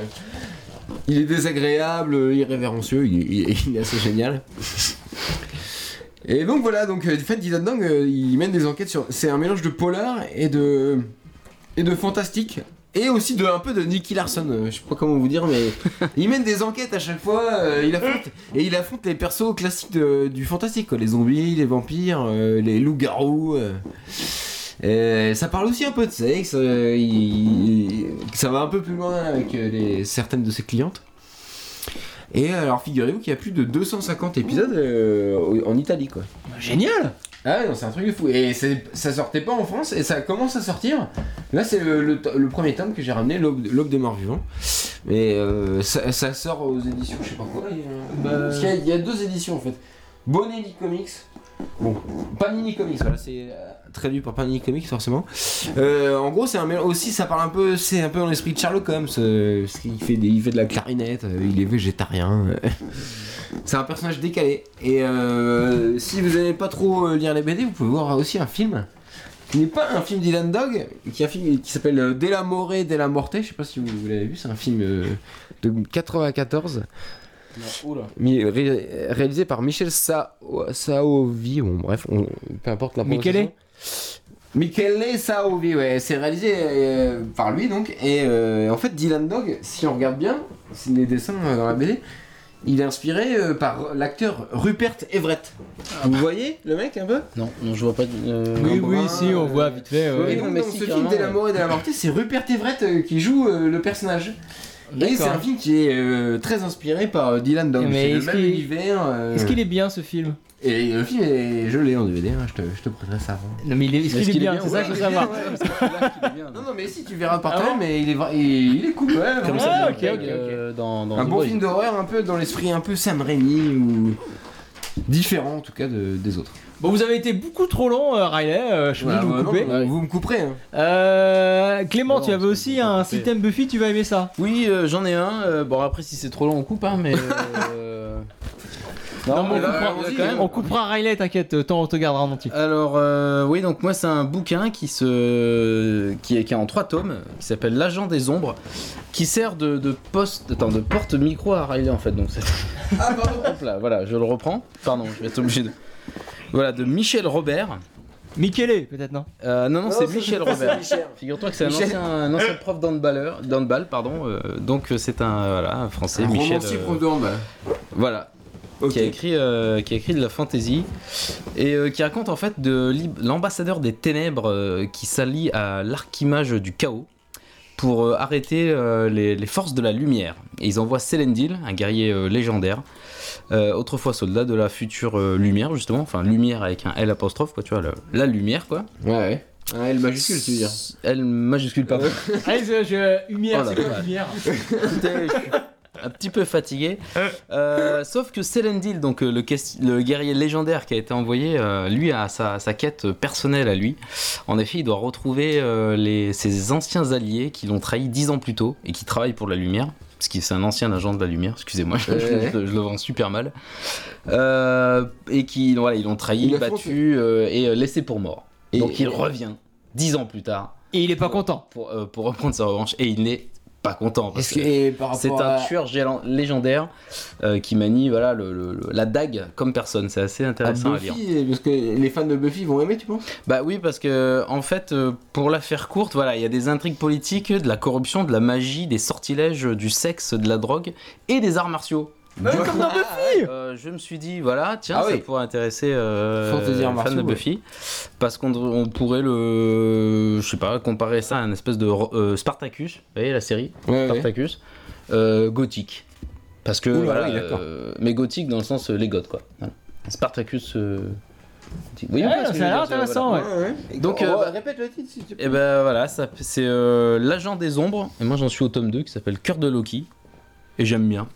Speaker 2: Il est désagréable, euh, irrévérencieux, il, il- il est assez génial. Et donc voilà, donc euh, en fait, Dylan Dong, euh, il mène des enquêtes sur. C'est un mélange de polar et de. et de fantastique. Et aussi de un peu de Nicky Larson, euh, je sais pas comment vous dire, mais il mène des enquêtes à chaque fois. euh, il affronte et il affronte les persos classiques de- du fantastique, quoi, les zombies, les vampires, euh, les loups-garous. euh. Euh, ça parle aussi un peu de sexe. euh, il- il- ça va un peu plus loin avec euh, les, certaines de ses clientes. Et alors figurez-vous qu'il y a plus de 250 épisodes euh, au- en Italie quoi.
Speaker 1: Génial.
Speaker 2: Ah ouais, non, c'est un truc de fou. Et c'est- ça sortait pas en France et ça commence à sortir. Là, c'est le, le to- le premier tome que j'ai ramené, L'aube L'aube des morts vivants. Mais euh, ça, ça sort aux éditions, je sais pas quoi. il y a-
Speaker 1: Bah,
Speaker 2: Parce qu'il y a- il y, a deux éditions en fait. Bonelli Comics. Bon, Panini Comics, voilà, c'est euh, traduit par Panini Comics forcément. Euh, en gros, c'est un mél- aussi, ça parle un peu, c'est un peu dans l'esprit de Sherlock Holmes. euh, parce qu'il fait, des- il fait de la clarinette, euh, il est végétarien. euh. C'est un personnage décalé. Et euh, si vous n'aimez pas trop euh, lire les BD, vous pouvez voir aussi un film qui n'est pas un film d'Ilan Dog, qui est un film qui s'appelle euh, Della More, Della Morte. Je sais pas si vous, vous l'avez vu, c'est un film euh, de 94 mi- ré- réalisé par Michel Sa- Saovi. Bon, bref, on- peu importe la
Speaker 1: Michele
Speaker 2: prononciation. Michele Saovi, ouais, c'est réalisé euh, par lui donc. Et euh, en fait, Dylan Dog, si on regarde bien c'est les dessins euh, dans la BD, il est inspiré euh, par l'acteur Rupert Everett. Vous voyez le mec un peu
Speaker 3: Non, non, je vois pas. de- euh,
Speaker 1: Oui,
Speaker 2: bon,
Speaker 1: oui,
Speaker 2: bah,
Speaker 1: si, on
Speaker 2: euh,
Speaker 1: voit vite fait.
Speaker 3: oui,
Speaker 1: ouais.
Speaker 2: Et donc,
Speaker 3: non, mais
Speaker 2: dans
Speaker 3: si,
Speaker 2: ce film
Speaker 3: carrément,
Speaker 2: de la
Speaker 3: ouais.
Speaker 2: mort et de la mortée, c'est Rupert Everett euh, qui joue euh, le personnage. Et c'est
Speaker 1: D'accord.
Speaker 2: un film qui est euh, très inspiré par euh, Dylan Dog.
Speaker 1: Mais
Speaker 2: C'est le
Speaker 1: est-ce
Speaker 2: même
Speaker 1: qu'il-
Speaker 2: univers. euh,
Speaker 1: Est-ce qu'il est bien ce film
Speaker 2: Et le film est gelé en DVD, hein, je, te, je te prêterai ça. hein.
Speaker 1: Non mais il est- est-ce qu'il est bien C'est
Speaker 3: ou
Speaker 1: ça
Speaker 3: pas
Speaker 1: que je veux savoir.
Speaker 2: Non, non, mais si, tu verras par
Speaker 1: Ah
Speaker 2: toi,
Speaker 1: bon
Speaker 2: mais il est, vra- il, il est cool. ouais,
Speaker 1: Comme
Speaker 2: vraiment.
Speaker 1: ça,
Speaker 3: Ah,
Speaker 1: ok, ok,
Speaker 3: euh, Dans, dans
Speaker 2: Un
Speaker 3: The
Speaker 2: bon
Speaker 3: Boys.
Speaker 2: film d'horreur, un peu dans l'esprit, un peu Sam Raimi ou. Différent en tout cas de- des autres.
Speaker 1: Bon, vous avez été beaucoup trop long, euh, Riley. euh, je suis
Speaker 2: Voilà,
Speaker 1: obligé de vous
Speaker 2: bah, non,
Speaker 1: couper.
Speaker 2: mais vous me couperez. hein.
Speaker 1: Euh, Clément,
Speaker 3: Non,
Speaker 1: tu avais
Speaker 3: c'est
Speaker 1: aussi
Speaker 3: pas
Speaker 1: un
Speaker 3: coupé.
Speaker 1: système Buffy, tu vas aimer ça.
Speaker 3: Oui, euh, j'en ai un. euh, bon, après, si c'est trop long, on coupe, hein, mais. euh, Non,
Speaker 1: mais
Speaker 3: mais
Speaker 1: on
Speaker 3: là,
Speaker 1: comprend-
Speaker 3: il y a quand même-
Speaker 1: On coupera Riley, t'inquiète, euh, tant on te gardera en entier.
Speaker 3: Alors euh, oui, donc moi c'est un bouquin qui se qui est, qui est en trois tomes, qui s'appelle L'agent des ombres, qui sert de, de poste, attends, de porte micro à Riley en fait. Donc c'est-
Speaker 1: Ah,
Speaker 3: Hop là, voilà, je le reprends. Pardon, je vais être obligé de. Voilà, de Michel Robert.
Speaker 1: Michele, peut-être, non
Speaker 3: Euh, non, non, c'est
Speaker 4: ça,
Speaker 3: Michel
Speaker 4: c'est
Speaker 3: Robert.
Speaker 4: Michel.
Speaker 3: Figure-toi que c'est un
Speaker 2: Michel.
Speaker 3: ancien, un ancien prof d'handballeur- d'handball, pardon. euh, donc euh, c'est un voilà, un français,
Speaker 2: Un
Speaker 3: Michel.
Speaker 2: romancier
Speaker 3: euh,
Speaker 2: prof de handball.
Speaker 3: voilà,
Speaker 2: Ok.
Speaker 3: qui a écrit euh, qui a écrit de la fantasy et euh, qui raconte en fait de l'ib- l'ambassadeur des ténèbres euh, qui s'allie à l'archimage du chaos pour euh, arrêter euh, les, les forces de la lumière. Et ils envoient Selendil, un guerrier euh, légendaire, euh, autrefois soldat de la future euh, lumière justement, enfin lumière avec un L apostrophe quoi, tu vois, le- la lumière quoi.
Speaker 2: Ouais, ouais. Un L majuscule, tu veux dire.
Speaker 3: L majuscule pardon.
Speaker 1: Allez, je, je- lumière,
Speaker 3: Oh là
Speaker 1: c'est quoi
Speaker 3: là.
Speaker 1: lumière
Speaker 3: Écoutez, je suis un petit peu fatigué. Euh, sauf que Selendil, donc euh, le, ques- le guerrier légendaire qui a été envoyé, euh, lui a sa, sa quête euh, personnelle à lui. En effet, il doit retrouver euh, les- ses anciens alliés qui l'ont trahi dix ans plus tôt et qui travaillent pour la lumière. Parce qu'il c'est un ancien agent de la lumière, excusez-moi, je,
Speaker 2: Ouais.
Speaker 3: je le- je le vends super mal. Euh, et qui voilà, ils l'ont trahi,
Speaker 2: Il a
Speaker 3: battu euh, et euh, laissé pour mort.
Speaker 2: Et-
Speaker 3: donc il revient dix ans plus tard
Speaker 1: Et il est pas content.
Speaker 3: pour, euh, pour reprendre sa revanche et il n'est pas content. parce
Speaker 2: Est-ce que- et par
Speaker 3: c'est
Speaker 2: rapport
Speaker 3: un
Speaker 2: à-
Speaker 3: tueur gélan- légendaire euh, qui manie voilà, le- le- le- la dague comme personne. C'est assez
Speaker 2: à
Speaker 3: intéressant à, lire.
Speaker 2: Ah, Buffy, parce que les fans de Buffy vont aimer, tu penses
Speaker 3: Bah oui, parce que en fait, euh, pour la faire courte, voilà, il y a des intrigues politiques, de la corruption, de la magie, des sortilèges, euh, du sexe, de la drogue et des arts martiaux. Du coup, euh, je me suis dit, voilà, tiens,
Speaker 2: Ah
Speaker 3: ça
Speaker 2: oui.
Speaker 3: pourrait intéresser euh,
Speaker 2: Fantasy arts
Speaker 3: les fans
Speaker 2: martiaux,
Speaker 3: de
Speaker 2: ouais.
Speaker 3: Buffy, parce qu'on on pourrait le, je sais pas, comparer ça à un espèce de ro- euh, Spartacus, vous voyez la série,
Speaker 2: Ouais, ouais.
Speaker 3: Spartacus, euh, gothique. Parce que.
Speaker 2: Oula,
Speaker 3: voilà,
Speaker 2: oui, d'accord.
Speaker 3: euh, mais gothique dans le sens euh, les goths, quoi. Voilà. Spartacus. euh, gothique. Vous voyez
Speaker 1: Ouais,
Speaker 3: un peu ce que je
Speaker 1: ça a
Speaker 3: veux
Speaker 1: l'air
Speaker 3: dire, voilà.
Speaker 1: intéressant, ouais.
Speaker 3: Donc,
Speaker 2: Donc,
Speaker 3: euh, bah-
Speaker 2: répète le titre, s'il te plaît.
Speaker 3: Et ben voilà, ça- c'est euh, L'agent des ombres. Et moi j'en suis au tome 2 qui s'appelle Cœur de Loki. Et j'aime bien.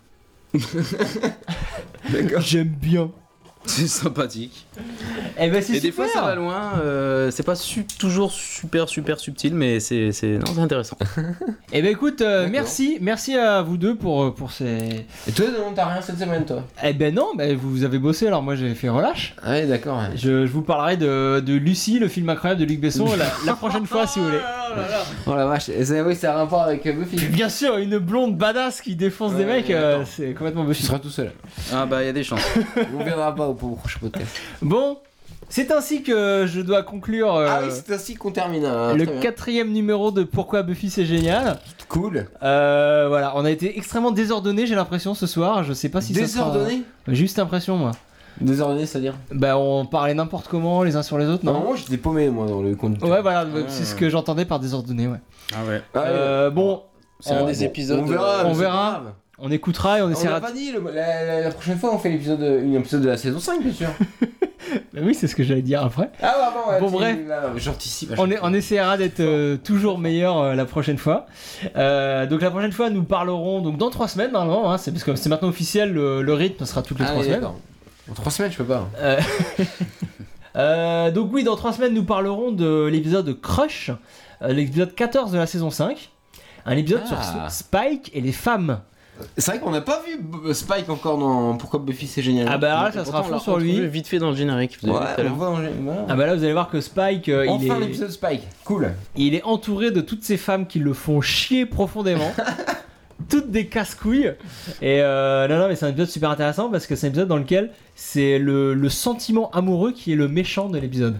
Speaker 1: J'aime bien.
Speaker 3: C'est sympathique.
Speaker 1: Eh ben,
Speaker 3: Et
Speaker 1: c'est super.
Speaker 3: des fois ça va loin. euh, c'est pas su- toujours super super subtil, mais c'est c'est- non, c'est intéressant.
Speaker 1: Eh ben, écoute, euh,
Speaker 2: D'accord.
Speaker 1: merci. Merci à vous deux pour, euh, pour ces.
Speaker 2: Et toi, non, t'as rien cette semaine, toi
Speaker 1: Eh ben, non, ben, vous avez bossé, alors moi, j'ai fait relâche.
Speaker 2: Ah Ouais, d'accord.
Speaker 1: Je, je vous parlerai de, de Lucie, le film incroyable de Luc Besson, la, la prochaine fois, si vous voulez.
Speaker 2: Oh la vache, Et ça- oui, ça a rapport avec euh, Buffy.
Speaker 1: Puis, Bien sûr, une blonde badass qui défonce
Speaker 2: Ouais,
Speaker 1: des mecs,
Speaker 2: ouais,
Speaker 1: euh,
Speaker 2: attends.
Speaker 1: c'est complètement
Speaker 2: Tu
Speaker 1: bullshit.
Speaker 2: seras tout seul.
Speaker 3: Ah bah il y a des chances.
Speaker 2: On verra pas au au prochain podcast.
Speaker 1: Bon, c'est ainsi que je dois conclure euh,
Speaker 2: Ah oui, c'est ainsi qu'on termine. hein. Très
Speaker 1: le
Speaker 2: bien.
Speaker 1: quatrième numéro de Pourquoi Buffy c'est génial.
Speaker 2: Cool.
Speaker 1: Euh, voilà, on a été extrêmement désordonné, j'ai l'impression ce soir. Je
Speaker 2: Ah,
Speaker 1: sais pas si ça sera-
Speaker 2: Désordonné
Speaker 1: Juste impression, moi.
Speaker 2: Désordonné, c'est-à-dire
Speaker 1: Bah, on parlait n'importe comment les uns sur les autres,
Speaker 2: Non,
Speaker 1: non,
Speaker 2: Ah, moi j'étais paumé, moi, dans le conducteur.
Speaker 1: Ouais, voilà,
Speaker 3: Ah.
Speaker 1: c'est ce que j'entendais par désordonné, ouais.
Speaker 3: Ah ouais.
Speaker 2: Ah, ouais.
Speaker 1: Euh, bon,
Speaker 3: C'est un
Speaker 1: On-
Speaker 3: des
Speaker 2: Bon,
Speaker 3: épisodes.
Speaker 2: On verra.
Speaker 3: euh,
Speaker 1: on
Speaker 2: c'est
Speaker 1: verra.
Speaker 2: pas grave.
Speaker 1: on écoutera et on
Speaker 2: On
Speaker 1: essaiera.
Speaker 2: l'a pas dit, le- la, la- la prochaine fois on fait l'épisode, une épisode de la saison 5, bien sûr.
Speaker 1: Bah oui, c'est ce que j'allais dire après.
Speaker 2: Ah, bah,
Speaker 1: Bon,
Speaker 2: tu-
Speaker 1: bref.
Speaker 2: là, J'anticipe. à chaque
Speaker 1: On, est-
Speaker 2: fois.
Speaker 1: on essaiera d'être euh, toujours meilleur euh, la prochaine fois. Euh, donc la prochaine fois, nous parlerons donc dans trois semaines normalement. Hein, c'est parce que c'est maintenant officiel. Le, le rythme sera toutes les
Speaker 2: Ah,
Speaker 1: trois
Speaker 2: oui,
Speaker 1: semaines.
Speaker 2: d'accord. En 3 semaines, je peux pas.
Speaker 1: Euh, euh, donc oui, dans trois semaines, nous parlerons de l'épisode Crush, euh, l'épisode 14 de la saison 5. Un épisode
Speaker 2: Ah.
Speaker 1: sur Spike et les femmes.
Speaker 2: C'est vrai qu'on n'a pas vu B- Spike encore dans Pourquoi Buffy c'est génial. hein.
Speaker 1: Ah bah alors là, ça
Speaker 3: pourtant,
Speaker 1: sera
Speaker 3: on
Speaker 1: fou
Speaker 3: l'a
Speaker 1: sur
Speaker 3: retrouvé
Speaker 1: lui.
Speaker 3: Vite fait dans le générique. vous avez vu tout à
Speaker 2: Ouais, on
Speaker 3: l'heure.
Speaker 2: voit en gé- voilà.
Speaker 1: Ah bah là, vous allez voir que Spike, euh, il,
Speaker 2: Enfin
Speaker 1: est,
Speaker 2: l'épisode Spike, cool.
Speaker 1: il est entouré de toutes ces femmes qui le font chier profondément. toutes des casse-couilles. Et euh, non, non, mais c'est un épisode super intéressant parce que c'est un épisode dans lequel c'est le, le sentiment amoureux qui est le méchant de l'épisode.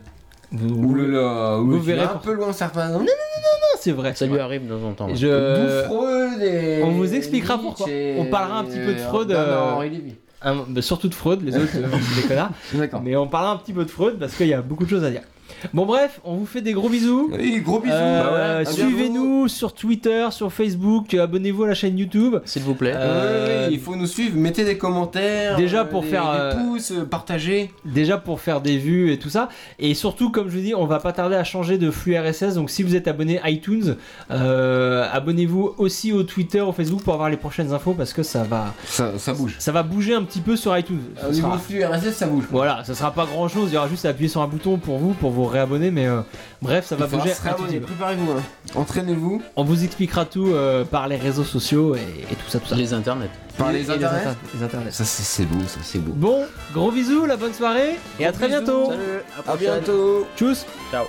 Speaker 1: Vous,
Speaker 2: Ouh là là,
Speaker 1: Vous
Speaker 2: oui, tu
Speaker 1: verrez
Speaker 2: vas un
Speaker 1: pour-
Speaker 2: peu loin certains. Non,
Speaker 1: Ah, c'est vrai.
Speaker 3: Ça lui arrive de temps en temps.
Speaker 1: Je-
Speaker 2: Freud et.
Speaker 1: Euh, on vous expliquera
Speaker 2: Nietzsche
Speaker 1: pourquoi.
Speaker 2: et-
Speaker 1: On parlera un petit peu de Freud,
Speaker 2: Non, non,
Speaker 1: euh,
Speaker 2: Henri Lévy.
Speaker 1: Ah, bah, surtout de Freud, les autres, euh, c'est des connards.
Speaker 2: D'accord.
Speaker 1: Mais on parlera un petit peu de Freud parce qu'il y a beaucoup de choses à dire. Bon, bref, on vous fait des gros bisous.
Speaker 2: Oui, gros bisous.
Speaker 1: Euh,
Speaker 2: Bah ouais,
Speaker 1: Suivez-nous sur Twitter, sur Facebook, euh, abonnez-vous à la chaîne YouTube.
Speaker 3: S'il vous plaît.
Speaker 1: Euh,
Speaker 2: Euh, il faut nous suivre, mettez des commentaires.
Speaker 1: Déjà
Speaker 2: euh,
Speaker 1: pour
Speaker 2: des-
Speaker 1: faire,
Speaker 2: Des
Speaker 1: euh,
Speaker 2: pouces, euh, partagez.
Speaker 1: Déjà pour faire des vues et tout ça. Et surtout, comme je vous dis, on va pas tarder à changer de flux RSS. Donc si vous êtes abonné iTunes, euh, abonnez-vous aussi au Twitter, au Facebook pour avoir les prochaines infos parce que ça va,
Speaker 2: Ça, ça bouge.
Speaker 1: ça va bouger un petit peu sur iTunes.
Speaker 2: Au
Speaker 1: Ce
Speaker 2: niveau
Speaker 1: sera-
Speaker 2: flux RSS, ça bouge.
Speaker 1: Voilà, ça sera pas grand chose. Il y aura juste à appuyer sur un bouton pour vous, pour vous réabonner, mais euh, bref, ça va
Speaker 2: Il faudra
Speaker 1: bouger.
Speaker 2: se
Speaker 1: un tout petit
Speaker 2: réabonner.
Speaker 1: peu.
Speaker 2: Préparez-vous, hein. entraînez-vous
Speaker 1: On vous expliquera tout euh, par les réseaux sociaux et, et tout ça, tout ça.
Speaker 3: Les internets.
Speaker 2: par
Speaker 1: Et-
Speaker 2: les
Speaker 1: et
Speaker 2: internets.
Speaker 1: inter- les internets.
Speaker 3: Ça, c'est c'est beau, ça, c'est beau.
Speaker 1: Bon, gros bisous, la bonne soirée et à très bientôt.
Speaker 3: Salut,
Speaker 2: À bientôt.
Speaker 1: Tchuss
Speaker 3: Ciao.